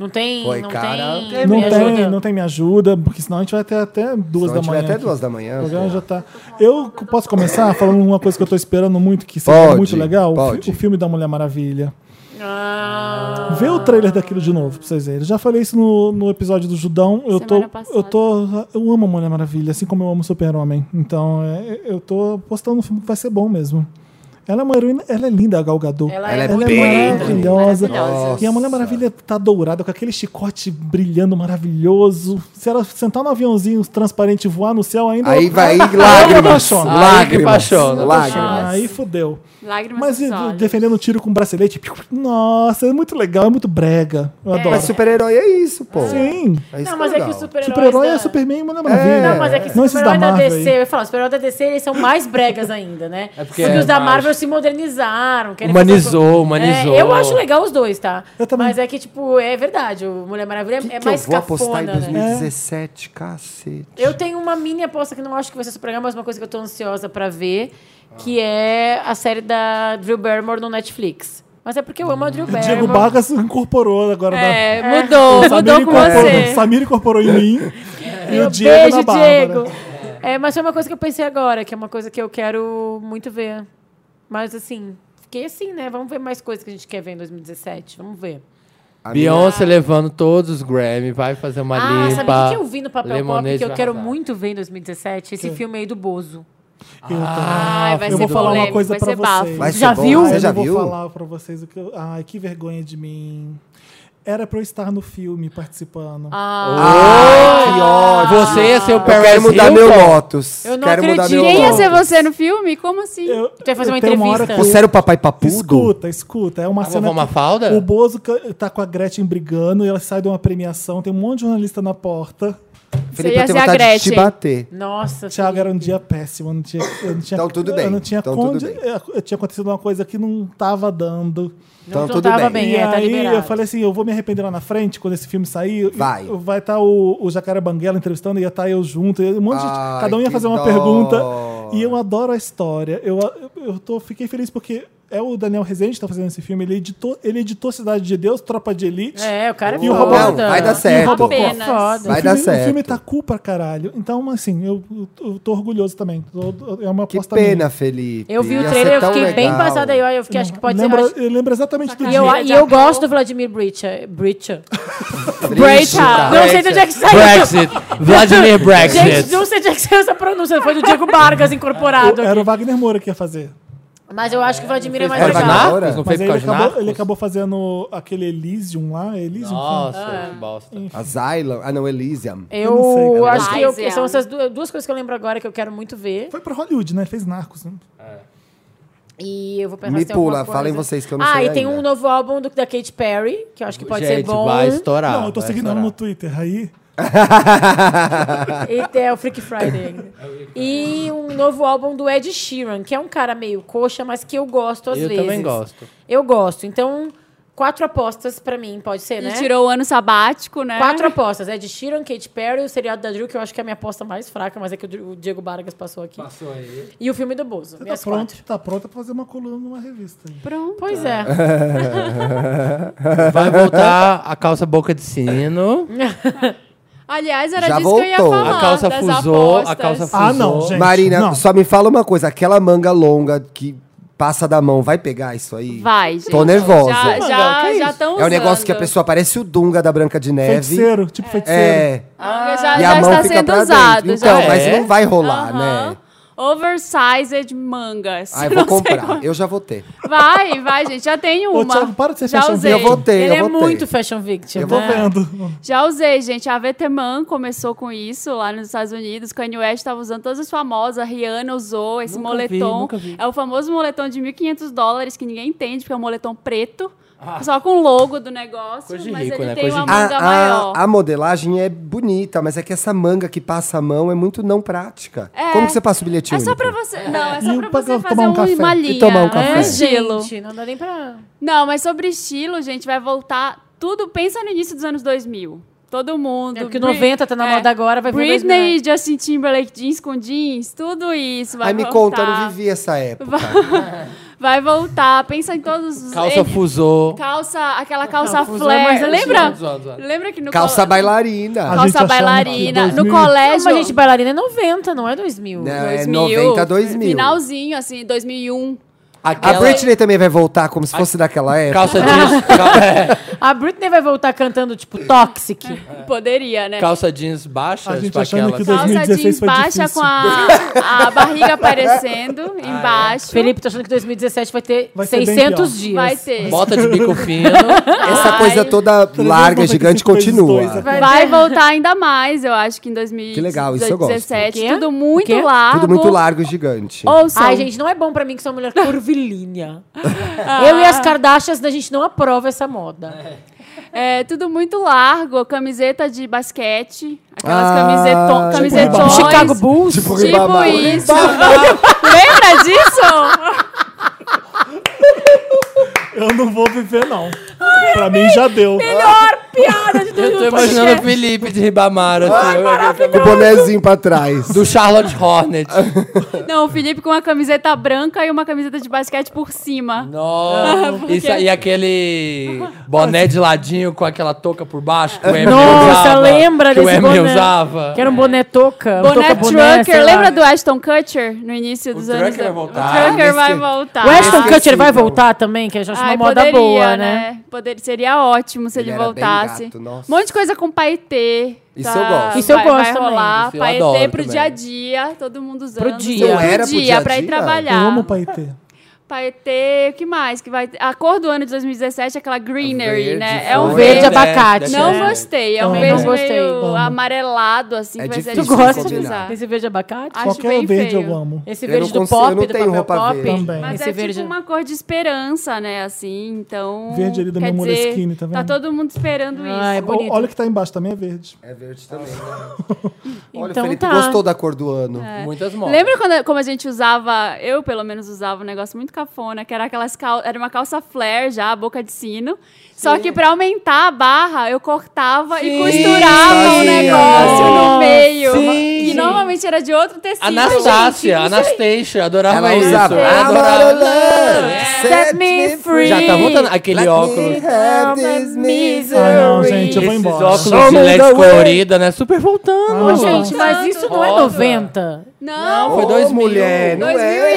B: Não tem.
D: Foi,
B: não
D: cara.
B: tem.
A: não
B: me
A: tem,
B: ajuda.
A: não tem me ajuda, porque senão a gente vai até até
D: Então,
A: duas
D: a
A: da
D: gente vai
A: manhã.
D: até
A: aqui.
D: duas da
A: O
D: manhã.
A: programa já tá. Eu c- posso começar falando uma coisa que eu tô esperando muito, que
D: Pode,
A: seria muito legal? O fi-
D: pode.
A: O filme da Mulher Maravilha.
B: Ah,
A: Vê o trailer daquilo de novo pra vocês verem. Eu já falei isso no, no episódio do Judão. Eu tô,
C: Semana passada.
A: eu tô. Eu amo a Mulher Maravilha, assim como eu amo o Super-Homem. Então é, eu tô postando um filme que vai ser bom mesmo. Ela é uma heroína, ela é linda, a Gal Gadot.
B: Ela
D: Ela é
A: Ela é
D: bem
A: maravilhosa.
C: Maravilhosa.
A: E a Mulher Maravilha tá dourada, com aquele chicote brilhando maravilhoso. Se ela sentar no aviãozinho transparente e voar no céu ainda.
D: Aí vai
A: Aí eu
D: lágrimas.
A: apaixono.
E: Aí
D: Lágrimas.
E: apaixona.
D: Lágrimas.
A: Aí fudeu.
C: Lágrimas
A: Mas
C: nos
A: e-
C: olhos.
A: defendendo o tiro com bracelete. piu, piu, Nossa, é muito legal, é muito brega. Eu adoro.
D: Mas super-herói é isso, pô.
A: Sim.
D: É isso
B: Não, mas é que
D: legal.
B: o super-herói.
A: Super-herói
B: da-
A: é Superman e Mulher Maravilha.
D: Não,
B: Não, mas é que
A: Não
B: os
A: esses
B: super-herói da,
A: Marvel aí.
B: DC, eu ia falar, os super-heróis da DC eles são mais bregas ainda, né?
E: porque
B: porque
E: é
B: os da
E: mais-
B: Marvel se modernizaram. querem
E: Humanizou,
B: fazer-
E: humanizou.
B: É, eu acho legal os dois, tá?
A: Eu também.
B: Mas é que, tipo, é verdade, o Mulher Maravilha
D: que
B: é
D: que
B: mais
D: eu vou apostar em
B: cafona, né?
D: 2017, cacete.
B: Eu tenho uma mini aposta que não acho que vai ser esse programa, mas uma coisa que eu tô ansiosa pra ver, que é a série da Drew Barrymore no Netflix. Mas é porque eu amo a Drew Barrymore.
A: Diego Vargas incorporou agora.
C: É,
A: da...
C: mudou, mudou com
A: incorporou-
C: você.
A: Samir incorporou em mim. e o Diego na
B: É. Beijo,
A: Bárbara.
B: Diego. É, mas foi uma coisa que eu pensei agora, que é uma coisa que eu quero muito ver. Mas assim, fiquei assim, né? Vamos ver mais coisas que a gente quer ver em 2017. Vamos ver.
D: A
E: Beyoncé levando todos os Grammy, vai fazer uma
B: ah,
E: limpa.
B: sabe o que que eu vi no papel
E: Lemonade
B: pop que eu
E: vai
B: quero
E: arrasar. Ah,
B: muito ver em 2017? Esse filme aí do Bozo.
A: Eu
C: Ai, Ah, vai
A: Eu
C: ser
A: vou falar uma
C: polêmico,
A: coisa
C: vai
A: pra
C: ser bafo.
A: vocês.
D: Vai ser
B: Já
D: bom.
B: viu?
D: Você
A: eu
D: já
A: vou
D: viu?
A: falar pra vocês o que eu... Ai, que vergonha de mim. Era pra eu estar no filme participando.
C: Ah.
D: Ai, que ódio.
E: Você ia ser o
D: Eu
E: Paris
D: quero mudar
E: Hilton?
D: meu Lotus.
B: Eu não
D: quero mudar
B: acredito.
D: meu
C: Quem ia
D: Lotus.
C: ser você no filme? Como assim?
A: Eu-
B: Tu vai fazer
A: eu
B: uma
A: tenho hora
B: entrevista?
A: que eu-
D: Você era o papai papudo? Ah,
A: Escuta, escuta. É uma
E: A
A: cena.
E: vovó
A: que
E: Mafalda?
A: O Bozo ca- tá com a Gretchen brigando e ela sai de uma premiação. Tem um monte de jornalista na porta.
D: Felipe,
C: Você ia
D: eu tenho
C: ser a
D: vontade de te
C: Gretchen.
D: bater.
B: Nossa.
A: Thiago,
B: Felipe.
A: era um dia péssimo. Eu não tinha, eu não tinha,
D: Então tudo bem,
A: Eu não tinha
D: então tudo
A: conde-
D: bem.
A: eu- eu Tinha acontecido uma coisa que não tava dando.
D: Então,
B: Não,
D: tudo
B: tava
D: bem.
B: bem.
A: e
B: é, tá
A: aí
B: liberado.
A: eu falei assim, eu vou me arrepender lá na frente, quando esse filme sair.
D: Vai.
A: E- Vai estar o, o Jacaré Banguela entrevistando, ia estar eu junto. e Um monte de gente-
D: Ai,
A: cada um ia
D: que
A: fazer uma
D: dó.
A: pergunta. E eu adoro a história. Eu, eu tô, fiquei feliz porque é o Daniel Rezende que tá fazendo esse filme. Ele editou, ele editou Cidade de Deus, Tropa de Elite.
B: É, o cara é
A: E o
B: foda.
A: Robocop-
D: Não, vai dar
A: E o
D: certo.
A: Robocop. é
C: Apenas.
B: Foda.
D: Vai
A: o
D: dar
A: filme,
D: certo.
A: O filme tá cool pra caralho. Então, assim, eu, eu tô orgulhoso também. Tô- É uma
D: Que
A: aposta
D: pena,
A: minha.
D: Felipe.
B: Eu vi
D: Ia
B: o trailer,
D: ser
B: eu
D: tão
B: fiquei bem
D: legal.
B: passada aí, ó, eu fiquei, acho que pode
A: lembra,
B: ser. acho-
A: Eu lembro exatamente do
B: E eu,
A: dia.
B: e eu gosto do Vladimir Breacher. Breacher.
C: Break
D: Tá.
C: up.
B: Não sei de onde é que saiu.
E: Brexit. Vladimir Brexit.
B: Gente, não sei de onde é que saiu essa pronúncia. Foi do Diego Vargas incorporado.
A: Era o Wagner Moura que ia fazer.
B: Mas eu acho que o Vladimir é mais
E: Era
D: Mas
E: com os
D: já-
B: legal.
D: Agora?
E: narcos? Não foi
A: Mas aí
E: por causa
A: ele
E: de
A: acabou, ele
E: narcos?
A: acabou fazendo aquele Elysium lá. é Elysium?
B: Ah.
E: Nossa, que bosta.
D: Asylum. Ah, não, Elysium.
A: eu não sei,
B: Eu,
A: cara.
B: acho que eu-
C: Mas é.
B: são essas du- duas, coisas que eu lembro agora que eu quero muito ver.
A: Foi pra Hollywood, né? Ele fez Narcos. Né?
B: E eu vou pensar
D: Me
B: se tem alguma
D: pula,
B: coisa.
D: falem vocês que eu não
B: Ah,
D: sei
B: e tem
D: ainda.
B: um novo álbum do, da Katy Perry, que eu acho que pode
E: Gente,
B: ser bom.
E: vai estourar.
A: não, eu tô
E: vai
A: seguindo ela
E: estourar.
A: no Twitter. Aí,
B: E tem é o Freak Friday ainda. E um novo álbum do Ed Sheeran, que é um cara meio coxa, mas que eu gosto às
E: Eu
B: vezes.
E: também gosto.
B: Eu gosto. Então, quatro apostas pra mim, pode ser,
C: Ele
B: né?
C: tirou o ano sabático, né?
B: Quatro apostas. Ed Sheeran, Kate Perry, o seriado da Drew, que eu acho que é a minha aposta mais fraca, mas é que o Dr- o Diego Vargas passou aqui.
E: Passou aí.
B: E o filme do Bozo.
A: você tá,
B: minhas
A: pronto,
B: quatro.
A: tá pronta pra fazer uma coluna numa revista. aí.
C: Pronto.
B: Pois é.
E: Vai voltar a calça boca de sino.
C: Né. Aliás, era
D: Já
C: disso que eu ia
D: voltou.
C: falar.
E: A calça
C: das
E: fusou,
C: apostas.
E: a calça fusou.
A: Ah, não, gente.
D: Marina,
A: não.
D: só me fala uma coisa. Aquela manga longa que passa da mão, vai pegar isso aí?
C: Vai, gente.
D: Tô nervosa.
C: Já estão já, já tão
D: É um negócio
C: usando.
D: que a pessoa parece o Dunga da Branca de Neve.
A: Feiticeiro, tipo feiticeiro.
D: É.
C: Já, já
D: e a mão
C: está
D: fica
C: sendo
D: pra
C: usado.
D: dentro.
C: já.
D: Então, mas
E: É?
D: não vai rolar,
C: Aham.
D: né?
C: Oversized mangas.
D: Ah, eu
C: Não
D: vou
C: sei
D: comprar.
C: como-
D: Eu já vou ter.
C: Vai, vai, gente. Já tem
A: Ô,
C: uma.
A: Thiago, para de ser
C: já
A: fashion
C: usei.
D: Eu vou ter,
B: Ele
D: eu
B: é
D: vou
B: muito
D: ter.
B: fashion victim.
D: Eu
A: Tô
B: né?
A: vendo.
C: Já usei, gente. A VTMAN começou com isso lá nos Estados Unidos. Kanye West tava usando todas as famosas. A Rihanna usou esse
E: Nunca vi,
C: moletom.
E: nunca vi.
C: É o famoso moletom de 1.500 dólares que ninguém entende, porque é um moletom preto.
B: Ah.
C: Só com o logo do negócio,
E: Coisa de
C: mas
E: rico,
C: ele
E: né?
C: tem
E: Coisa
C: uma
E: de
C: manga maior.
D: a, a modelagem é bonita, mas é que essa manga que passa a mão é muito não prática.
C: É.
D: Como que você passa o bilhetinho?
C: É só
D: único?
C: pra você. Não, é só
A: E
C: pra
A: pra
C: você fazer
A: tomar um
C: um
A: café.
C: uma linha.
D: E tomar um café.
C: É,
B: É,
C: estilo.
B: gente, não dá nem pra...
C: Não, mas sobre estilo, gente, vai voltar tudo. Pensa no início dos anos 2000. Todo mundo.
B: É, porque
C: Bri-
B: 90 tá na moda agora, vai vir
C: Britney, Justin Timberlake, jeans com jeans, tudo isso vai
D: Ai, me conta,
C: voltar.
D: eu não vivi essa época.
C: Vai voltar. Pensa em todos os...
E: Calça
C: eh,
E: fusô.
C: Calça, aquela calça
E: Não, fusão é
C: flare.
E: mais antigo.
C: Lembra?
E: Zoando, zoando.
C: Lembra que no...
D: Calça
C: col-
A: A
D: bailarina.
A: gente
C: Calça
A: achando que um
C: bailarina. No
A: 2000
C: colégio...
B: Não, mas, gente, bailarina é 90, não é 2000.
D: Não, é 90, 2000.
C: Finalzinho, assim, 2001.
D: A
E: Aquela
D: Britney também vai voltar como se fosse daquela época.
E: calça jeans, cal- é,
B: A Britney vai voltar cantando, tipo, Toxic.
C: Poderia, né?
E: calça jeans baixa,
A: A gente
E: tipo
A: achando
E: aquela.
A: que dois-
C: Calça
A: 2016
C: jeans
A: foi
C: baixa
A: difícil. Ah, é.
C: com a, a barriga aparecendo embaixo.
B: Felipe, tô achando que 2017 vai ter
A: Vai ser bem
B: 600
A: pior.
B: dias.
C: Vai ter.
E: Bota de bico fino.
D: Essa coisa toda larga,
A: vamos ter que
D: gigante,
A: ser coisas dois
D: continua.
A: aqui.
B: Vai
C: Vai
B: ter.
C: voltar ainda mais, eu acho que em 2017.
D: Que legal, Ah, isso eu gosto.
B: O quê?
C: Tudo
B: O
C: muito
B: quê?
C: largo.
D: Tudo muito largo, gigante.
C: Ouçam.
B: Ai, gente, não é bom pra mim que sou uma mulher curvilínea.
C: Ah.
B: Eu e as Kardashians, a gente não aprova essa moda.
C: É, tudo muito largo, camiseta de basquete, aquelas
D: Ah,
C: camiseton,
D: tipo
C: camisetões.
D: Ribamar.
B: Chicago Bulls.
D: Tipo,
C: Tipo
D: Ribamar.
C: isso. Lembra disso?
A: Eu não vou viver, não. pra mim já deu.
E: Eu tô
C: né?
E: imaginando o Felipe de Ribamar, assim,
D: Com o bonézinho pra trás.
E: do Charlotte Hornet.
C: Não, o Felipe com uma camiseta branca e uma camiseta de basquete por cima.
E: Nossa.
C: porque-
E: Oh, Isso, e aquele boné de ladinho com aquela touca por baixo que o Eminem
B: Nossa,
E: usava.
B: lembra
E: que
A: É,
B: desse
E: o Eminem
B: boné?
E: usava.
B: Que era um boné toca. um
C: Boné
B: toca boné, sei
C: Trucker,
B: lá.
C: lembra do Ashton Kutcher no início dos anos?
E: Trucker vai voltar.
C: O Trucker
D: Ah,
C: vai
D: nesse-
C: voltar.
B: O Ashton Kutcher vai
D: Esqueci, não.
B: voltar também, que eu acho
C: Ai,
B: uma moda
C: poderia,
B: boa, né?
C: Poder, seria ótimo se ele,
D: Ele era bem
C: voltasse.
D: gato, nossa.
C: Um monte de coisa com paetê.
D: Isso eu gosto.
B: Isso eu
C: vai,
B: gosto
C: vai
B: também.
C: rolar.
E: Isso eu
C: paetê
E: adoro
C: pro
E: também.
C: dia a dia, todo mundo usando.
B: Pro dia.
C: Pro
B: Não
D: era pro dia a
C: pra ir
D: dia?
A: Eu
C: trabalhar.
A: amo o Paetê.
C: Paetê, o que mais? Que vai... A cor do ano de 2017 é aquela greenery,
D: Verde,
C: né? É um
D: foi.
B: Verde
C: verde.
E: Deve-
B: abacate. né?
E: deve-
C: Não
E: É.
C: gostei, é um
A: Também
B: não
C: verde
B: gostei.
C: meio
A: Amo.
C: amarelado, assim,
D: É
C: que vai ser
D: difícil
B: Tu gosta
C: de
D: combinar.
C: usar.
B: desse verde abacate?
C: Acho
A: Qualquer
C: bem
A: verde
C: feio.
A: eu amo.
B: Esse
D: Eu
B: verde
D: não
B: do
D: consigo- eu
B: pop,
D: não
B: do
D: tenho roupa
B: papel pop?
D: verde.
A: Também.
C: Mas
B: Esse
C: é
B: verde-
C: tipo uma cor de esperança, né? Assim, então.
A: Verde ali do
C: quer
A: meu
C: dizer,
A: Moleskine, tá
C: Tá
A: vendo?
C: todo mundo esperando
B: Ah, é
C: isso.
B: bonito.
A: O- Olha o que tá embaixo também é verde.
D: É verde também. Olha,
B: Então
D: o Felipe
B: tá.
D: gostou da cor do ano.
E: Muitas modas.
C: É. Lembra quando, como a gente usava, eu pelo menos usava um negócio muito cafona, que era aquelas cal, era uma calça flare já, boca de sino. Só que pra aumentar a barra, eu cortava e costurava um
E: sim.
C: negócio no meio.
E: Sim.
C: Que normalmente era de outro tecido.
A: assim,
C: é
E: Anastácia,
C: gente.
E: Anastácia, adorava
D: Ela
E: isso.
D: usava.
E: Adorava.
B: Set me free.
E: Já tá voltando aquele
D: Let
E: óculos.
D: me have this
B: misery.
A: Ah, não, gente, eu vou
E: Esses
A: embora.
E: óculos
D: Show
E: de
D: me the
E: LED
D: way.
E: colorida, né? Super voltando.
A: Ah,
B: Gente, mas isso não é
E: Rosa.
B: 90.
C: Não,
E: Foi
D: Ô,
E: 2000.
D: mulher, não é?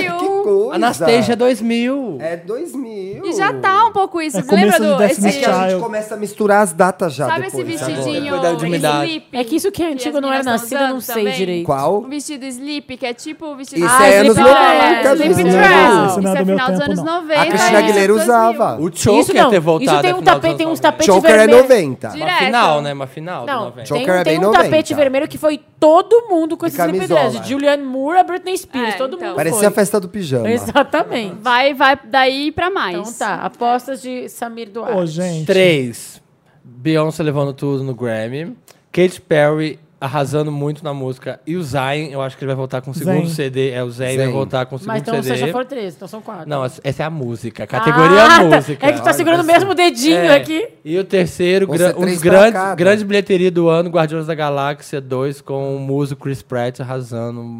C: 2001.
D: Que coisa.
E: Anastasia 2000.
D: É 2000.
C: e já tá um pouco isso.
A: É
C: Você lembra
A: começo de
C: do
A: Destiny's
D: É
C: esse,
D: que a gente
A: Child.
D: começa a misturar as datas já
C: Sabe esse
D: depois. né? É,
C: vestidinho
E: Agora, depois da intimidade.
C: sleep?
B: É que isso que é antigo,
C: as
B: não era
C: meninas
B: nascida,
C: tão
B: não sei
C: usando
B: direito.
D: Qual?
C: O vestido sleep, que é tipo o vestido...
D: Isso
C: Ah,
D: é anos
C: sleep dress,
D: 90.
C: Sleep
A: Não,
C: dress.
A: isso
C: Isso
A: não é
C: é
A: do meu
C: final dos
A: tempo,
C: anos
A: não.
C: 90.
D: né? A Cristina
C: é
D: Aguilera
C: 2000.
D: usava.
E: O Choker
B: isso não.
E: ter voltado.
B: isso tem
E: no
B: um,
E: final dos
B: tapete, tem
E: anos
B: uns tapetes
D: Joker é
B: vermelhos.
D: 90.
C: De-
E: Uma
C: Direto.
E: final, né? Uma final do
B: Não,
E: 90.
B: tem,
D: Joker é
B: tem
D: bem
B: um
D: 90.
B: tapete vermelho que foi todo mundo com esse slip
D: camisola.
B: dress. Julianne Moore, a Britney Spears,
C: É,
B: todo
C: então.
B: mundo
D: Parecia
B: foi.
D: a festa do pijama.
B: Exatamente.
C: Vai, vai daí pra mais.
B: Então tá, apostas de Samir Duarte.
A: Ô, gente.
E: Três. Beyoncé levando tudo no Grammy. Katy Perry arrasando muito na múca. E o Zayn, eu acho que ele vai voltar com o segundo
A: Zayn.
E: CD. É, o Zayn vai
D: Zayn.
E: voltar com o segundo
B: Mas então
E: CD.
B: vocês já foram três, então são quatro.
E: Não, essa essa é a música. Categoria
B: Ah, tá.
E: música.
B: É que tu tá segurando o mesmo dedinho
E: É.
B: aqui.
E: E o terceiro,
D: Vão
E: gran-
D: ser
E: uns
D: é três pra
E: grandes,
D: cada.
E: grandes bilheteria do ano, Guardiões da Galáxia 2, com o muso Chris Pratt arrasando o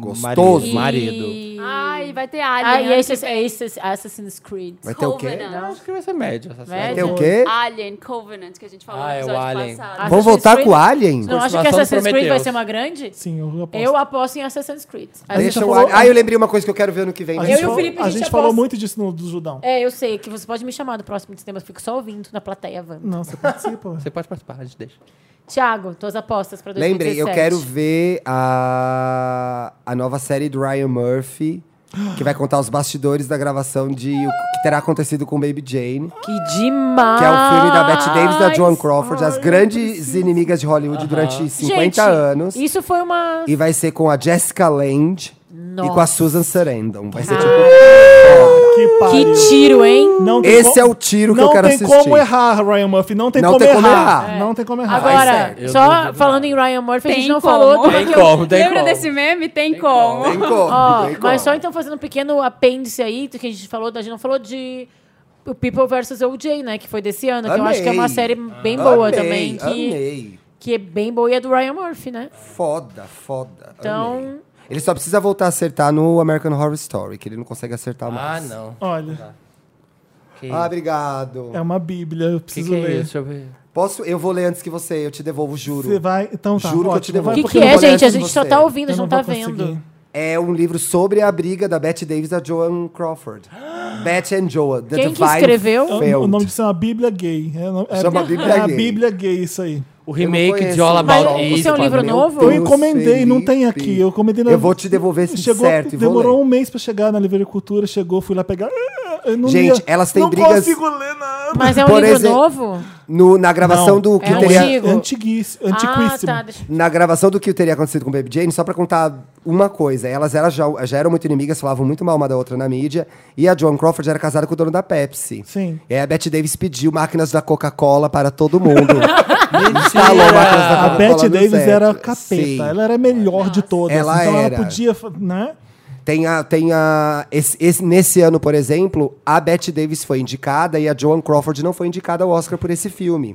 E: marido.
D: Gostoso.
E: marido.
B: E...
C: Ai, vai ter
B: Ah, e
C: Alien.
B: Assassin's, Assassin's- Assassin's Creed.
D: Vai ter o quê?
C: Covenant.
E: Acho que vai ser médio essa série.
B: Médio?
D: Tem o quê?
C: Alien Covenant, que a gente falou
E: Ah,
C: no
E: é o
C: episódio
E: Alien.
C: passado.
B: Assassin's
D: Vão voltar
B: Creed-
D: com o Alien?
B: Não, acho que
E: Continuação do
B: Assassin's Creed vai
E: Prometheus.
B: ser uma grande.
A: Sim, eu aposto.
B: Eu aposto em Assassin's Creed. A
D: Deixa
A: gente
D: eu...
A: falou-
D: Ah, eu lembrei uma coisa que eu quero ver no que vem.
A: A
B: Eu
A: gente
B: e o
A: falou-
B: Felipe, a
A: a
B: gente
A: gente falou
B: aposta.
A: muito disso no do Judão.
B: É, eu sei que você pode me chamar do próximo de cinema, eu fico só ouvindo na plateia, Van.
A: Não, você participa. ué.
E: Você pode participar, a gente deixa.
B: Tiago, tuas apostas pra 2017.
D: Lembrei, eu quero ver a, a nova série do Ryan Murphy, que vai contar os bastidores da gravação de o que terá acontecido com Baby Jane,
B: Que demais!
D: que é o filme da Bette Davis e da Joan Crawford, as grandes inimigas de Hollywood durante 50
B: Gente,
D: anos.
B: Isso foi uma.
D: E vai ser com a Jessica Lange e com a
B: Nossa. Ah.
D: Susan Sarandon. Vai ser tipo.
A: que pariu.
B: Que tiro, hein?
A: Não tem
D: Esse
A: co-
D: é o tiro que eu
A: não
D: quero
A: tem
D: assistir.
A: como errar, Ryan Murphy. Não tem
D: Não
A: como
D: tem como
A: errar.
D: errar.
A: Não tem como errar.
B: Agora,
D: sério.
E: Eu
B: só
E: duvido
B: falando em Ryan Murphy, a gente
C: Tem
B: não
C: como.
B: falou do
C: Tem
B: que eu-
E: como, tem
C: Lembra
E: como.
C: desse meme? Tem, como.
D: Tem como,
B: Ó,
D: tem como.
B: mas só então fazendo um pequeno apêndice aí, do que a gente falou, a gente não falou de o People vs. OJ, né? Que foi desse ano, que eu acho que é uma
D: Amei. Ah.
B: série bem boa
D: Amei,
B: também. Que,
D: Amei.
B: que é bem boa e é do Ryan Murphy, né?
D: Foda, foda.
B: Então-
D: amei. Ele só precisa voltar a acertar no American Horror Story, que ele não consegue acertar
E: Ah,
D: mais.
E: não.
A: Olha,
E: Que,
D: Ah, obrigado.
A: é uma bíblia, eu
E: que,
A: preciso
E: que é isso?
A: ler.
E: Deixa eu ver.
D: Posso? Eu vou ler antes que você, eu te devolvo, juro.
A: Você vai. Então tá.
D: Juro que eu te
A: ótimo,
D: devolvo.
A: vai,
B: O que,
A: porque
B: que
A: eu não
B: é,
A: vou ler
B: gente? A
A: antes de
B: gente só
D: você.
B: tá ouvindo, a
A: Eu
B: gente não,
A: vou
B: tá vendo.
A: conseguir.
D: É um livro sobre a briga da Bette Davis e da Joan Crawford. Bette and Joan. The
B: Quem que
D: Divine
B: escreveu?
A: O- O
D: Field.
A: nome disso é uma Bíblia gay. É, no- é,
D: Chama Bíblia
A: é a
D: Gay.
A: Bíblia gay, isso aí.
E: O
D: Eu não
E: remake de
D: conheço.
E: All
B: Mas
E: About
B: isso
E: Eve,
B: é um livro
E: quando-
B: novo?
A: Eu
B: Deus,
A: encomendei, não
D: Felipe.
A: tem aqui. Eu encomendei na-
D: Eu vou te devolver esse
A: Chegou,
D: certo e vou
A: demorou
D: ler.
A: um mês pra chegar na Livraria Cultura, chegou, fui lá pegar. Eu não
D: Gente,
A: ia-
D: elas têm
A: não
D: brigas-
A: consigo ler nada.
B: Mas é um
D: Por
B: livro
D: exemplo-
B: novo?
D: No- na gravação
A: Não,
D: do que
B: é
D: teria.
B: antigo.
A: Antiguíssimo,
B: Ah,
A: antiquíssimo.
B: tá. deixa-
D: Na gravação do que teria acontecido com Baby Jane, só pra contar uma coisa, elas eram já, já eram muito inimigas, falavam muito mal uma da outra na mídia, e a Joan Crawford era casada com o dono da Pepsi.
A: Sim.
D: E aí a Bette Davis pediu máquinas da Coca-Cola para todo mundo. Instalou máquinas da
A: A
D: Coca-Cola
A: Bette
D: no
A: Davis
D: set.
A: era capeta,
D: Sim.
A: ela era a melhor de todas.
D: Ela
A: então
D: era.
A: ela podia, fa- né?
D: Tem a, tem a esse, esse- nesse ano, por exemplo, a Bette Davis foi indicada e a Joan Crawford não foi indicada ao Oscar por esse filme.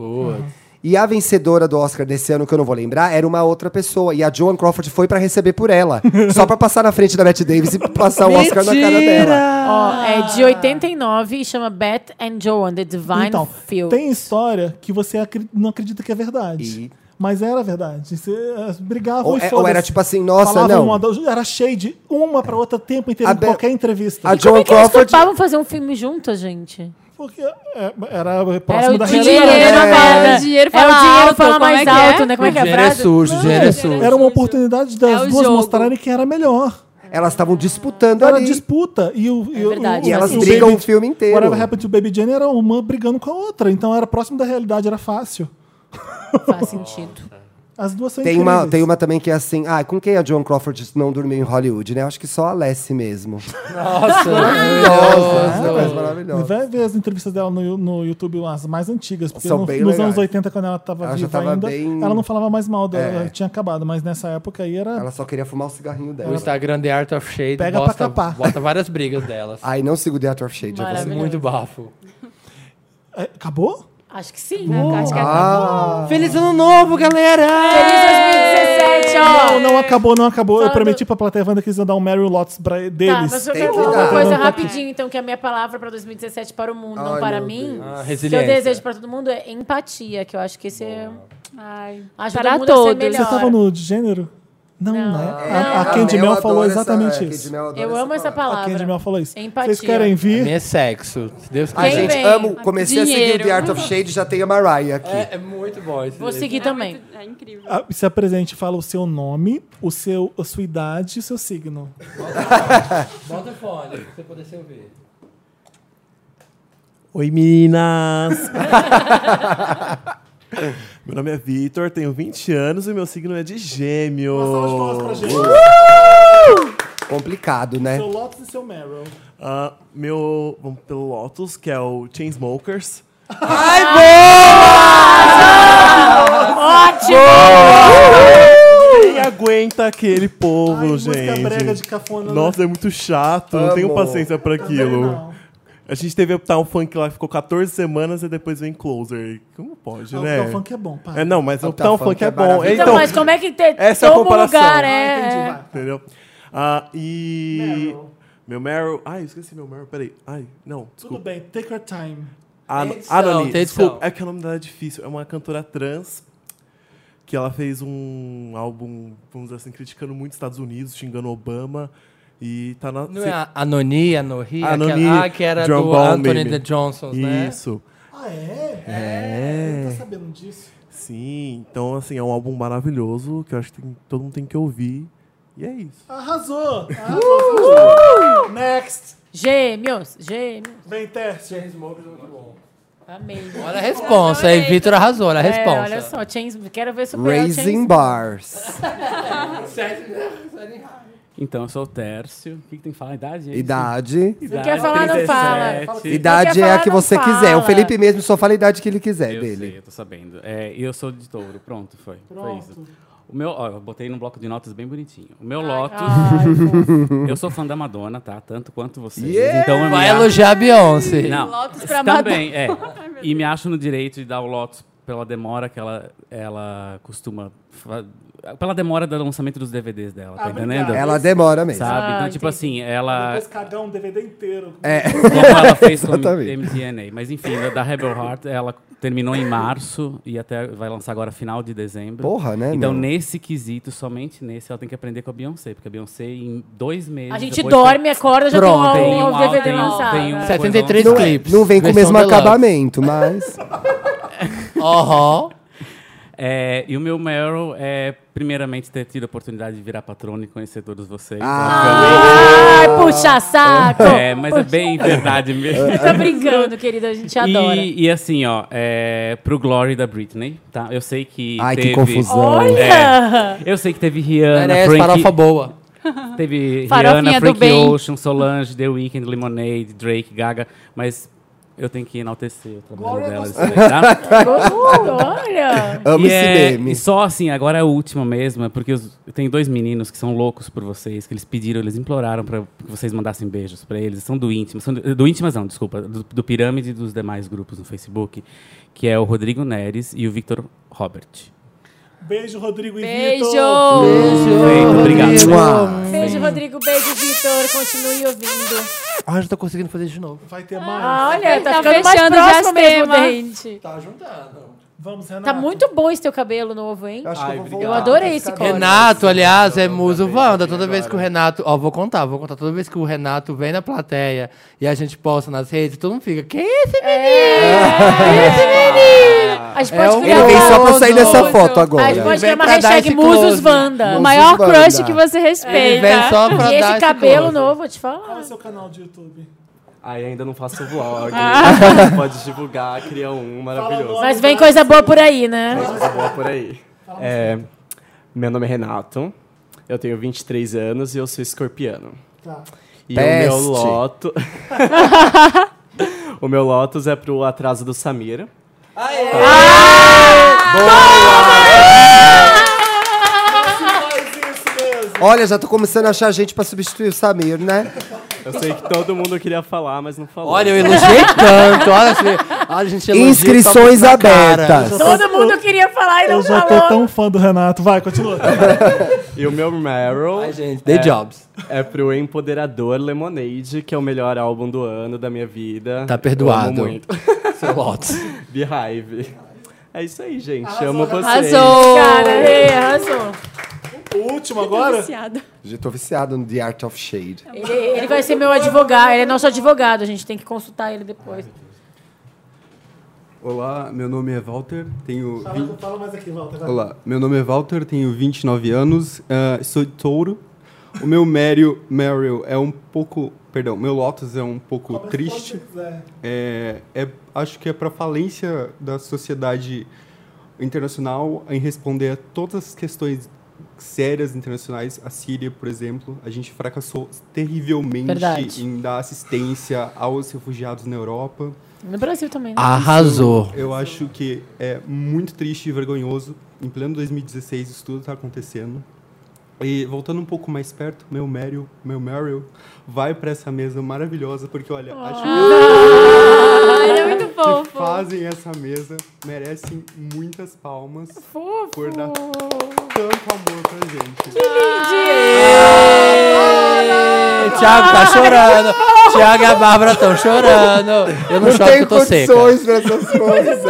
D: E a vencedora do Oscar desse ano, que eu não vou lembrar, era uma outra pessoa. E a Joan Crawford foi pra receber por ela. só pra passar na frente da Bette Davis e passar o Oscar na cara dela.
B: Ó, é de 89 e chama Beth and Joan, The Divine
A: Então,
B: Field.
A: tem história que você acri- não acredita que é verdade.
D: E-
A: Mas era verdade. Você eh, brigava
D: Ou
A: e
D: é- ou
A: foda-se.
D: era tipo assim, nossa,
A: Falava
D: não.
A: uma do- era shade uma pra outra o tempo inteiro
D: A
A: em
D: Be-
A: qualquer entrevista.
D: A
B: Como
D: Joan
B: é que eles
D: Crawford.
B: topavam fazer um filme juntas, gente?
A: Porque é, era próximo
B: o
A: da
B: dinheiro,
A: realidade.
B: né?
C: Dinheiro,
B: É.
C: é. O dinheiro
B: É
C: fala
B: o dinheiro
C: alto,
B: fala
C: como é
B: mais
C: que é?
B: alto, né? Como é
E: O
B: que é a
E: dinheiro é
B: frase?
E: sujo, o dinheiro é sujo.
A: Era uma oportunidade das
C: É o
A: duas
C: jogo.
A: mostrarem quem era melhor.
D: Elas estavam disputando
A: Era
D: ali.
A: disputa. E, o, e, o-
B: É verdade, assim,
A: o-
B: E elas
A: o
D: brigam
A: Baby-
D: o filme inteiro.
A: Whatever Happened to Baby Jane era uma brigando com a outra. Então era próximo da realidade, era fácil.
B: Faz sentido.
A: As duas são
D: Tem uma,
A: incríveis.
D: tem uma também que é assim, ah, com quem a Joan Crawford não dormiu em Hollywood, né? Acho que só a Lessie mesmo.
E: Nossa,
D: Nossa,
E: maravilhoso.
D: né? coisa maravilhosa.
A: Vai ver as entrevistas dela no, no YouTube, as mais antigas. Porque
D: São
A: no-
D: bem
A: nos
D: legais.
A: anos 80, quando ela tava
D: Ela já
A: viva
D: tava
A: ainda,
D: bem-
A: ela não falava mais mal dela.
D: É.
A: Ela tinha acabado, mas nessa época aí era...
D: Ela só queria fumar o cigarrinho
E: O
D: dela.
E: Instagram The Art of Shade
A: Pega pra
E: bota,
A: capar.
E: bota várias brigas delas.
D: Ai, não sigo The Art of Shade. eu vou-
B: Maravilhoso.
E: Muito bafo.
A: É, Acabou?
B: Acho que sim.
C: Acho que é-
D: Ah,
E: Feliz ano novo, galera!
B: Feliz 2017, ó.
A: Não, não acabou, não acabou. Eu
B: Falando-
A: prometi pra plateia Wanda que eles iam dar um Mary Lots pra
B: Tá,
A: deles.
B: mas eu
D: Tem
B: quero
D: que
B: falar
D: dar.
B: uma coisa
A: Não tá aqui.
B: rapidinho, então, que é a minha palavra pra 2017 para o mundo,
D: Ai,
B: não para
D: meu
B: mim.
D: Deus.
E: Ah,
B: Que eu
E: resiliência.
B: desejo pra todo mundo é empatia, que eu acho que esse é...
C: Ai,
B: ajuda
C: para
B: o mundo a ser
C: todos.
B: melhor.
A: Você tava no de gênero? Não, né?
D: é,
A: a, a Candy
D: Mel
A: Mel falou
D: adora essa-
A: exatamente
D: é,
A: isso.
D: Candy Mel adora
B: Eu amo essa
A: A Candy Mel
B: palavra.
A: falou isso.
B: Empatia.
A: Vocês querem
E: A
A: vir?
E: minha é sexo. Se Deus
D: Ai,
E: quiser.
B: Quem
D: gente,
B: vem?
D: amo. Comecei a seguir
C: Dinheiro.
D: o The Art of Shade, já tem a Mariah aqui.
E: É, é muito bom esse
B: Vou
E: esse-
B: seguir também.
C: É incrível.
A: Ah, Se apresente, fala o seu nome, o seu, a sua idade e o seu signo.
E: Bota o fone, pra você poder se ouvir.
I: Oi, meninas! meu nome é Vitor, tenho 20 anos e meu signo é de gêmeo.
D: Uh! Complicado, né?
A: Seu Lotus e seu Meryl.
I: Ah, meu. Vamos pelo Lotus, que é o Chainsmokers. Quem aguenta aquele povo,
A: música
I: gente?
A: brega de cafona. né?
I: Nossa, é muito chato, não tenho
D: Amo.
I: paciência pra aquilo.
A: não.
I: A gente teve tá, um funk lá que ficou 14 semanas e depois vem Closer. Como pode,
A: Não,
I: né?
A: o funk é bom, pá.
I: É, não, mas o
D: Uptown
I: Uptown
D: Funk
I: Funk
D: é
I: é bom.
D: maravilhoso.
B: Então,
I: Então,
B: mas como é que te,
I: essa é a
B: toma o
I: comparação.
B: lugar?
A: né?
I: Ah,
B: é...
I: Entendeu? Ah, e. Meu Meryl. Ai, eu esqueci meu Meryl, peraí. Ai, não,
A: Tudo
I: desculpa.
A: bem, take your time.
I: An
B: Então,
E: Atenção,
I: Anani,
E: atenção.
I: desculpa. É que o nome dela é difícil. É uma cantora trans que ela fez um álbum, vamos dizer assim, criticando muito os Estados Unidos, xingando Obama. E tá na.
E: Não
I: se-
E: é a Anoni, Anorri?
I: Anoni,
E: aquela- Ah, que era
I: John
E: do
I: Bonham,
E: Anthony
I: baby.
E: The Johnsons, né?
I: Isso.
A: Ah, é? É. Tá sabendo disso?
I: Sim, então assim, é um álbum maravilhoso que eu acho que tem- todo mundo tem que ouvir. E é isso.
A: Arrasou! Arrasou. Next!
B: Gêmeos, gêmeos.
A: Vem, teste.
B: Amei.
E: Olha a responsa, aí Vitor arrasou, olha a
B: É,
E: responsa.
B: olha só, Chains, quero ver superar o
D: Raising
B: Chains.
D: Bars.
J: Então, eu sou o Tércio. O que, que tem que falar? Idade? é isso?
D: Idade.
B: Não quer falar, não fala.
D: Idade
B: quer
D: é a
B: falar,
D: que
B: não
D: você quiser. O
B: fala.
D: Felipe mesmo só fala a idade que ele quiser
J: Eu
D: dele.
J: sei, eu tô sabendo. É, eu sou de touro, pronto, foi. Foi isso.
B: Pronto.
J: O meu, ó, eu botei num bloco de notas bem bonitinho. O meu Lotus.
B: Ai, fofo.
J: eu sou fã da Madonna, tá? Tanto quanto vocês.
E: Yeah!
J: Então eu me
E: Vai
J: acho-
E: elogiar a Beyoncé.
J: Não,
C: Lotus pra
J: também, é. E me acho no direito de dar o Lotus pela demora que ela, ela costuma. fa- Pela demora do lançamento dos DVDs dela, tá
A: Ah,
J: entendendo?
A: obrigado.
D: Ela demora mesmo.
J: Sabe?
B: Ah,
J: Então, tipo
B: entendi.
J: assim, ela.
A: Depois cada um DVD inteiro.
J: como ela fez com
D: É. Exatamente.
J: MDNA. Mas enfim, a da Rebel Heart, ela terminou em março e até vai lançar agora final de dezembro.
D: Porra, né,
J: Então,
D: meu?
J: nesse quesito, somente nesse, ela tem que aprender com a Beyoncé, porque a Beyoncé em dois meses.
B: A gente
J: depois que-
B: dorme, acorda, já
E: Pronto,
B: tem
J: Tem
B: um-
J: um
B: um DVD
J: tem um-
B: lançado.
J: tem um-
E: 73
J: Não é-
E: clipes.
D: Não vem com o
E: versão
D: mesmo
E: deluxe.
D: acabamento, mas.
E: Aham.
J: É, e o meu Meryl é, primeiramente, ter tido a oportunidade de virar patrona e conhecer todos vocês.
D: Ah.
B: Ai, puxa saco!
J: obviamente. É, mas é bem verdade mesmo.
B: Tá brincando, querida, a gente adora.
J: E, e assim, ó, é, pro Glory da Britney, tá? Eu sei que
D: Ai, que
J: teve- É,
D: confusão.
B: Olha!
J: Eu sei que teve Rihanna,
E: Merece
J: Frankie,
E: farofa boa.
J: teve
C: Farofinha
J: Rihanna,
C: do
J: Frankie
C: bem.
J: Ocean, Solange, The Weeknd, Lemonade, Drake, Gaga, mas eu tenho que enaltecer o trabalho delas, tá?
B: Gostou, olha!
D: Amo
J: e,
D: esse
J: é-
D: meme.
J: e só assim, agora é a última mesmo, é porque os- eu tenho dois meninos que são loucos por vocês, que eles pediram, eles imploraram para que vocês mandassem beijos pra eles. São do íntimo, são do, do íntimas não, desculpa, do, do Pirâmide e dos demais grupos no Facebook, que é o Rodrigo Neres e o Victor Robert.
A: Beijo, Rodrigo e
C: Beijo!
A: Vitor.
J: Perfeito, obrigado.
D: Mua.
B: Beijo, Rodrigo. Beijo, Vitor. Continue ouvindo.
E: Ah, já tô conseguindo fazer de novo.
A: Vai ter mais.
B: Ah, olha, tá,
C: Tá
B: ficando mais
C: fechando já
B: próximo
C: as
B: mesmo,
C: temas.
B: Dente.
E: Tá juntando.
A: Vamos, Renato.
B: Tá muito bom esse teu cabelo novo, hein?
D: Acho que eu, vou voltar.
B: Eu adorei esse corte.
E: Renato, aliás, é muso Wanda. Toda vez que o Renato. Ó, vou contar, vou contar. Toda vez que o Renato vem na plateia e a gente posta nas redes, todo mundo fica. Quem é esse menino?
B: A gente
E: É
B: pode
E: um-
B: criar
D: Ele vem só pra sair
E: Maravilhoso.
D: dessa foto
B: uma, a
D: agora.
B: gente pode criar uma
E: Vem pra dar
B: hashtag
E: esse
B: Musos
E: close.
B: Wanda.
C: O
D: Musos
C: maior
D: Wanda.
C: crush que você
E: Ele
C: respeita.
E: vem só pra
B: E
E: dar
B: esse cabelo
E: close.
B: novo, vou te
A: Qual é o
B: falar.
A: seu canal de YouTube?
K: Aí ainda não faço vlog. Pode divulgar, cria um maravilhoso.
B: Ah. Mas vem coisa boa por aí, né?
K: Coisa boa por aí.
B: assim.
K: É, meu nome é Renato, eu tenho 23 anos e eu sou escorpiano.
A: Tá.
K: E o
D: Peste.
K: meu loto. o meu Lotus é pro atraso do Samir. Ah!
D: Olha, já tô começando a achar gente pra substituir o Samir, né?
K: Eu sei que todo mundo queria falar, mas não falou.
E: Olha, eu elogiei tanto. Olha, se- olha, a gente elogia
D: Inscrições
B: tá
E: só com essa cara.
D: abertas.
B: Todo mundo queria falar e não
A: Eu já
B: falou.
A: tô tão fã do Renato. Vai, continua.
K: E o meu Meryl
E: Ai, gente, The Jobs.
K: é pro Empoderador Lemonade, que é o melhor álbum do ano da minha vida.
E: Tá
K: Eu
E: perdoado.
K: amo muito.
E: Seu Lotus.
K: Beehive. É isso aí, gente. Amo
D: né?
K: vocês.
C: Arrasou!
B: Cara, é, arrasou.
A: o último agora?
C: Viciada.
D: Já tô viciado no The Art of Shade.
B: Ele, ele vai ser meu advogado. Ele é nosso advogado. A gente tem que consultar ele depois.
L: Olá, meu nome é Walter, tenho...
A: Fala, fala mais aqui, Walter. vai.
L: Olá, meu nome é Walter, tenho 29 anos, ah, sou de touro. O meu Meryl, Meryl é um pouco... Perdão, meu Lotus é um pouco
A: Mas
L: triste.
A: quando você quiser.
L: É, é- acho que é para falência da sociedade internacional em responder a todas as questões sérias internacionais. A Síria, por exemplo, a gente fracassou terrivelmente
B: Verdade.
L: em dar assistência aos refugiados na Europa.
B: No Brasil também, né?
E: Arrasou.
L: Eu acho que é muito triste e vergonhoso. Em pleno 2016 isso tudo está acontecendo. E voltando um pouco mais perto, meu Meryl, meu Meryl, vai para essa mesa maravilhosa, porque olha, acho que
B: Ah,
C: Ai, Ah, ele é muito
L: que
C: fofo.
L: fazem essa mesa merecem muitas palmas
C: É
L: por dar tanto amor pra gente.
E: Ê, Thiago tá chorando. Thiago e a Bárbara estão chorando. Eu não, choro porque eu tô seca.
D: pra essas coisas.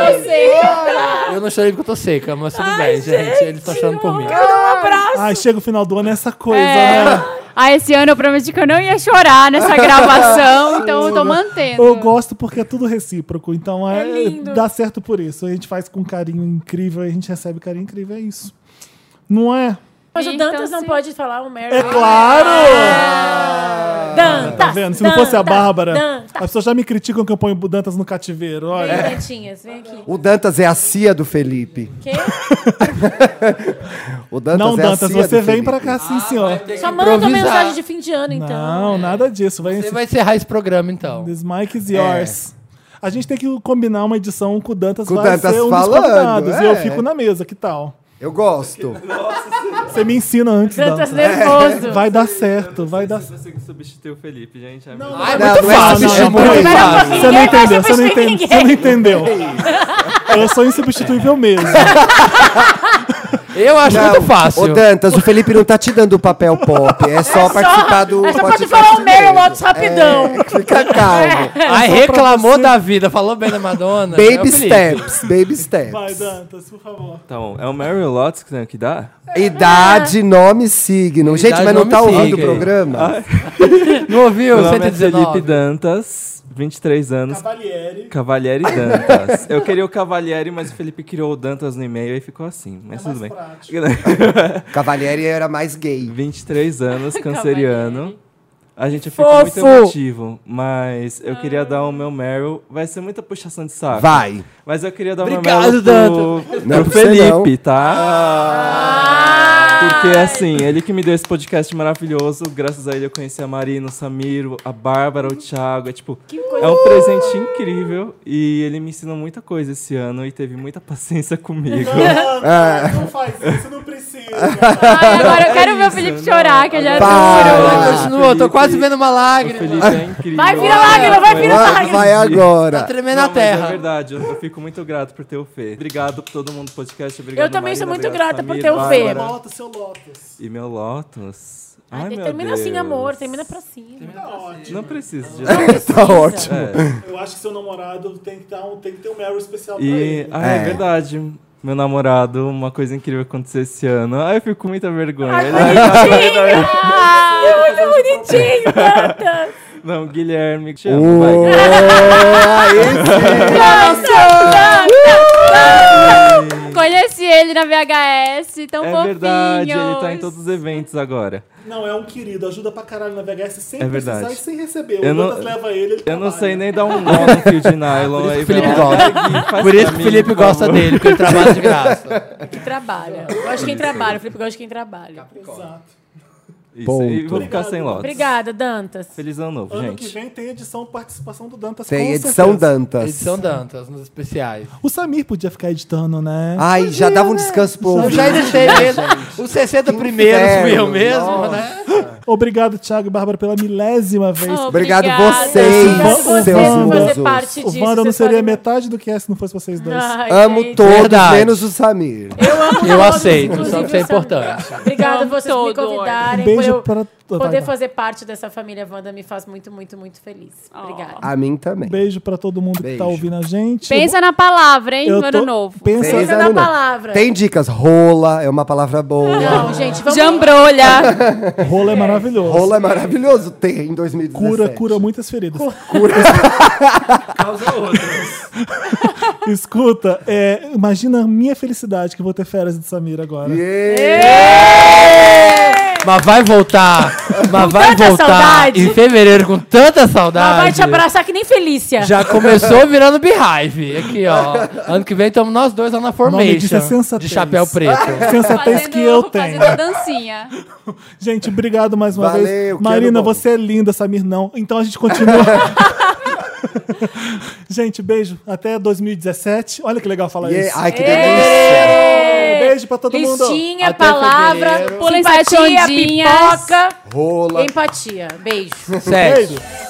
E: Eu não chorei porque eu tô seca, mas tudo bem, gente. Eles estão chorando por mim.
A: Ai, chega o final do ano, é essa coisa, né?
C: Ah, esse ano eu prometi que eu não ia chorar nessa gravação, então eu tô mantendo.
A: Eu gosto porque é tudo recíproco, então é,
B: É lindo.
A: dá certo por isso. A gente faz com carinho incrível, a gente recebe carinho incrível, é isso. Não é?
B: Mas o
C: Então,
B: Dantas não um
C: sim.
B: pode falar o
A: É
B: merda.
A: claro!
C: Tá
B: Dantas!
A: Tá vendo? Se não fosse a
B: Ah! Dantas,
A: Bárbara,
B: Dantas.
A: as pessoas já me criticam que eu ponho Dantas no cativeiro. Olha.
B: Vem, netinhas, vem aqui.
D: É. O Dantas é a cia do Felipe.
B: Quê?
D: o Dantas
A: não,
D: é a
A: Dantas,
D: cia
A: você
D: do Felipe.
A: vem pra cá sim,
C: Ah,
A: senhor.
B: Só manda uma
E: improvisar.
B: mensagem de fim de ano, então.
A: Não, nada disso. Vai
E: Você vai encerrar esse programa, então.
A: This mic is yours. A gente tem que combinar uma edição com o Dantas
E: Com o
A: vai
E: Dantas
A: ser um
E: falando,
A: dos convidados. E eu
E: é.
A: fico na mesa, que tal?
D: Eu gosto.
A: Você me ensina antes,
B: Dantas
A: Dantas.
B: nervoso.
A: É, Vai dar certo, vai dar certo.
M: consigo substituir o Felipe, gente. É
A: Não,
M: muito-
A: não, é muito fácil.
E: substituir,
A: não, não,
E: muito
A: não,
E: fácil.
A: não. Você não
E: Ninguém vai
A: entendeu, você não
E: substituir
A: entendeu. Você não
E: ninguém.
A: entendeu. Eu sou insubstituível mesmo. né,
E: Eu acho muito fácil.
D: Ô, Dantas, o Felipe não tá te dando o papel pop. É só participar do
B: É só pode
D: podcast
B: falar o meu,
D: dele.
B: Lotus, rapidão. É.
D: Fica calmo.
E: Aí reclamou da vida, falou bem da Madonna. é o
D: Baby
E: Felipe.
D: steps, baby steps.
A: Vai, Dantas, por favor.
M: Então, é o Mary Lotus que, né, que dá?
D: É. Idade, nome e signo. Gente,
M: Idade,
D: mas não
M: nome
D: tá
M: e
D: ouvindo o
M: signo.
D: programa?
E: Não ouviu?
M: Meu nome é
E: 119.
M: Felipe Dantas, 23 anos.
A: Cavalieri.
M: Cavalieri Dantas. Eu queria o Cavalieri, mas o Felipe criou o Dantas no e-mail e ficou assim. Mas tudo bem.
D: Cavalieri era mais gay.
M: 23 anos, canceriano. A gente
D: Fofo.
M: fica muito emotivo, mas eu queria dar o meu Meryl. Vai ser muita puxação de saco.
D: Vai.
M: Mas eu queria dar o meu Meryl
E: Obrigado,
M: pro,
E: Dantas.
D: Não é
M: pro
D: pra você, não.
M: Felipe, tá? Porque assim, ele que me deu esse podcast maravilhoso. Graças a ele eu conheci a Marina, o Samiro, a Bárbara, o Thiago. É tipo, é um presente incrível. E ele me ensinou muita coisa esse ano e teve muita paciência comigo. É.
A: Não faz isso, não precisa.
C: Ai, agora
D: é
C: eu quero ver o
M: isso,
C: Felipe chorar, que eu já
E: Vai,
C: tô.
E: continua, tô quase vendo uma lágrima.
M: é
C: Vai, vira lágrima, vai, vira
D: Vai-
C: lágrima.
D: vai agora.
E: Tá tremendo a
M: Não, mas
E: terra.
M: É verdade, eu, eu fico muito grato por ter o Fê. Obrigado por todo mundo do podcast. Obrigado,
B: Eu também sou
M: Marina,
B: muito
M: obrigado,
B: grata por
M: Samir,
B: ter o Fê.
M: Bárbara.
A: Lotus, seu Lotus.
M: E meu Lotus. Ai,
B: Ai,
M: meu
B: termina assim,
M: Deus.
B: amor. Termina pra cima.
M: Não precisa de
D: Tá ótimo.
A: Eu acho que seu namorado tem que, dar um, tem que ter um Meryl especial pra
M: E,
A: ele.
M: ah, é.
D: É.
M: verdade. Meu namorado, uma coisa incrível aconteceu esse ano. Ai, eu fico com muita vergonha. Ele- é
B: Bonitinho! É muito bonitinho, Dantas.
M: Não, Guilherme, te amo, vai.
C: Conheci ele na VHS,
B: um
C: tão
M: É
C: fofinho.
M: verdade, ele tá em todos os eventos agora.
A: Não, é um querido, ajuda pra caralho na VHS sem
M: É
A: precisar
M: verdade.
A: e sem receber.
E: Um
M: Eu
A: o
M: não-
A: Dantas leva ele, ele
M: Eu não
A: trabalha.
M: sei nem dar um nó
E: Ah,
M: no fio de nylon. aí
E: O Felipe
M: vai lá, Gui,
E: gosta.
M: faz
E: Por isso
M: pra
E: que o
M: mim,
E: Felipe
M: por
E: gosta
M: favor.
E: dele, porque ele trabalha de graça.
B: Que trabalha. Eu gosto de quem trabalha. O Felipe gosta de quem trabalha. Exato.
M: Isso, e vou
D: Ponto.
M: ficar sem lotes.
B: Obrigada, Dantas.
M: Feliz ano novo,
A: Ano que
M: gente.
A: vem tem edição participação do Dantas
D: Tem
A: com
D: edição
A: certeza.
D: Dantas.
E: Edição Dantas, nos especiais.
A: O Samir podia ficar editando, né?
D: Ai, já dava um descanso pro
E: Eu
D: ouvinte.
E: já um editei mesmo. Os 60 primeiros fui eu
D: inferno,
E: mesmo,
D: nossa.
E: né?
A: Obrigado, Thiago e Bárbara, pela milésima vez.
D: Obrigado
C: Obrigada.
D: vocês,
B: Obrigado vocês
D: seus
B: por fazer
D: musos.
B: parte
A: O
B: disso,
A: Wanda não
B: vocês
A: seria
B: fazem-
A: metade do que é se não fosse vocês dois.
B: Ai,
D: Amo
B: gente.
D: todos,
E: Verdade.
D: menos o Samir.
B: Eu amo
E: Eu
B: todos,
E: aceito,
B: inclusive
E: só que isso é
B: o Samir.
E: importante.
B: Obrigada
C: Amo
B: vocês por me
C: todo.
B: convidarem.
A: Beijo
B: por eu
A: pra- Vai,
B: Poder
A: vai.
B: fazer parte dessa família Wanda me faz muito, muito, muito feliz. Obrigada.
D: A mim também.
A: Beijo pra todo mundo que
D: Beijo.
A: tá ouvindo a gente.
B: Tipo,
C: Pensa na palavra, hein,
A: Eu
C: no ano
A: tô-
C: novo.
A: Pensa,
D: Feliz
B: Pensa
D: ano
B: na
D: novo.
B: palavra.
D: Tem dicas. Rola é uma palavra boa.
B: Não, gente, vamos...
C: Jambrolha.
A: rola é maravilhoso.
D: Rola é maravilhoso. Tem em 2017.
A: Cura, cura muitas feridas.
M: Causa outra.
A: Escuta, é, imagina a minha felicidade que eu vou ter férias de Samir agora.
B: É.
E: Mas vai voltar. Mas vai
B: tanta
E: voltar
B: saudade.
E: em fevereiro com tanta
B: Ela
E: saudade.
B: vai te abraçar que nem Felícia.
E: Ah, Já começou virando Beehive. Aqui, ó. Ano que vem estamos nós dois lá na
A: nome disso é
E: Formation.
A: sensatez.
E: De chapéu preto.
A: Sensatez que eu tenho.
C: Fazendo a dancinha.
A: Gente, obrigado mais uma
D: Valeu,
A: vez.
D: quero
A: Marina,
D: bom.
A: você é linda, Samir não. Então a gente continua. gente, beijo. Até 2017. Olha que legal falar
B: é-
D: Yeah.
A: isso.
D: Ai, que delícia.
B: Um
A: Beijo pra todo mundo.
B: Listinha,
E: Até
B: palavra,
E: fevereiro.
C: Pula em
B: simpatia,
C: sachondinhas.
B: pipoca,
D: Rola.
B: empatia. Beijo.
E: Sexo.
A: Beijo.